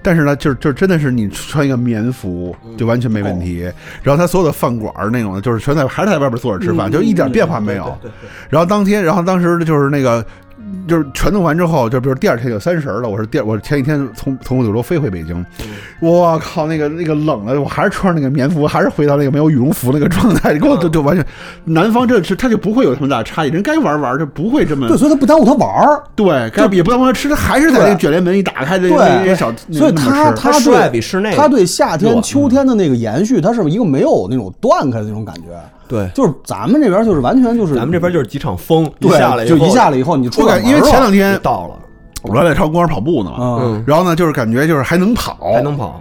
但是呢，就是就是真的是你穿一个棉服就完全没问题。然后他所有的饭馆儿那种的，就是全在还是在外边坐着吃饭，就一点变化没有。然后当天，然后当时就是那个。就是全弄完之后，就比如第二天就三十了。我是第二，我前一天从从柳州飞回北京，我靠，那个那个冷的，我还是穿着那个棉服，还是回到那个没有羽绒服那个状态，给我就就完全。南方这是他就不会有这么大差异，人该玩玩就不会这么对，所以他不耽误他玩儿，对，该也不当回吃，还是在那卷帘门一打开，这对那那小，所以那他么吃他室外对比室内嗯他对夏天、暖秋天的那个延续，它是一个没有那种断开的那种感觉。对就是咱们这边就是完全就是咱们这边就是几场风，一对下来以就后一下来以后，你出我感远因为门前了两就天到了，我来超公园跑步呢嘛，嗯，然后呢就是感觉就是还能跑，还能跑。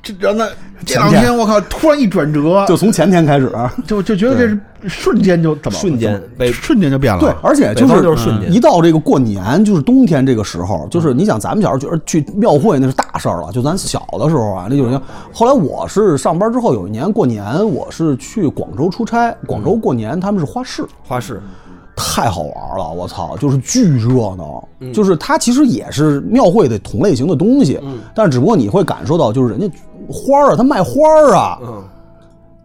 这然后呢这两天我靠突然一转折，就从前天开始，啊就就觉得这是瞬间就怎么瞬间嗯怎么被瞬间就变了，对，而且就北是方就是瞬间一到这个过年，就是冬天这个时候，就是你想咱们小时候觉得去庙会那是大事儿了，就咱小的时候啊，那就是像。后来我是上班之后有一年过年，我是去广州出差，广州过年他们是花市，花市太好玩了，我操，就是巨热闹，嗯就是它其实也是庙会的同类型的东西，嗯但是只不过你会感受到，就是人家花儿啊，他卖花儿啊，嗯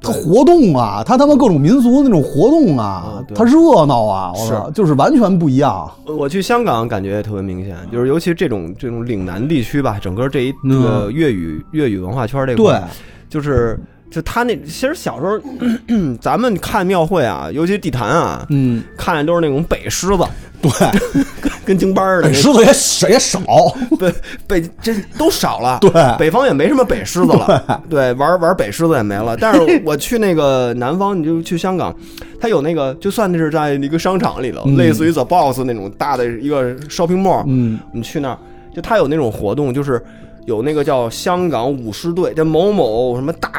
他活动啊，他他妈各种民俗的那种活动啊，他热闹啊，我操，就是完全不 一样。呃我去香港感觉也特别明显，就是尤其这种这种岭南地区吧，整个这一这个粤语粤语文化圈这块，嗯对就是就他那其实小时候咱们看庙会啊，尤其地坛啊，嗯，看的都是那种北狮子，对，跟京班儿的北那狮哎子也谁也少，北北这都少了，对北方也没什么北狮子了，对，玩玩北狮子也没了。但是我去那个南方，你就去香港，它有那个，就算是在一个商场里头，类似于 The Boss 那种大的一个 shopping mall，嗯，你去那儿，就它有那种活动，就是。有那个叫香港舞狮队，叫某某什么大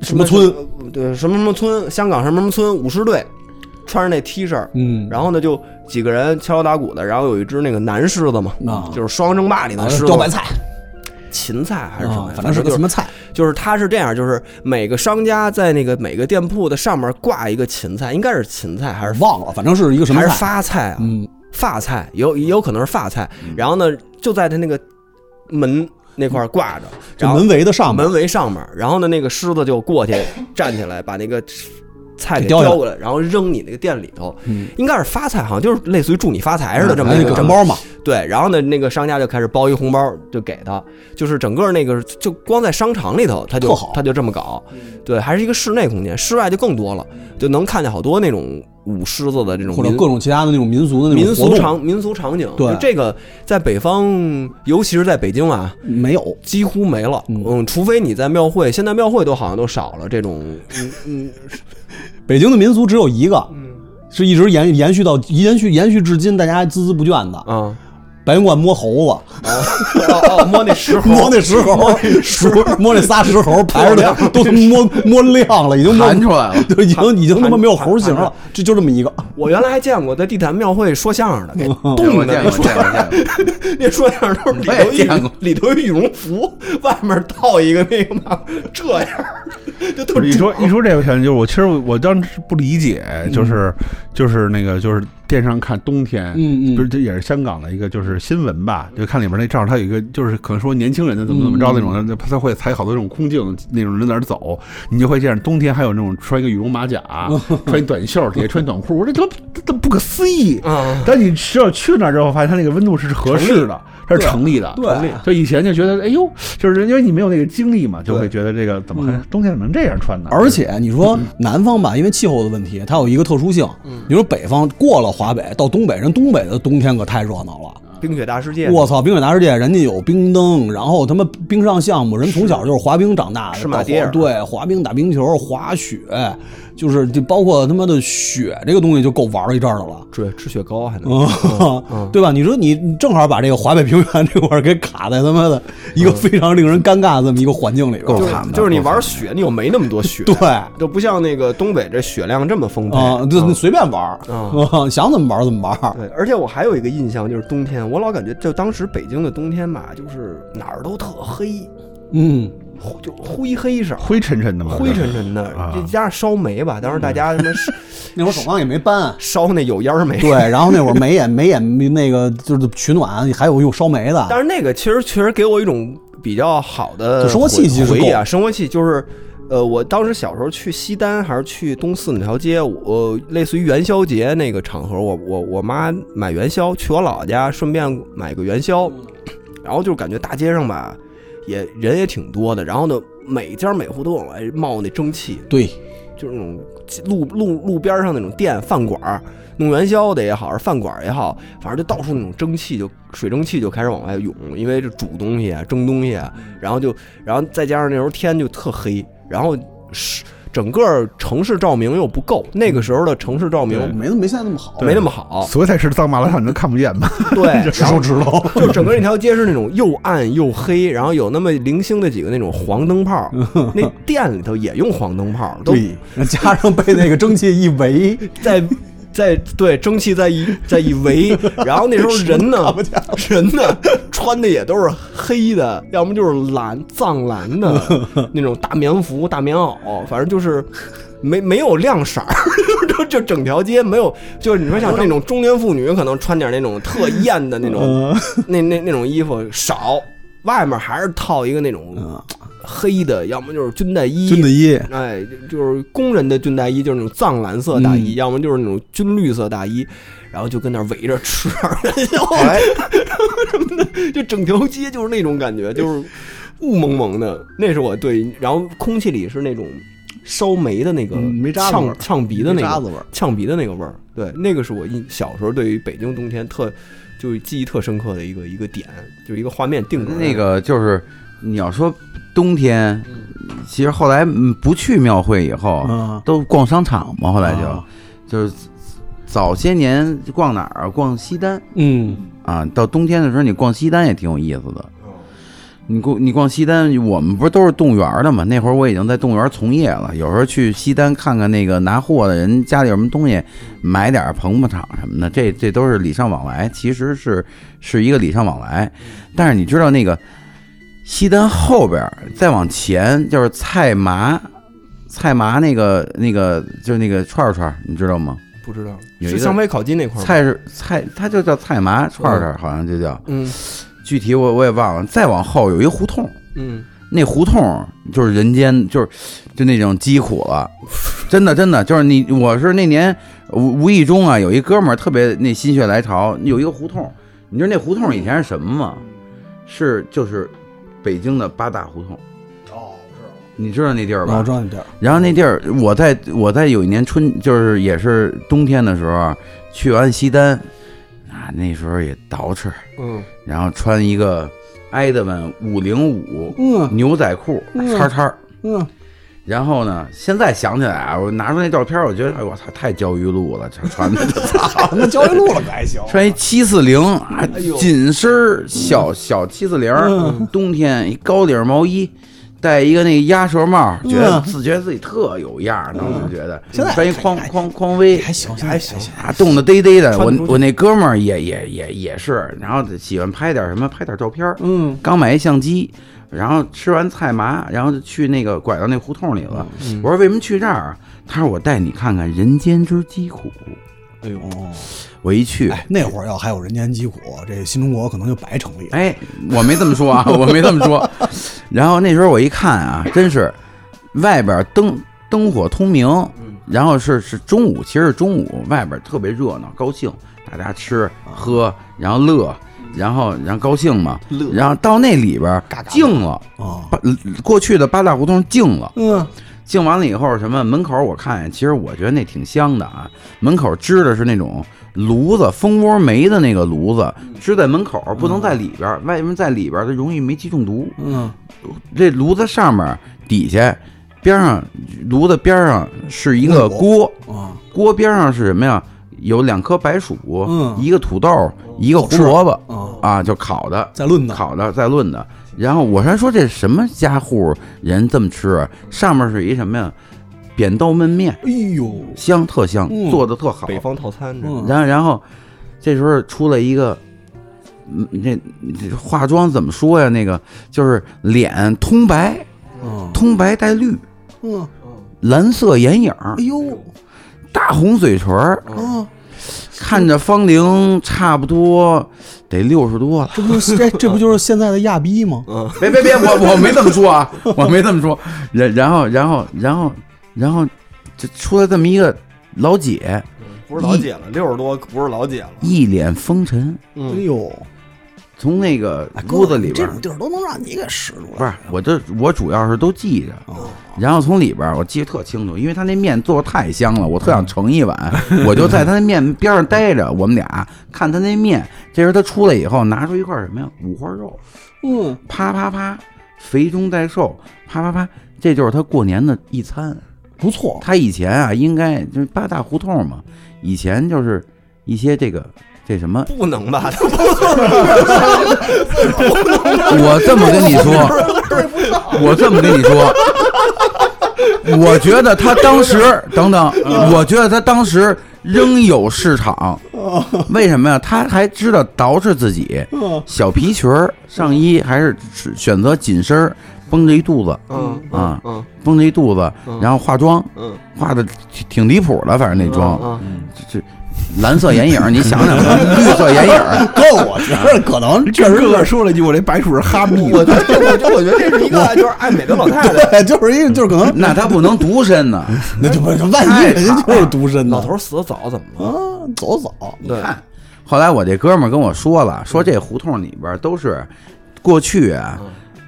什么村，对，什么什么村，香港什么什么村舞狮队，穿着那 T 恤，嗯然后呢就几个人敲锣打鼓的，然后有一只那个男狮子嘛，啊就是《双王争霸》里的狮子，呃茭白菜芹菜还是什么啊呀，？反正是个就什么菜，就是它是这样，就是每个商家在那个每个店铺的上面挂一个芹菜，应该是芹菜还是忘了，反正是一个什么还是菜，发菜啊？嗯，发菜有也有可能是发菜。然后呢，就在它那个门那块儿挂着，嗯就然后门围的上面，门围上面，然后呢，那个狮子就 过去站起来，把那个菜给给叼下来嗯叼过来，然后扔你那个店里头，应该是发财，好像就是类似于祝你发财似的这么哎一那个个这红么包嘛，对，然后呢，那个商家就开始包一红包就给他，就是整个那个就光在商场里头，他就特好嗯他就这么搞，对，还是一个室内空间，室外就更多了，就能看见好多那种舞狮子的这种或者民各种其他的那种民俗的那民种活俗动，场民俗场景，对就这个在北方，尤其是在北京啊，没有，几乎没了。嗯，除非你在庙会，现在庙会都好像都少了这种。嗯嗯，北京的民俗只有一个，是一直延延续到延续延续至今，大家孜孜不倦的。 啊，白云观摸猴子，哦哦，摸那石猴，摸那石猴，石 摸那仨石猴排着的都摸摸亮了，已经摸，弹出来了 对，已经已经他妈没有弹猴形了，这就这么一个。我原来还见过在地坛庙会说相声 的，给冻我见的。过，见过，见 过。那说相声都是里头我也见一过里头一羽绒服，外面套一个那个嘛，这样 就都不是一说一说这个条件，就是我其实我我当时不理解，嗯就是、就是那个就是电视上看冬天，嗯嗯不是这也是香港的一个就是新闻吧，就看里边那照，它有一个就是可能说年轻人的怎么怎么着那种，嗯的，他会采好多这种空镜那种人在那儿走，你就会见着冬天还有那种穿一个羽绒马甲，哦穿一短袖，底下穿短裤，我说这他妈这这不可思议。啊，但你只有去那儿之后，发现它那个温度是合适的，它是成立的。对成立就以前就觉得，哎呦，就是因为你没有那个经历嘛，就会觉得这个怎么还冬天怎么能这样穿呢？而且你说南方吧，因为气候的问题，它有一个特殊性。你说北方过了华北到东北，人东北的冬天可太热闹了。冰雪大世界，我操！冰雪大世界，人家有冰灯，然后他妈冰上项目，人从小就是滑冰长大的，吃马迭尔对，滑冰、打冰球、滑雪，就是就包括他妈的雪这个东西就够玩儿一阵儿的了。吃吃雪糕还能 啊，对吧？你说你你正好把这个华北平原这块儿给卡在他妈的一个非常令人尴尬的这么一个环境里边够儿，就是惨的就是你玩雪，你又没那么多雪，对啊，就不像那个东北这雪量这么丰沛啊就你随便玩儿，啊， 想怎么玩儿怎么玩儿，对，而且我还有一个印象就是冬天，我老感觉就当时北京的冬天吧，就是哪儿都特黑，嗯，灰就灰黑色，灰沉沉的嘛，灰沉沉的啊，再加上烧煤吧，当时大家他妈烧，那会儿手帮也没搬啊烧那有烟儿煤， 对，然后那会儿煤也煤也那个就是取暖，还有用烧煤的，但是那个其实确实给我一种比较好的就生活气息是回够回忆啊，生活气就是。呃，我当时小时候去西单还是去东四哪条街，我类似于元宵节那个场合，我我我妈买元宵，去我姥姥家顺便买个元宵，然后就感觉大街上吧，也人也挺多的，然后呢，每家每户都往外冒那蒸汽，对，就是那种路路路边上那种店饭馆儿，弄元宵的也好，是饭馆儿也好，反正就到处那种蒸汽就水蒸气就开始往外涌，因为这煮东西啊、蒸东西啊，然后就然后再加上那时候天就特黑，然后是整个城市照明又不够，那个时候的城市照明没没现在那么好，没那么好，哦所以才吃脏麻辣烫，你都看不见嘛。 对，吃手指头， 就整个那条街是那种又暗又黑，然后有那么零星的几个那种黄灯泡，那店里头也用黄灯泡，都对，加上被那个蒸汽一围， 在在对蒸汽在一在一围，然后那时候人呢，人呢穿的也都是黑的，要么就是蓝藏蓝的那种大棉服、大棉袄，反正就是没没有亮色儿， 就就整条街没有，就是你说像那种中年妇女可能穿点那种特艳的那种那那那种衣服少，外面还是套一个那种。黑的，要么就是军大衣，军的衣，哎，就是工人的军大衣，就是那种藏蓝色大嗯衣，要么就是那种军绿色大衣，然后就跟那儿围着吃 哎就整条街就是那种感觉，就是雾蒙蒙的，那是我对，然后空气里是那种烧煤的那个嗯煤渣子味呛儿呛鼻的那煤渣子个味儿呛鼻的那个味儿，对，那个是我印小时候对于北京冬天特就记忆特深刻的一个一个点，就是一个画面定格那个就是你要说冬天，其实后来嗯不去庙会以后，嗯都逛商场嘛，后来就、啊就是早些年逛哪儿？逛西单嗯，哦啊，到冬天的时候你逛西单也挺有意思的。你逛你逛西单，我们不是都是动物园的嘛？那会儿我已经在动物园从业了，有时候去西单看看那个拿货的人家里有什么东西，买点捧捧场什么的，这这都是礼尚往来，其实是是一个礼尚往来。但是你知道那个西单后边儿再往前就是菜麻，菜麻那个那个就是那个串儿串儿，你知道吗？不知道有一是个香妃烤鸡那块儿吗，菜是菜，它就叫菜麻串儿串儿，好像就叫嗯具体我我也忘了。再往后有一胡同。嗯，那胡同就是人间，就是就那种疾苦了，真的真的就是你，我是那年无无意中啊，有一哥们儿特别那心血来潮，有一个胡同，你知道那胡同以前是什么吗？是就是北京的八大胡同。哦，你知道那地儿吧？我知道你地儿，然后那地儿，我在我在有一年春，就是也是冬天的时候，啊去完西单，啊，那时候也捯饬，嗯，然后穿一个挨德们五零五嗯牛仔裤啊嗯叉叉，嗯，然后呢，现在想起来啊，我拿出那照片，我觉得哎我操，太焦裕禄了，这穿的 啊，那焦裕路了还行，穿一七四零，啊紧身儿小小七四零哎嗯，冬天一高领毛衣。戴一个那个鸭舌帽，觉得嗯自觉得自己特有样儿，当时觉得现在穿一匡匡匡威，还行还行，啊，冻得嘚嘚的。穿我得出去我那哥们儿也也也也是，然后喜欢拍点什么，拍点照片。嗯，刚买一相机，然后吃完菜麻，然后就去那个拐到那胡同里了。嗯我说为什么去这儿啊？他说我带你看看人间之疾苦。哎呦，我一去，哎，那会儿要还有人间疾苦，这新中国可能就白成立了，哎，我没这么说啊，我没这么说。然后那时候我一看啊，真是外边灯灯火通明，然后是是中午，其实是中午，外边特别热闹，高兴，大家吃喝，然后乐，然后然后高兴嘛，然后到那里边静了，啊，八过去的八大胡同静了。嗯，静完了以后，什么门口我看，其实我觉得那挺香的啊。门口支的是那种炉子，蜂窝煤的那个炉子，支在门口，不能在里边儿，外面在里边儿它容易煤气中毒。嗯，这炉子上面、底下、边上，炉子边上是一个嗯锅，啊，锅边上是什么呀？有两颗白薯，嗯一个土豆，一个胡萝卜，嗯啊，就烤的。在论呢，烤的再论的。然后我还说这什么家户人这么吃，上面是一什么呀？扁豆焖面，哎呦，香特香，嗯做的特好。北方套餐这嗯然后然后这时候出了一个，嗯，这这化妆怎么说呀？那个就是脸通白，嗯通白带绿，嗯，蓝色眼影儿，哎呦，大红嘴唇儿，哦啊，看着芳龄差不多得六十多了。这不就是哎这这不就是现在的亚逼吗？别别别， 我我没这么说啊，我没这么说。然然后然后然后然后就出来这么一个老姐，不是老姐了，六十多不是老姐了。，一脸风尘，哎呦，从那个屋子里边哎这种儿地儿都能让你给识出不来。是我这我主要是都记着，然后从里边儿我记得特清楚，因为他那面做的太香了，我特想盛一碗，我就在他那面边上待着，我们俩看他那面。这时候他出来以后，拿出一块儿什么呀？五花肉，嗯，啪啪啪，肥中带瘦，啪啪啪，这就是他过年的一餐。不错，他以前啊，应该就是八大胡同嘛，以前就是一些这个这什么不能 吧？他 我这么跟你说，我这么跟你说。我觉得他当时等等，我觉得他当时仍有市场，为什么呀？他还知道捯饬自己，小皮裙儿、上衣还是选择紧身儿，绷着一肚子，嗯啊嗯绷着一肚子，然后化妆，嗯，化的挺挺离谱的，反正那妆，嗯这这蓝色眼影儿，你想想吧，绿色眼影 儿，够，啊我觉得可能 确实哥哥是，说了一句：“我这白鼠是哈密。”我觉得我就我觉得这是一 个就是爱美的老太太。对，就是因为就是可能那他不能独身呢。那就不是，万一人家就是独身呢？老头死的早怎么了？啊，走走，对，后来我这哥们儿跟我说了，说这胡同里边都是过去啊，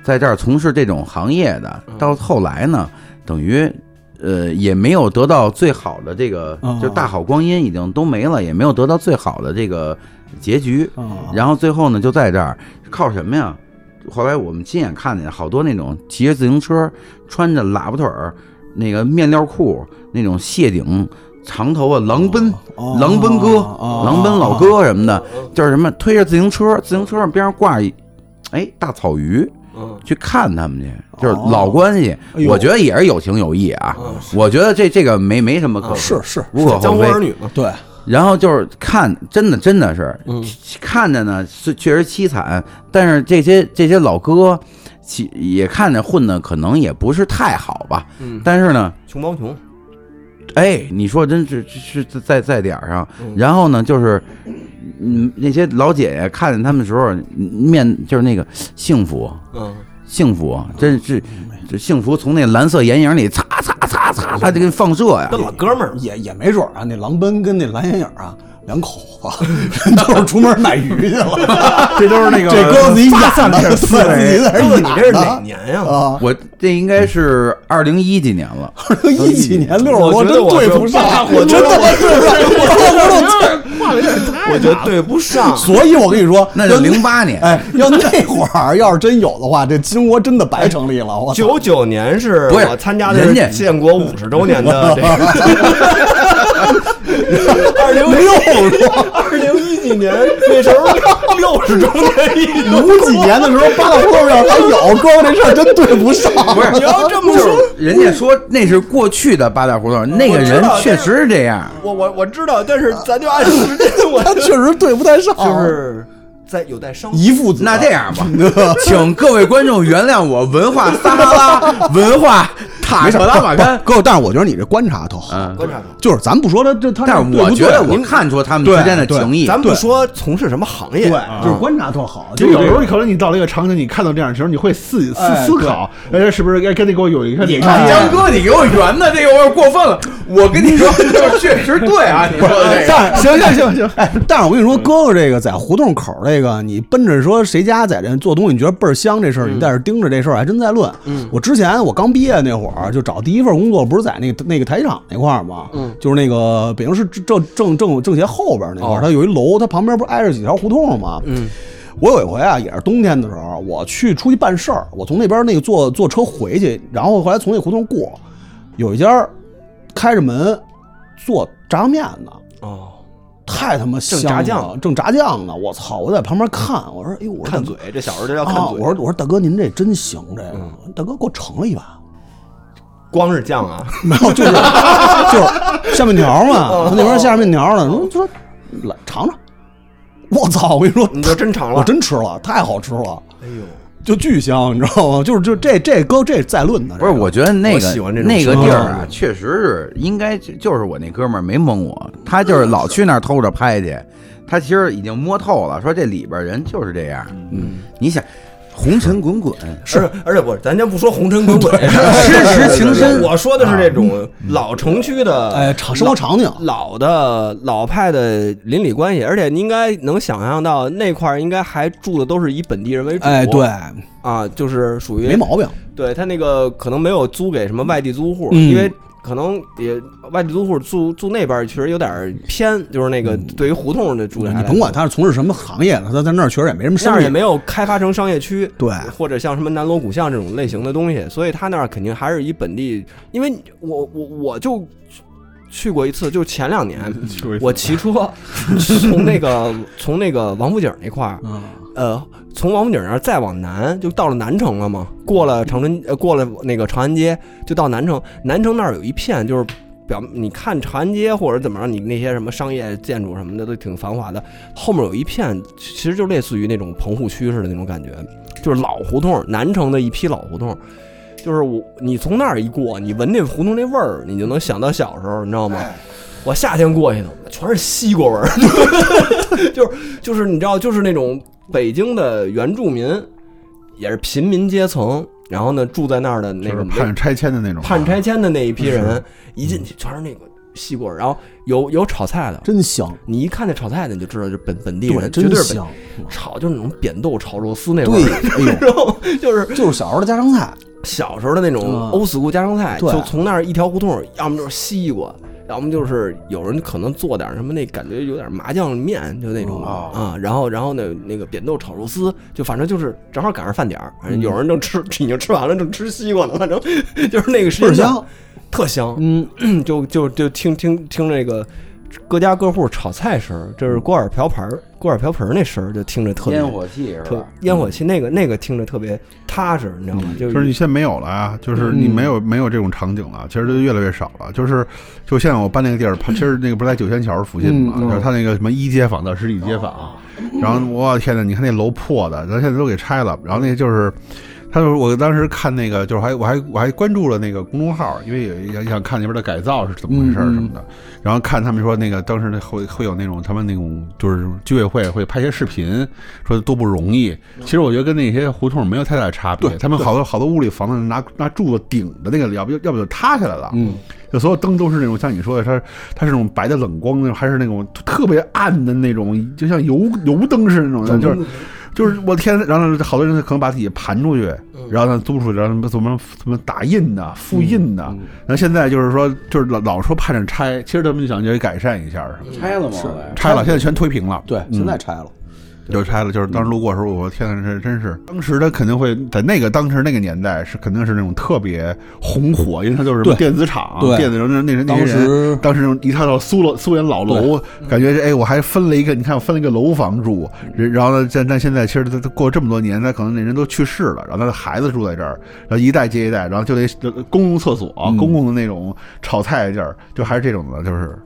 在这儿从事这种行业的，到后来呢，等于。呃，也没有得到最好的这个，就大好光阴已经都没了，也没有得到最好的这个结局。啊，然后最后呢，就在这儿靠什么呀？后来我们亲眼看见好多那种骑着自行车、穿着喇叭腿儿、那个面料裤、那种谢顶、长头发、狼奔、哦狼奔哥、哦狼奔老哥什么的，就是什么推着自行车，自行车上边上挂一哎大草鱼。嗯去看他们去，就是老关系，哎呦我觉得也是有情有义啊。嗯我觉得这这个没没什么可嗯哦是是，无可江厚湖非。儿女嘛。对，然后就是看，真的真的是，嗯看着呢是确实凄惨，但是这些这些老哥，其也看着混的可能也不是太好吧，嗯，但是呢，穷帮穷。哎，你说真是是是在在点儿上，然后呢就是，嗯，那些老姐姐看见他们的时候，面就是那个幸福，嗯，幸福，啊真是这幸福从那蓝色眼影里擦擦擦擦，它就跟放射呀跟，老哥们儿也也没准儿啊，那狼奔跟那蓝眼影儿啊，两口子 人就是出门买鱼去了，这都是那 个这哥自己发散演的，点自思己维。在哥那哥，哎你儿这是哪演的年呀？啊？我这应该是二零一几年了。 一几年六十我觉多，真得我对不是上，我觉真得他妈对不上，我我觉得对不上 都。所以我跟你说，那就要零八年，哎，要那会儿要是真有的话，这金窝真的白成立了。我操九九年是不是我参加的人家是建国五十周年 的这个，二零没有过，二零一几年那时候六十周年一路。五几年的时候八大胡同要还有，哥们儿这事儿真对不上。不是你要这么说，人家说那是过去的八大胡同，那个我知人道确实是这样。 我我我知道，但是咱 就按时间，我哦他确实对不太上，就是在有待商榷。一父子。啊那这样 吧，请各位观众原谅我文化撒哈 拉文化塔克拉玛干，哥，但是我觉得你这观察特好，嗯，观察他，就是咱不说他，这他但是我觉得我看出他们之间的情谊。咱不说从事什么行业，啊啊就是观察特好， 就有时候可能你到了一个场景，你看到这样的时候，你会思思思考，哎，是不是该跟那给我有一个你啊江哥，你给我圆的这个有点过分了。我跟你说，就是确实对 啊，你说 的这个。但是行行行行，哎，但是我跟你说，哥哥这个在胡同口这个，你奔着说谁家在这做东西，你觉得倍儿香这事儿，嗯你在这盯着这事儿还真在论。我之前我刚毕业那会儿，就找第一份工作，不是在那个那个台球场那块儿吗？嗯就是那个北京市政政政政协后边哦那块儿，它有一楼，它旁边不是挨着几条胡同吗？嗯我有一回啊，也是冬天的时候，我去出去办事儿，我从那边那个坐坐车回去，然后后来从那胡同过，有一家开着门做炸酱面的。哦，太他妈香了正炸酱，正炸酱呢！我操！我在旁边看，我说：“哎呦，我说看大嘴，这小时候就要看啊！”嘴。我说：“我说大哥，您这真行，这个、大哥给我盛了一碗，光是酱啊，没有， 就是就是下面条嘛，他那边下面条呢，说说来尝尝。我操！我跟你说， 嗯你就真尝了我真吃了，太好吃了。哎呦，就巨香，你知道吗？就是 就这这搁这再论呢，不是，我觉得那我个喜欢这种那个生地活儿啊，确实是应该就就是我那哥们儿没蒙我，他就是老去那儿偷着拍去，他其实已经摸透了，说这里边人就是这样。嗯，你想，红尘滚滚，是，而且我咱先不说红尘滚滚， 痴痴情深我说的是这种老城区的，哎场生活场景老的老派的邻里关系，而且你应该能想象到那块儿应该还住的都是以本地人为主，哎，对，啊，就是属于没毛病，对他那个可能没有租给什么外地租户，嗯因为可能也外地租户住住那边儿确实有点儿偏，就是那个对于胡同的住宅来嗯你说，甭管他是从事什么行业的，他在那儿确实也没什么那生儿意也，没有开发成商业区，对或者像什么南锣鼓巷这种类型的东西，所以他那儿肯定还是以本地，因为我我我就去过一次，就前两年我骑车从那个从那个王府井那块儿，呃，从王府井那儿再往南就到了南城了嘛，过了长春呃过了那个长安街就到南城，南城那儿有一片就是。表你看长安街或者怎么着，你那些什么商业建筑什么的都挺繁华的，后面有一片，其其实就类似于那种棚户区似的那种感觉，就是老胡同，南城的一批老胡同。就是我，你从那儿一过，你闻那胡同那味儿，你就能想到小时候，你知道吗？哎我夏天过去的，全是西瓜味儿， 就是就是你知道，就是那种北京的原住民，也是贫民阶层，然后呢住在那儿的那就个是盼拆迁的那种，判拆迁的那一批人，一进去全是那个西瓜味儿，然后有有炒菜的，真香，你一看那炒菜的，你就知道就是本本地对，人，绝真对是本香，炒就是那种扁豆炒肉丝那味对儿，，哎然后就是呦，就是小时候的家常菜，小时候的那种嗯欧死姑家常菜，对就从那儿一条胡同，要么就是西瓜，要么就是有人可能做点什么那感觉有点麻酱面，就那嗯种哦啊，然后然后呢那个扁豆炒肉丝，就反正就是正好赶上饭点儿，反正嗯有人正吃已经吃完了，正吃西瓜呢，反正 就是那个时倍儿间段香，特香，嗯，就就就听听听这个各家各户炒菜声儿，就是锅碗瓢盆儿锅碗瓢盆儿那声儿，就听着特别烟火气是特吧？烟火气，那个那个听着特别踏实，你知道嗯吗？就就是你现在没有了啊，就是你没有、没有这种场景了，其实就越来越少了。就是就像我搬那个地儿，其实那个不是在九仙桥附近嘛，就是他那个什么一街坊到十里街坊， 然后我天呐，你看那楼破的，咱现在都给拆了，然后那就是。他就是我当时看那个，就是还我还我还关注了那个公众号，因为也也想看那边的改造是怎么回事儿什么的。然后看他们说那个当时那会会有那种他们那种就是居委会会拍些视频，说多不容易。其实我觉得跟那些胡同没有太大差别，他们好多好多屋里房子拿拿柱子顶的那个，要不就要不就塌下来了。嗯，就所有灯都是那种像你说的，它它是那种白的冷光那种，还是那种特别暗的那种，就像油油灯似的那种的，就是。就是我天，然后好多人可能把自己盘出去，然后呢租出去，然后怎么怎么打印的、复印的。然后现在就是说，就是老老说盼着拆，其实他们就想就给改善一下，是吧拆了吗？拆了，现在全推平了。对，现在拆了，就拆了，就是当时路过的时候，我天呐，这真是当时他肯定会在那个当时那个年代是肯定是那种特别红火，因为他就是什对么电子厂、对电子那那那些当人，时当时那种一看到苏了苏联老楼，感觉这哎，我还分了一个，你看我分了一个楼房住，人然后呢，但但现在其实他他过这么多年，他可能那人都去世了，然后他的孩子住在这儿，然后一代接一代，然后就得呃公共厕所、嗯公共的那种炒菜的地儿，就还是这种的，就是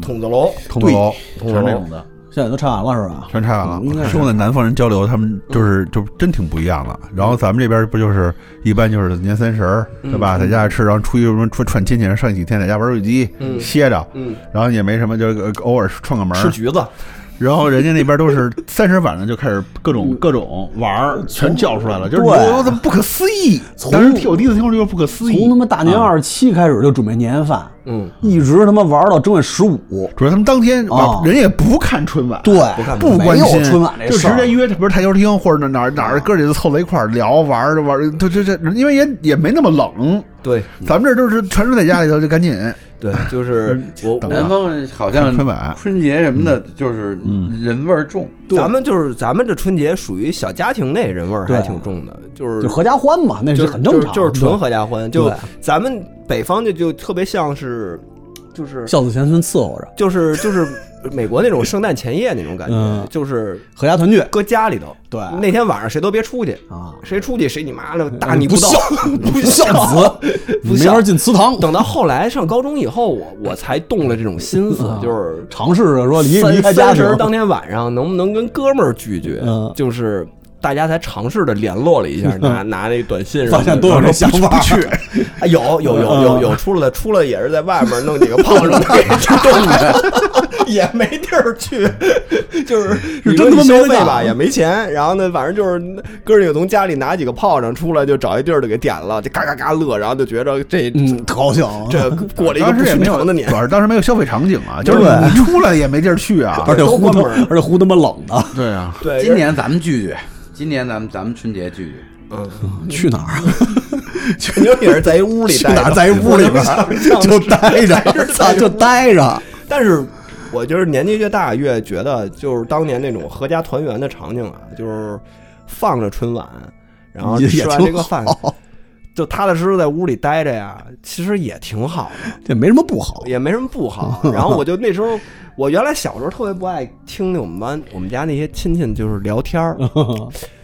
筒子楼，筒子楼，筒全子楼是那种的。现在都拆完了是吧？全拆完了。应该是跟我在南方人交流，他们就是就真挺不一样的。然后咱们这边不就是一般就是年三十儿，嗯对吧？在家吃，然后初一什么串串亲戚，上几天在家玩手机，歇着，嗯，然后也没什么，就是呃偶尔串个嗯门儿。吃橘子，然后人家那边都 是三十晚上就开始各种各种玩儿，全叫出来了，就嗯是对我我怎么不可思议？从当时听我第一次听说这个不可思从议他。妈大年二十七开始就准备年夜饭，嗯，一直他妈玩到正月十五，主要他们当天啊人也不看春晚，对，不关没心有春晚这就事直儿，接约，比如台球厅或者哪儿哪啊儿哥几个凑在一块儿聊玩儿玩儿，就这这，因为也也没那么冷，对咱们这都是全是在家里头就赶紧，对，就是嗯我等南方好像看春晚嗯春节什么的，就是人味儿重。咱们就是咱们这春节属于小家庭那人味儿还挺重的，就是就合家欢嘛，那就是很正就常，是就是纯对合家欢。就对咱们北方就就特别像是，就是孝子贤孙伺候着，就是就是美国那种圣诞前夜那种感觉，嗯就是合家团聚搁家里头，对那天晚上谁都别出去。啊，嗯谁出去谁你妈的大逆不道孝， 不孝子， 不没孝法进祠 堂。等到后来上高中以后，我我才动了这种心思，就是啊尝试着说离三离开家三时十候儿当天晚上能不能跟哥们儿聚聚？嗯就是大家才尝试着联络了一下，拿拿那短信什么的，发现都有这想法，嗯去啊有有有有有出来的，出来也是在外面弄几个炮嗯仗给吃 的，也没地儿去，就是是真他妈没消得费干吧，也没钱。然后呢，反正就是哥儿几个从家里拿几个炮仗出来，就找一地儿就给点了，就嘎嘎嘎乐，然后就觉着这嗯，特高兴啊。这过了一个当不时也寻没有常的年主。要是当时没有消费场景啊，就是对你出来也没地儿去 啊。而且都呼他关门，而且呼他妈冷的，对啊，对，今年咱们聚聚，今年咱们咱们春节聚聚。去哪儿啊？肯定也是在一屋里去待着，哪儿？在一屋里边 上就待 着，在操， 就待着。但是我觉得年纪越大，越觉得就是当年那种合家团圆的场景啊，就是放着春晚，然后也吃完也这个饭挺 好，就踏踏实实在屋里待着呀，其实也挺好的，这没什么不好。也没什么不好。然后我就那时候，我原来小时候特别不爱听那我们班我们家那些亲戚就是聊天儿，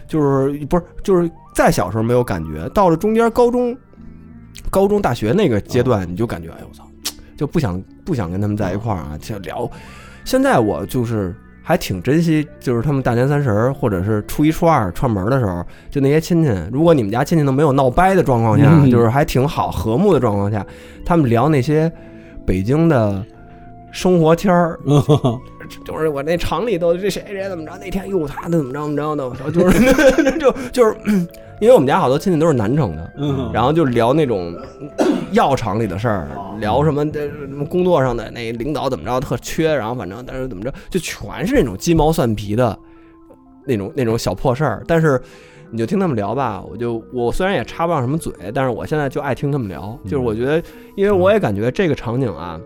就是不是就是在小时候没有感觉，到了中间高中、高中、大学那个阶段，你就感觉哎呦我操，就不想不想跟他们在一块儿啊，就聊。现在我就是还挺珍惜，就是他们大年三十儿或者是初一初二串门儿的时候，就那些亲戚，如果你们家亲戚都没有闹掰的状况下，嗯就是还挺好和睦的状况下，他们聊那些北京的。生活天儿，嗯 嗯就是我那厂里头这谁谁怎么着，那天哟他怎么着怎么着的，我说就是 就就是，因为我们家好多亲戚都是南城的，嗯然后就聊那种药厂里的事儿，聊什么的什么工作上的那领导怎么着特缺，然后反正但是怎么着，就全是那种鸡毛蒜皮的那种那种小破事儿。但是你就听他们聊吧，我就我虽然也插不上什么嘴，但是我现在就爱听他们聊，就是我觉得，因为我也感觉这个场景啊，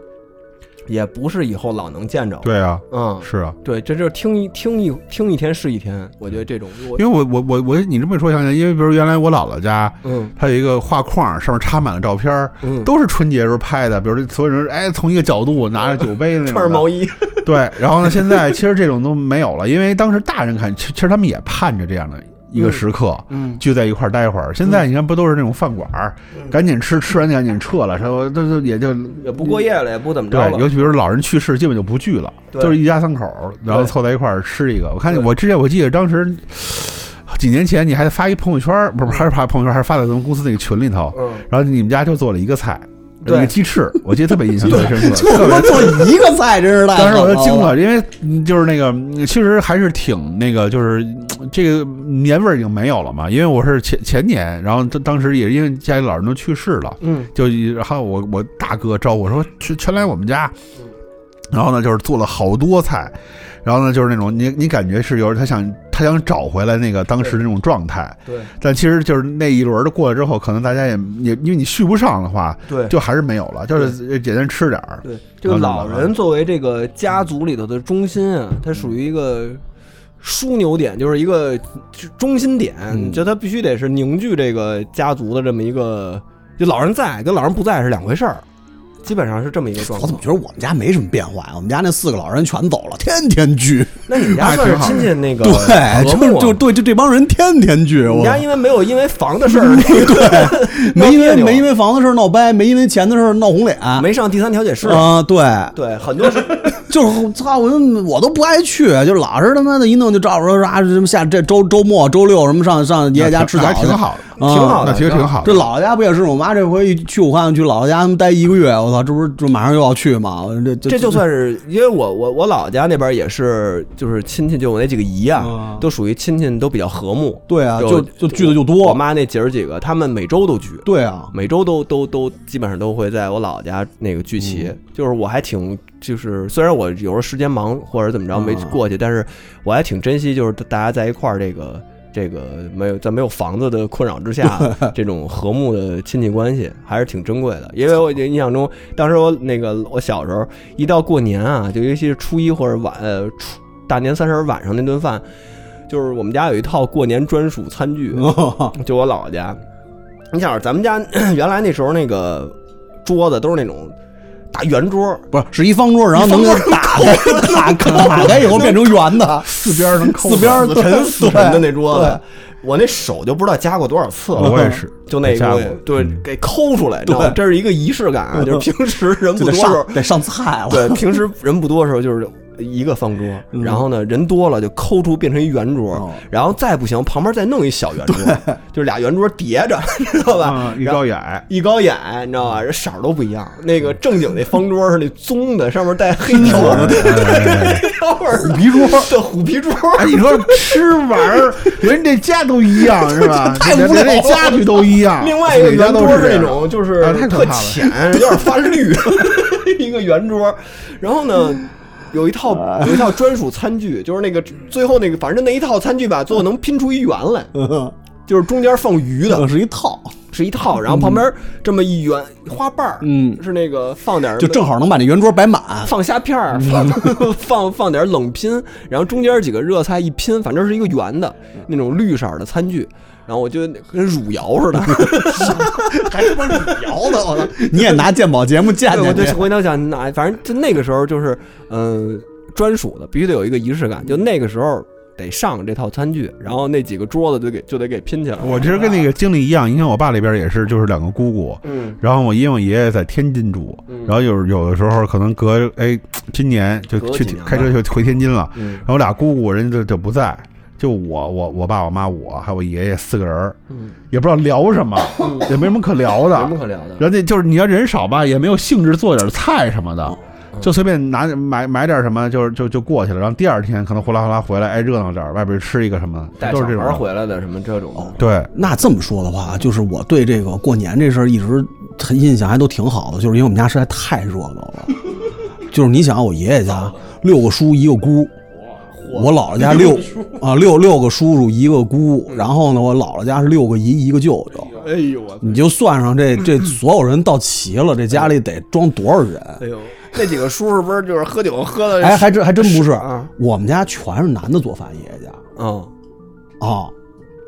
也不是以后老能见着。，对啊，嗯，是啊。对，这就是听一听一听一天是一天，我觉得这种我因为我我我我，你这么一说想起来，因为比如原来我姥姥家，嗯它有一个画框，上面插满了照片儿，嗯，都是春节时候拍的。比如这所有人，哎，从一个角度拿着酒杯那种的 穿着毛衣，对，然后呢，现在其实这种都没有了，因为当时大人看，其其实他们也盼着这样的一个时刻，嗯聚在一块儿待会儿。现在你看，不都是那种饭馆儿，赶紧吃，吃完赶紧撤了，说都都也就也不过夜了，也不怎么着对，尤嗯了。其比如老人去世，基本就不聚了，对都是一家三口儿，然后对凑在一块儿吃一个。我看对我之前我记得当时几年前你还发一朋友圈儿，不是还是发朋友圈儿，还是发在咱们公司那个群里头，嗯，然后你们家就做了一个菜，对一个鸡翅，我记得特别印象特别 深刻，就他特别妈做一个菜，真是太当时我狠就惊了，因为嗯就是那个，嗯其实还是挺那个，就是嗯这个年味儿已经没有了嘛。因为我是前前年，然后当当时也是因为家里老人都去世了，嗯，就然后我我大哥招我说全全来我们家，然后呢就是做了好多菜，然后呢就是那种你你感觉是有他想他想找回来那个当时那种状态，对但其实就是那一轮儿的过了之后，可能大家也也因为你续不上的话，对，就还是没有了，就是简单吃点儿。对，这个老人作为这个家族里头的中心啊，他属于一个枢纽点，就是一个中心点，嗯就他必须得是凝聚这个家族的这么一个，就老人在跟老人不在是两回事儿，基本上是这么一个状我况怎么。觉得我们家没什么变化呀？我们家那四个老人全走了，天天聚。那你们 哎家算是亲戚那个对，和睦就啊就对，就这帮人天天聚。你我们家因为没有因为房的事 儿，没闹因别为扭没因为房子事儿闹掰，没因为钱的事儿闹红脸，没上第三调解室，啊，对，对，很多是就是操，我就我都不爱去，就老是他妈的一弄就照着啥什么下这周周末周六什么上上爷爷家吃那早还去挺。好的，啊挺好那的，其实挺好的。这姥姥家不也是？我妈这回一去武汉去姥姥家他们待一个月，我操，这不是这马上又要去吗？我这这这就算是因为我我我姥姥家那边也是，就是亲戚，就我那几个姨啊嗯，都属于亲戚都比较和睦。对啊，就就就聚的就多。我妈那姐儿几个，他们每周都聚，对啊， 每周都都都基本上都会在我姥姥家那个聚齐。就是我还挺就是，虽然我有时候时间忙或者怎么着没过去，但是我还挺珍惜，就是大家在一块儿这个。这个没有在没有房子的困扰之下，这种和睦的亲戚关系还是挺珍贵的。因为我印象中，当时我那个我小时候一到过年啊，就尤其是初一或者晚呃初大年三十儿晚上那顿饭，就是我们家有一套过年专属餐具，就我姥姥家。你想，咱们家 原来那时候那个桌子都是那种大圆桌，不是是一方桌，然后能够打 开打开打开以后变成圆 的，四边儿能扣四边儿死对沉死沉的那桌对子，我那手就不知道夹过多少次哦我了。也是， 就那家东伙西，对，嗯给抠出来，你知道吗？对 这是一个仪式感啊，就是平时人就不得多时候上，得上菜了。对，平时人不多的时候，就是一个方桌，嗯然后呢人多了就抠出变成一圆哦桌，然后再不行旁边再弄一小圆桌，就是俩圆桌叠着， 知道吧啊？嗯一然后高一矮，一高眼，你知道吧？这色儿都不一样。那个正经那方桌是那棕的，上面带黑条儿， 对对，黑条纹虎皮桌，对虎皮桌，哎，你说吃玩 儿，人家家都一样是吧？太无聊了人家家具都一 样。另外一个每家圆都桌哎是是这那样种就是啊太可特怕了浅，有点发绿， 一个圆桌。然后呢，有一套有一套专属餐具，就是那个最后那个，反正那一套餐具吧，最后能拼出一圆来，就是中间放鱼的，是一套，是一套，然后旁边这么一圆花瓣儿，嗯是那个放点儿就正好能把那圆桌摆满。放虾片儿，放 放放点冷拼，然后中间几个热菜一拼，反正是一个圆的那种绿色儿的餐具。然后我就跟汝窑 似的， 还他妈摇的，我操！ 你也拿鉴宝节目鉴对， 我鉴就去。回头想哪，反正就那个时候就是，嗯、专属的，必须得有一个仪式感。就那个时候得上这套餐具，然后那几个桌子就给就得给拼起来。我其实跟那个经历一样，你看我爸里边也是，就是两个姑姑，嗯，然后我爷爷我爷爷在天津住，嗯然后有有的时候可能隔哎，今年就隔去几年吧开车就回天津了，嗯然后我俩姑姑人家就就不在，就我我我爸我妈我还有我爷爷四个人儿，嗯，也不知道聊什么，也没什么可聊的没什，么可聊的。然后那就是你要人少吧，也没有兴致做点菜什么的，就随便拿买买点什么，就是就就过去了。然后第二天可能呼啦呼啦回来，哎，热闹点儿，外边吃一个什么的，带都小是这孩儿种。回来的什么这种的，对，那这么说的话，啊就是我对这个过年这事儿一直很印象还都挺好的，就是因为我们家实在太热闹了。就是你想，我爷爷家六个叔一个姑，我姥姥家六啊六六个叔叔一个姑，然后呢，我姥姥家是六个姨一个舅舅。哎呦我，你就算上这这所有人到齐了，这家里得装多少人？哎呦，那几个叔是不是就是喝酒喝的？哎，还真还真不是啊，我们家全是男的做饭，爷爷家嗯，啊，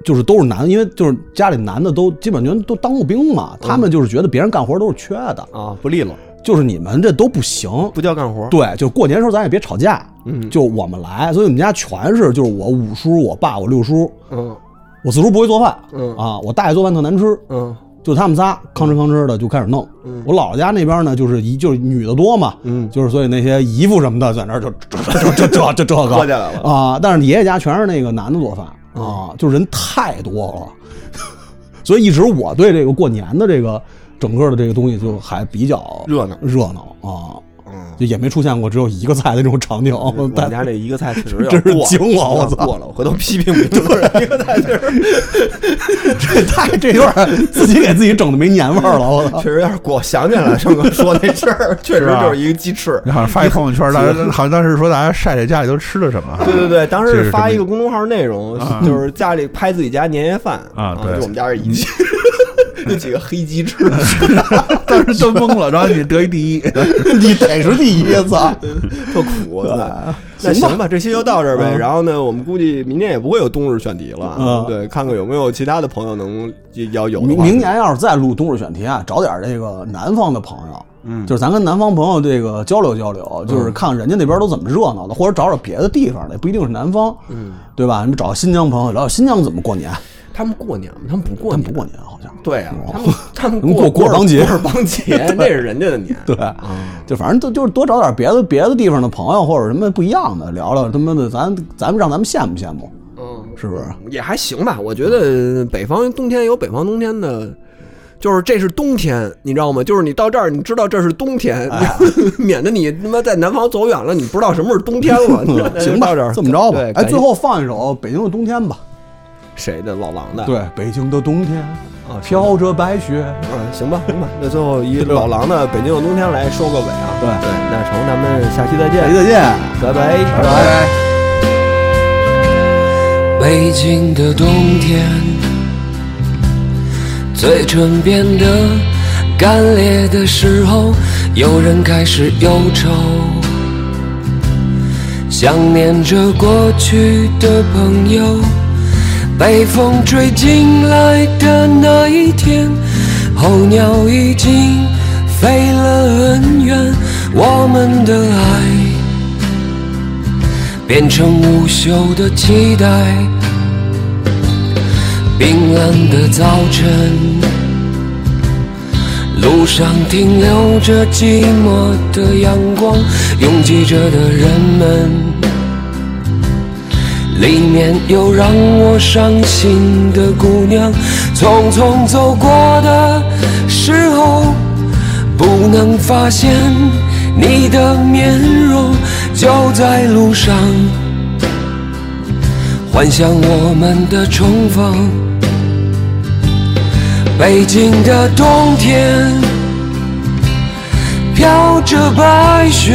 就是都是男的，因为就是家里男的都基本上都当过兵嘛，他们就是觉得别人干活都是缺的，啊，不利落，就是你们这都不行。不叫干活。对，就是过年时候咱也别吵架，就我们来，所以我们家全是就是我五叔、我爸、我六叔，嗯我四叔不会做饭，嗯啊，我大爷做饭特难吃，嗯就他们仨吭哧吭哧的就开始弄。我姥姥家那边呢，就是一就是女的多嘛，嗯就是所以那些姨夫什么的在那儿就这这这这这这个喝起来了啊。但是爷爷家全是那个男的做饭啊，就人太多了，所以一直我对这个过年的这个整个的这个东西就还比较热闹热闹啊，嗯，就也没出现过只有一个菜的这种场景。 我们但家这一个菜确实有真点是过惊了有点我操过了，我回头批 评你，就是一个菜确 实这太这有点自己给自己整的没年味儿了，我操确！实有点过。我想起来了，上哥说那事儿，确实就是一个鸡翅。你好像发一朋友 圈，大家好像当时说大家晒晒家里都吃了什么。对对对，当这时是发什么一啊个公众号内容，就是家里拍自己家年夜饭啊对就我们家是一鸡， 那几个黑鸡翅，当时都懵了，然后你得一第一， 你得是第一操！特苦。对，那啊行吧，这期就到这儿呗。然后呢，我们估计明年也不会有冬日选题了啊嗯，对，看看有没有其他的朋友能要有的明话明年要是再录冬日选题啊，找点这个南方的朋友，嗯，就是咱跟南方朋友这个交流交流，就是看人家那边都怎么热闹的，或者找找别的地方的，不一定是南方，嗯，对吧？你们找新疆朋友聊聊新疆怎么过年，他们过年吗？他们不过他们年不。过年好像，对啊，他们他们他们过过尔过邦节过尔邦节 那是人家的年。对，就反正都就是多找点别的别的地方的朋友或者什么不一样的聊聊，他妈的咱咱们让咱们羡慕羡慕，嗯，是不是？也还行吧，我觉得北方冬天有北方冬天的，就是这是冬天，你知道吗？就是你到这儿，你知道这是冬天，哎 免得你他妈在南方走远了，你不知道什么是冬天 了。你知道吗嗯行呃到吧这儿，这么着吧对，哎，感谢最后放一首《北京的冬天》吧，谁的老狼的？对，《北京的冬天》啊，行吧飘着白雪。嗯，行吧，行吧，那最后以老狼的《北京的冬天》来收个尾啊。对对，那成，咱们下期再见下期，再见。拜拜，拜拜。北京的冬天，嘴唇变得干裂的时候，有人开始忧愁，想念着过去的朋友。北风吹进来的那一天，候鸟已经飞了很远，我们的爱。变成无休的期待。冰冷的早晨，路上停留着寂寞的阳光，拥挤着的人们，里面有让我伤心的姑娘。匆匆走过的时候，不能发现你的面容，就在路上，幻想我们的重逢。北京的冬天，飘着白雪，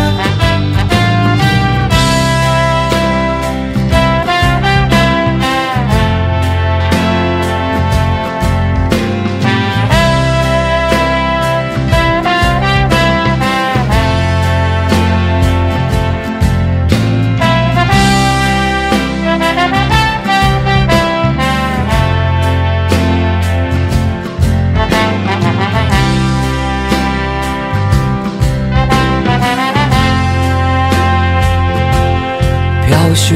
飘雪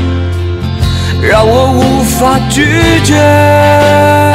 让我无法拒绝。